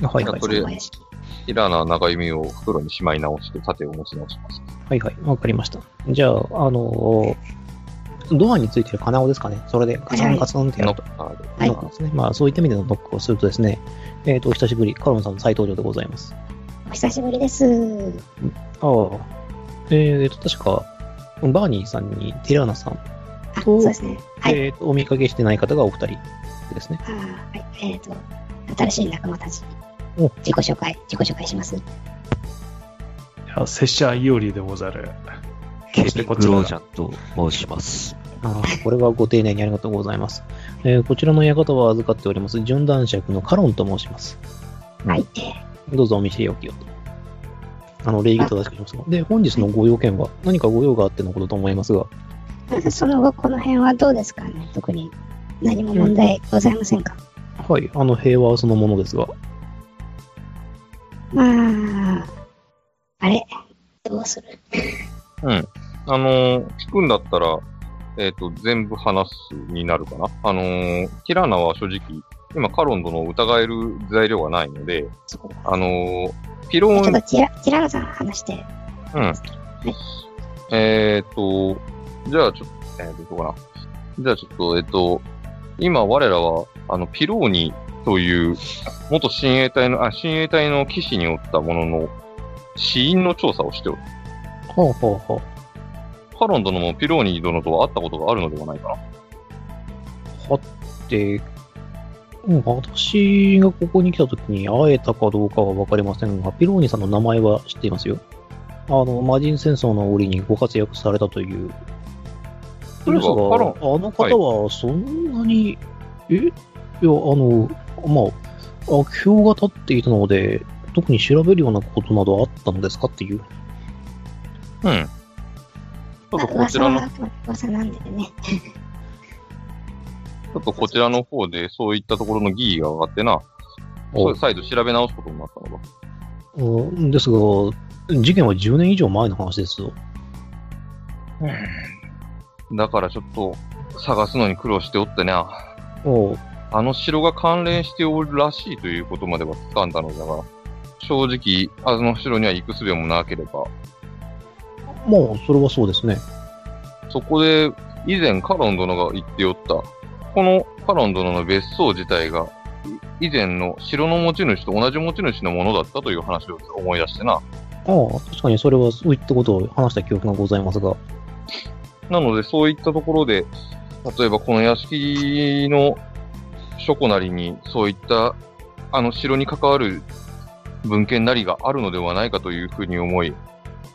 Speaker 1: はいは
Speaker 2: なんか
Speaker 1: い
Speaker 2: そ。れ
Speaker 3: お屋敷
Speaker 2: キラーな長弓を袋にしまい直して、盾を持ち直します。
Speaker 1: はいはい。わかりました。じゃあ、あのードアについてる金尾ですかね。それでガツンガツンってや
Speaker 2: ノ
Speaker 1: る
Speaker 2: ッ
Speaker 1: と。
Speaker 2: カーで。
Speaker 3: はい
Speaker 1: ノックですね。まあ、そういった意味でのノックをするとですね、えっ、と、お久しぶり、カロンさんの再登場でございます。
Speaker 3: お久しぶりです。
Speaker 1: ああ。えーと、確か、バーニーさんにティラーナさん、
Speaker 3: あ、そ
Speaker 1: と
Speaker 3: うですね。はい。
Speaker 1: えーと、お見かけしてない方がお二人ですね。
Speaker 3: あーはい、えっ、と、新しい仲間たち。
Speaker 1: お
Speaker 3: 自己紹介、自己紹介します。
Speaker 5: いや拙者イオリでござる。
Speaker 4: ケビン・グロージャンと申します。
Speaker 1: あーこれはご丁寧にありがとうございます。えーこちらの館は預かっております、純男爵のカロンと申します。
Speaker 3: はい。えー
Speaker 1: どうぞお見知りおきをと。あの、礼儀正しくしますが。で、本日のご用件は、何かご用があってのことと思いますが、
Speaker 3: その後、この辺はどうですかね特に何も問題ございませんか、
Speaker 1: はい、あの、平和はそのものですが、
Speaker 3: まあ、あれどうする
Speaker 2: うん。あのー聞くんだったら、えっ、と、全部話すになるかな。あのーキラーナは正直、今カロン殿を疑える材料がないので、
Speaker 3: そう
Speaker 2: あのーピロ
Speaker 3: ちょ
Speaker 2: ー
Speaker 3: っ
Speaker 2: ン
Speaker 3: と、ティラティラノさん話して。
Speaker 2: うん。えっ、と、じゃあちょっと、えー、どこかな。じゃあちょっと、えっ、と、今我らは、あの、ピローニという、元親衛隊の、あ、親衛隊の騎士におったものの、死因の調査をしておる。
Speaker 1: はあはあは
Speaker 2: カロン殿もピローニ殿とは会ったことがあるのではないかな。
Speaker 1: あって、うん、私がここに来た時に会えたかどうかは分かりませんが、ピローニさんの名前は知っていますよ。あの、魔人戦争の折にご活躍されたという。
Speaker 2: それは
Speaker 1: ですが
Speaker 2: あら
Speaker 1: あの方はそんなに、えいや、あの、まあ、悪評が立っていたので、特に調べるようなことなどあったのですかっていう。
Speaker 2: うん。ちょっとこちらの、ち
Speaker 3: 噂は噂なん でね。
Speaker 2: ょっとこちらの方で、そういったところの疑義が上がってな、
Speaker 1: お
Speaker 2: そう再度調べ直すことになったのだ。
Speaker 1: うんですが、事件は10年以上前の話ですよ。
Speaker 2: だからちょっと、探すのに苦労しておってな。
Speaker 1: おう
Speaker 2: あの城が関連しておるらしいということまでは掴んだのだが、正直、あの城には行く術もなければ、
Speaker 1: まあ、それはそうですね。
Speaker 2: そこで、以前カロン殿が言っておった、このカロン殿の別荘自体が、い以前の城の持ち主と同じ持ち主のものだったという話を思い出してな。
Speaker 1: ああ、確かにそれはそういったことを話した記憶がございますが、
Speaker 2: なので、そういったところで、例えばこの屋敷の書庫なりに、そういった、あの城に関わる文献なりがあるのではないかというふうに思い、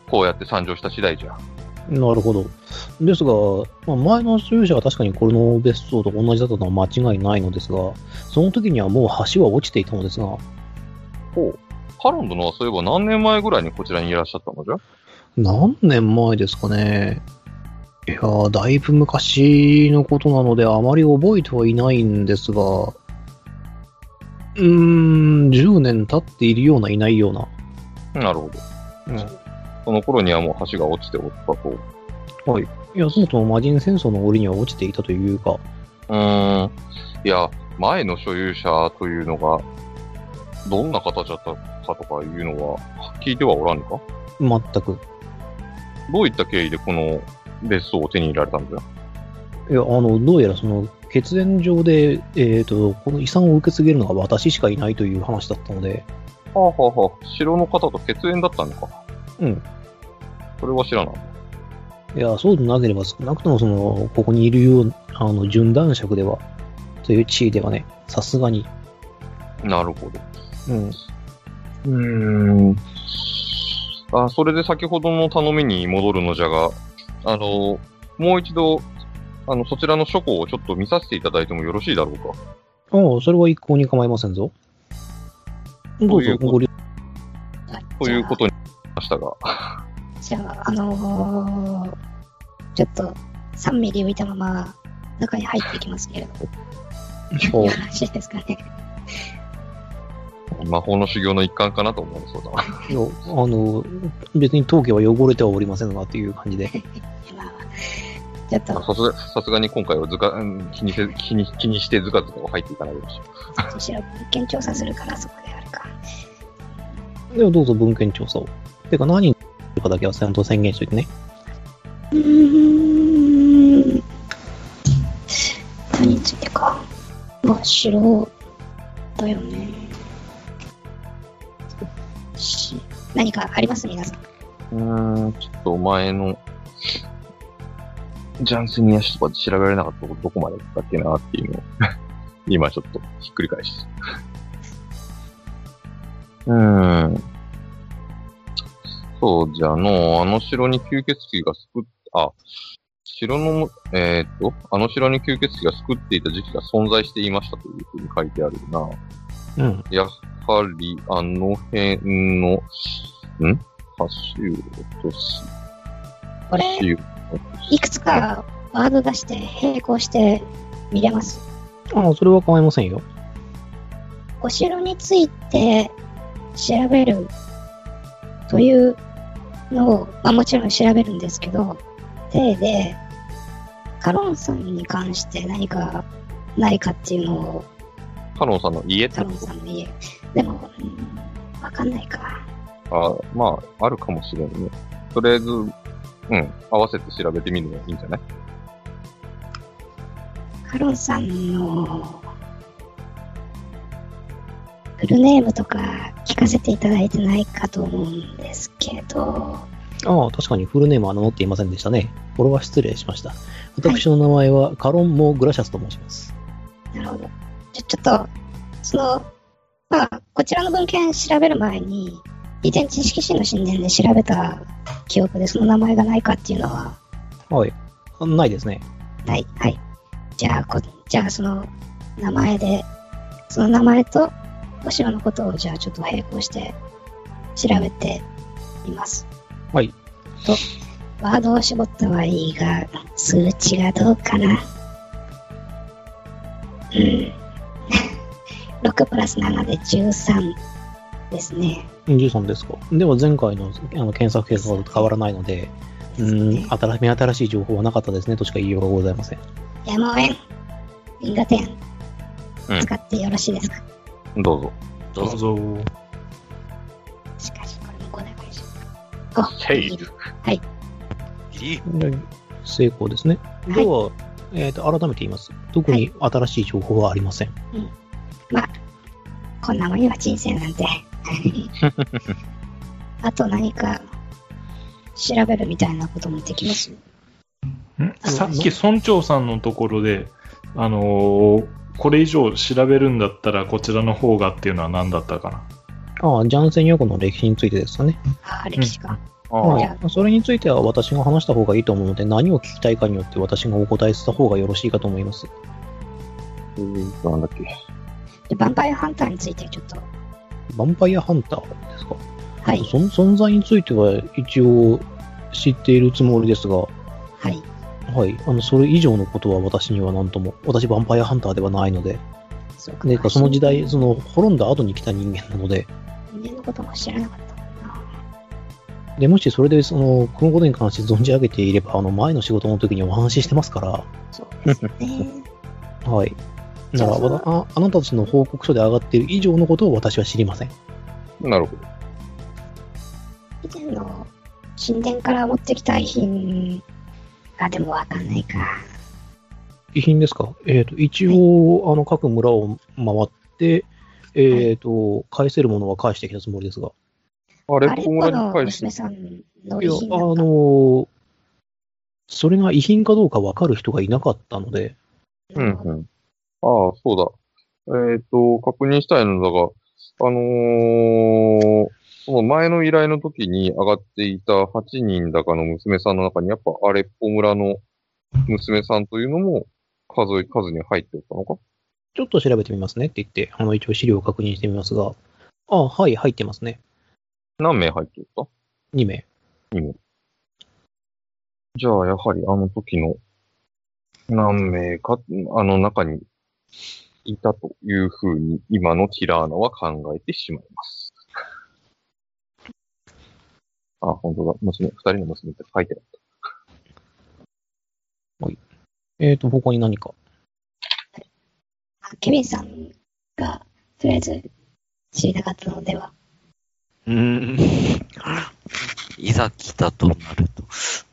Speaker 2: こうやって参上した次第じゃ。
Speaker 1: なるほど。ですが、まあ、前の所有者は確かにこの別荘と同じだったのは間違いないのですが、その時にはもう橋は落ちていたのですが、
Speaker 2: ほう。カロン殿はそういえば何年前ぐらいにこちらにいらっしゃったのじゃ
Speaker 1: 何年前ですかね。いやー、だいぶ昔のことなので、あまり覚えてはいないんですが、うーん、10年経っているような、いないような。
Speaker 2: なるほど。その頃にはもう橋が落ちておったと。う
Speaker 1: いや、そもそも魔人戦争の折には落ちていたというか、
Speaker 2: ーん。いや、前の所有者というのが、どんな形だったかとかいうのは、聞いてはおらんのか
Speaker 1: 全く。
Speaker 2: どういった経緯でこの別荘を手に入れられたんだ
Speaker 1: いや、あの、どうやらその、血縁上で、えっ、と、この遺産を受け継げるのが私しかいないという話だったので、
Speaker 2: はあはあはあ、城の方と血縁だったのか。
Speaker 1: うん。
Speaker 2: それは知らない。
Speaker 1: いや、そうでなければ少なくともその、ここにいるよう、あの、純男爵では、という地位ではね、さすがに、
Speaker 2: なるほど。
Speaker 1: うん、
Speaker 2: うーん。あ、それで先ほどの頼みに戻るのじゃが、あの、もう一度、あの、そちらの書庫をちょっと見させていただいてもよろしいだろうか。
Speaker 1: ああ、それは一向に構いませんぞ。どう
Speaker 2: とい
Speaker 1: ぞ
Speaker 2: う、こと
Speaker 1: ご利
Speaker 2: ということになりましたが。
Speaker 3: じゃあ、あのー、ちょっと3ミリ浮いたまま中に入っていきますけれど
Speaker 1: 用
Speaker 3: も、いい
Speaker 1: を。
Speaker 3: 話ですかね。
Speaker 2: 魔法の修行の一環かなと思うんそうだな。
Speaker 1: いやあの、別に陶器は汚れてはおりませんが、という感 じで。
Speaker 3: まあまあちょっと、
Speaker 2: さすがさすがに今回はずか、うん気にせ、気に、気にしてずかずかは入っていかないでほしい。
Speaker 3: 後ろ物件調査するからそこであるか。
Speaker 1: では、どうぞ文献調査を。てか、何人かだけはちゃんと宣言しといてね。
Speaker 3: うーん。何についてか。まあ、城だよね。し何かあります皆さん。
Speaker 2: うーん、ちょっとお前の、ジャンセニア氏とかで調べられなかったとこどこまで行ったっけなっていうのを、 今ちょっとひっくり返して。うーん。そうじゃのう、あの城に吸血鬼が救っ、あ、城のも、えーっと、あの城に吸血鬼が救っていた時期が存在していましたというふうに書いてあるな。
Speaker 1: うん。
Speaker 2: やはり、あの辺の、ん橋を落とす。
Speaker 3: これ、
Speaker 2: 橋を
Speaker 3: いくつかワード出して並行して見れます。
Speaker 1: ああ、それは構いませんよ。
Speaker 3: お城について調べるというのを、まあ、もちろん調べるんですけど、手で、カロンさんに関して何かないかっていうのを、
Speaker 2: カノンさんの家って
Speaker 3: カロンさんの家。でも、うんわかんないか。
Speaker 2: あまあ、あるかもしれんね。とりあえず、うん、合わせて調べてみるのがいいんじゃない
Speaker 3: カロンさんの、フルネームとか聞かせていただいてないかと思うんですけど、
Speaker 1: ああ、確かにフルネームは名乗っていませんでしたね。これは失礼しました。私の名前はカロン・モー・グラシャスと申します。
Speaker 3: るほど。じゃ、ちょっと、その、まあ、こちらの文献調べる前に、以前知識人の神殿で調べた記憶でその名前がないかっていうのは、
Speaker 1: はい。ないですね。
Speaker 3: ない。はい。じゃあ、こじゃあその名前で、その名前と、お城のことを、じゃあちょっと並行して調べています。
Speaker 1: はい。
Speaker 3: と、ワードを絞ったはいいが、数値がどうかな。うん。6プラス7で13ですね。
Speaker 1: 13ですか。では前回のあの検索結果と変わらないので、うーん、新目新しい情報はなかったですねとしか言いようがございません。
Speaker 3: やむをえん。銀河点
Speaker 2: うん。
Speaker 3: 使ってよろしいですか、
Speaker 2: どうぞ。
Speaker 4: どうぞ。
Speaker 5: ぞ。
Speaker 3: しかし、これも5段階じ
Speaker 2: セーフ。
Speaker 4: いい
Speaker 1: 成功ですね。
Speaker 3: ゃん
Speaker 1: で
Speaker 3: はい。
Speaker 1: は、えーと改めて言います。特に新しい情報はありません。
Speaker 3: こんなもんには人生なん て。あと何か調べるみたいなこともできます
Speaker 5: んさっき村長さんのところで、あのーこれ以上調べるんだったらこちらの方がっていうのは何だったかな
Speaker 1: ああ、ジャンセン・ヨコの歴史についてですかね。
Speaker 3: ああ、歴史が。
Speaker 1: は
Speaker 3: じゃ
Speaker 1: い。それについては私が話した方がいいと思うので、何を聞きたいかによって私がお答えした方がよろしいかと思います。
Speaker 2: えーとなんだっけ。
Speaker 3: でヴァンパイアハンターについてちょっと。
Speaker 1: ヴァンパイアハンターですか、
Speaker 3: はい。
Speaker 1: その存在については一応知っているつもりですが、
Speaker 3: はい。
Speaker 1: はい。あの、それ以上のことは私には何とも。私、ヴァンパイアハンターではないので。
Speaker 3: そう
Speaker 1: でか、その時代、その、滅んだ後に来た人間なので、
Speaker 3: 人間のことも知らなかったもんな。
Speaker 1: で、もしそれで、その、このことに関して存じ上げていれば、あの、前の仕事の時にお話ししてますか
Speaker 3: そうですよね。
Speaker 1: ら、はい。だから
Speaker 3: そう
Speaker 1: わたあ、あなたたちの報告書で上がっている以上のことを私は知りません。
Speaker 2: なるほど。
Speaker 3: 以前の神殿から持ってきた遺品がでもわかんないか。
Speaker 1: 遺品ですかえっ、と、一応、あの、各村を回って、えっ、と、返せるものは返してきたつもりですが。
Speaker 2: あれ、
Speaker 3: あ
Speaker 2: 小
Speaker 3: れっ子
Speaker 2: 村に
Speaker 3: の
Speaker 2: 返して
Speaker 3: 娘。さんの
Speaker 1: い
Speaker 3: 遺
Speaker 1: や、あ
Speaker 3: 品だった
Speaker 1: の、それが遺品かどうかわかる人がいなかったので、
Speaker 2: うんうん。ああ、そうだ。えっ、と、確認したいのだが、あのーその前の依頼の時に上がっていた8人だかの娘さんの中に、やっぱアレッポ村の娘さんというのも数え、数に入っておったのか
Speaker 1: ちょっと調べてみますねって言って、あの、一応資料を確認してみますが、あはい、入ってますね。
Speaker 2: 何名入っておった
Speaker 1: 2名。
Speaker 2: じゃあ、やはりあの時の何名か、あの中にいたというふうに、今のティラーナは考えてしまいます。あ、本当だ。娘、二人の娘って書いてある。
Speaker 1: えっ、と、他に何か。
Speaker 3: ケビンさんが、とりあえず知りたかったのでは。
Speaker 4: うーん。いざ来たとなると。う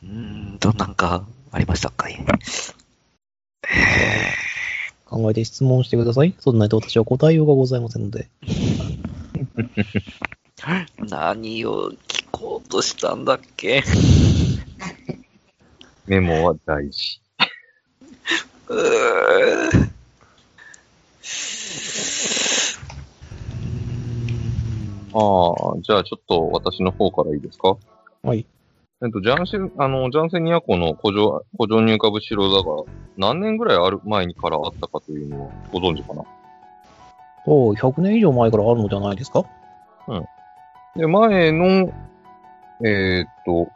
Speaker 4: ーんと、なんか、ありましたかい
Speaker 1: 考えて質問してください。そんなに私は答えようがございませんので。
Speaker 4: 何を聞こうとしたんだっけ
Speaker 2: メモは大事。
Speaker 4: うーん
Speaker 2: ああ、じゃあちょっと私の方からいいですか
Speaker 1: はい。
Speaker 2: えっと、ジャンセン、あの、ジャンセニア湖の古城、古城に浮かぶ城だが、何年ぐらいある前にからあったかというのはご存知かな
Speaker 1: おう100年以上前からあるのではないですか
Speaker 2: で、前の、えーっと、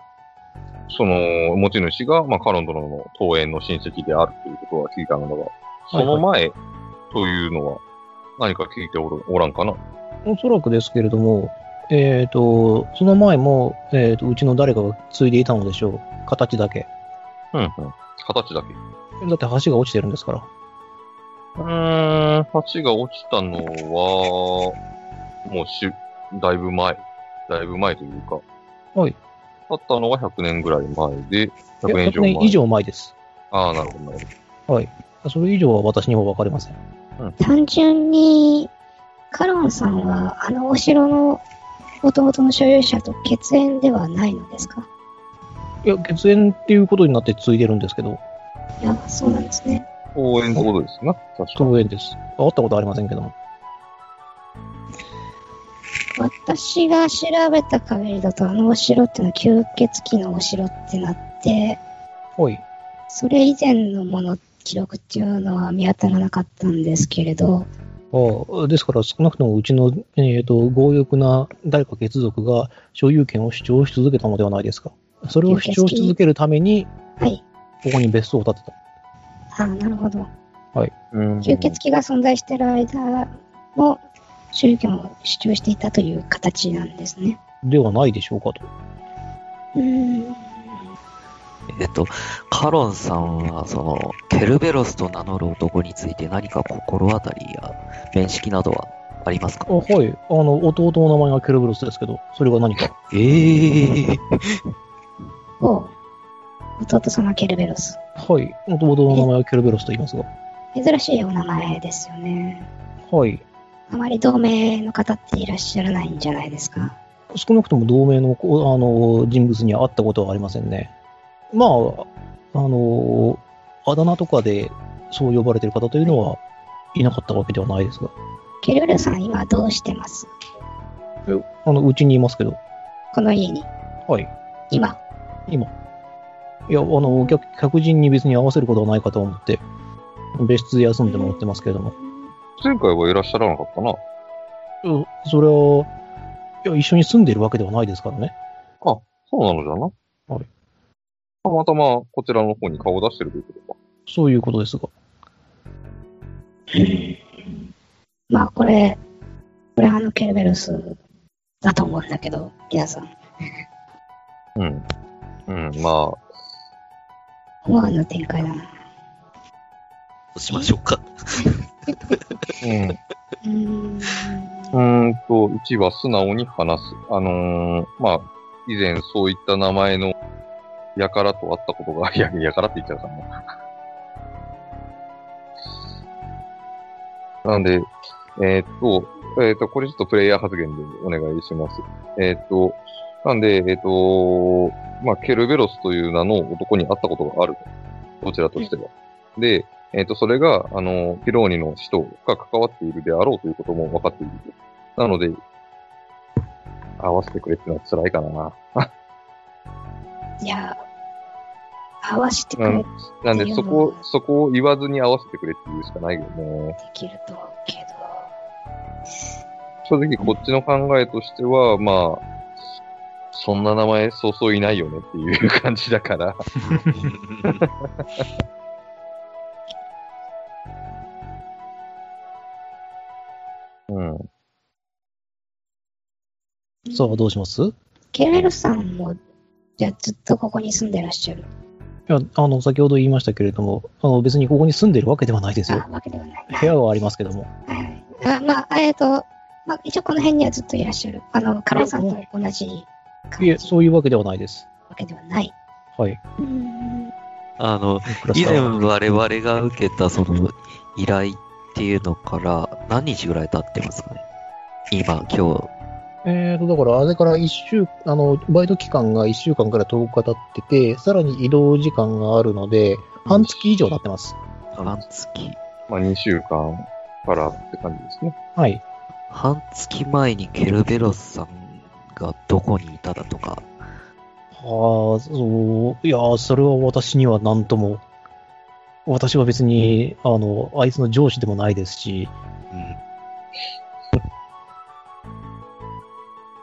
Speaker 2: その、持ち主が、まあ、カロン殿の桃園の親戚であるということは聞いたのだが、その前というのは何か聞いておるおらんかな
Speaker 1: おそらくですけれども、えっ、と、その前も、えっ、と、うちの誰かが継いでいたのでしょう。形だけ。
Speaker 2: うんうん。形だけ。
Speaker 1: だって橋が落ちてるんですから。
Speaker 2: うーん、橋が落ちたのは、もうし、だいぶ前。だいぶ前というか。
Speaker 1: はい。
Speaker 2: あったのが100年ぐらい前
Speaker 1: い
Speaker 2: で、
Speaker 1: や
Speaker 2: 100年以上前。
Speaker 1: 以上前です。
Speaker 2: ああ、なるほど、なるほど。
Speaker 1: はい。それ以上は私には分かりません。
Speaker 3: 単純に、カロンさんは、あのお城の弟の所有者と血縁ではないのですか
Speaker 1: いや、血縁っていうことになって継いでるんですけど、
Speaker 3: いや、そうなんですね。
Speaker 2: 応援ってことですな。確か
Speaker 1: 当園です。会ったことありませんけども。
Speaker 3: 私が調べた限りだと、あのお城ってのは吸血鬼のお城ってなって、
Speaker 1: はい。
Speaker 3: それ以前のもの、記録っていうのは見当たらなかったんですけれど、
Speaker 1: ああですから、少なくともうちの、えー、と強欲な誰か血族が所有権を主張し続けたのではないですか。それを主張し続けるために、
Speaker 3: はい。
Speaker 1: ここに別荘を建てた。
Speaker 3: ああ、なるほど。
Speaker 2: に。
Speaker 3: 吸血鬼が存在してる間も、宗教を主張していたという形なんですね。
Speaker 1: ではないでしょうかと。
Speaker 3: うーん。
Speaker 4: えっと、カロンさんは、その、ケルベロスと名乗る男について何か心当たりや面識などはありますか
Speaker 1: あはい。あの、弟の名前がケルブロスですけど、それが何か。
Speaker 4: ええ
Speaker 3: おう弟様ケルベロス。
Speaker 1: はい。弟の名前はケルベロスと言いますが。
Speaker 3: 珍しいお名前ですよね。
Speaker 1: はい。
Speaker 3: あまり同盟の方っていらっしゃらないんじゃないですか。
Speaker 1: 少なくとも同盟のこあの人物には会ったことはありませんね。まあ、あの、あだ名とかでそう呼ばれている方というのはいなかったわけではないですが。
Speaker 3: ケルベロスさん今どうしてます
Speaker 1: あの、うちにいますけど。
Speaker 3: この家に。
Speaker 1: はい。
Speaker 3: 今。
Speaker 1: 今。いや、あの、客客人に別に合わせることはないかと思って、別室で休んでもらってますけれども。
Speaker 2: 前回はいらっしゃらなかったな。
Speaker 1: うんそれは、いや、一緒に住んでいるわけではないですからね。
Speaker 2: そうなのじゃな。
Speaker 1: はい。
Speaker 2: たまたまこちらの方に顔を出してるということか。
Speaker 1: そういうことですが。
Speaker 3: まあこれ、これあのケルベロスだと思うんだけど、皆さん。
Speaker 2: うん。うん、まあ、
Speaker 3: 思わぬ展開だな。
Speaker 4: ー、しましょうか。
Speaker 2: うん。
Speaker 3: うーん。
Speaker 2: うーんと、1は素直に話す。あのーまあ、以前そういった名前の、やからと会ったことが、いや、やからって言っちゃうからな。なんで、えーっと、えーっと、これちょっとプレイヤー発言でお願いします。えーっと、なんで、えーっと、まあ、ケルベロスという名の男に会ったことがある。どちらとしては。で、えーっと、それが、あの、ピローニの死とが関わっているであろうということも分かっている。なので、合わせてくれってのは辛いかな。
Speaker 3: いや、合わせてく
Speaker 2: う
Speaker 3: れ
Speaker 2: ん
Speaker 3: て
Speaker 2: なんで、そこ、そこを言わずに合わせてくれっていうしかないよね。
Speaker 3: きると思うけ
Speaker 2: 正直、こっちの考えとしては、まあ、そんな名前そうそういないよねっていう感じだ から。うん。
Speaker 3: ど。
Speaker 1: さあ、どうしますい
Speaker 3: ケルベロスさんも、じゃあずっとここに住んでらっしゃる。
Speaker 1: や、あの、先ほど言いましたけれども、あの、別にここに住んでいるわけではないですよ
Speaker 3: あ。わけではない。
Speaker 1: 部屋はありますけども。
Speaker 3: はいあまあ、えっ、と、まあ、一応この辺にはずっといらっしゃる。あの、カラさんと同じ感
Speaker 1: い
Speaker 3: じ
Speaker 1: え、そういうわけではないです。
Speaker 3: わけではない。
Speaker 1: はい。
Speaker 3: うん。
Speaker 4: あの、
Speaker 1: クラス
Speaker 4: 以
Speaker 1: タ
Speaker 4: 前
Speaker 1: ー
Speaker 4: 我々が受けたその依頼っていうのから何日ぐらい経ってますかね今、今日。
Speaker 1: えーと、だから、あれから一週、あの、バイト期間が1週間から10日経ってて、さらに移動時間があるので、半月以上経ってます。
Speaker 4: 半月。
Speaker 2: まあ、2週間からって感じですね。
Speaker 1: はい。
Speaker 4: 半月前にケルベロスさんがどこにいただとか、
Speaker 1: はあ、そう、いやー、それは私には何とも。私は別に、あの、あいつの上司でもないですし、
Speaker 4: うん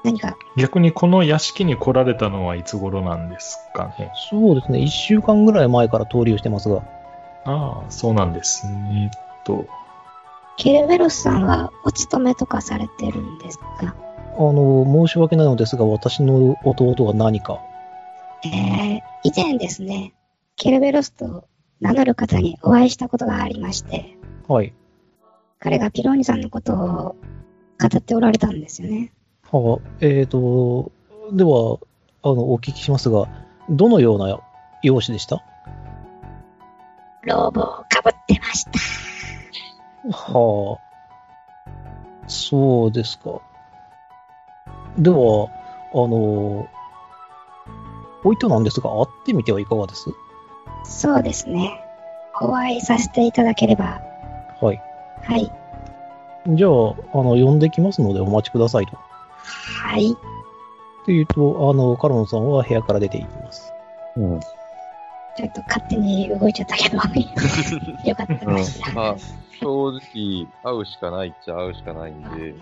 Speaker 3: 何か、
Speaker 5: 逆にこの屋敷に来られたのはいつ頃なんですかね。
Speaker 1: そうですね、1週間ぐらい前から登竜してますが、
Speaker 5: ああ、そうなんですね。えっと、
Speaker 3: ケルベロスさんはお勤めとかされてるんですか
Speaker 1: あの、申し訳ないのですが、私の弟が何か。
Speaker 3: えー、以前ですね、ケルベロスと名乗る方にお会いしたことがありまして、
Speaker 1: はい。
Speaker 3: 彼がピローニさんのことを語っておられたんですよね。
Speaker 1: はあ、えーと、では、あの、お聞きしますが、どのような容姿でした
Speaker 3: ローブをかぶってました。
Speaker 1: はあ、そうですか。では、あの、おいとなんですが、会ってみてはいかがです
Speaker 3: そうですね。ご愛させていただければ、
Speaker 1: はい。
Speaker 3: はい、
Speaker 1: じゃあ、あの、呼んできますのでお待ちくださいと。
Speaker 3: は
Speaker 1: っ
Speaker 3: い、
Speaker 1: て言うと、あの、カロンさんは部屋から出ていきます。
Speaker 2: うん。
Speaker 3: ちょっと勝手に動いちゃったけ ど、よかった
Speaker 2: うん
Speaker 3: です。
Speaker 2: まあ、正直、会うしかないっちゃ会うしかないんで、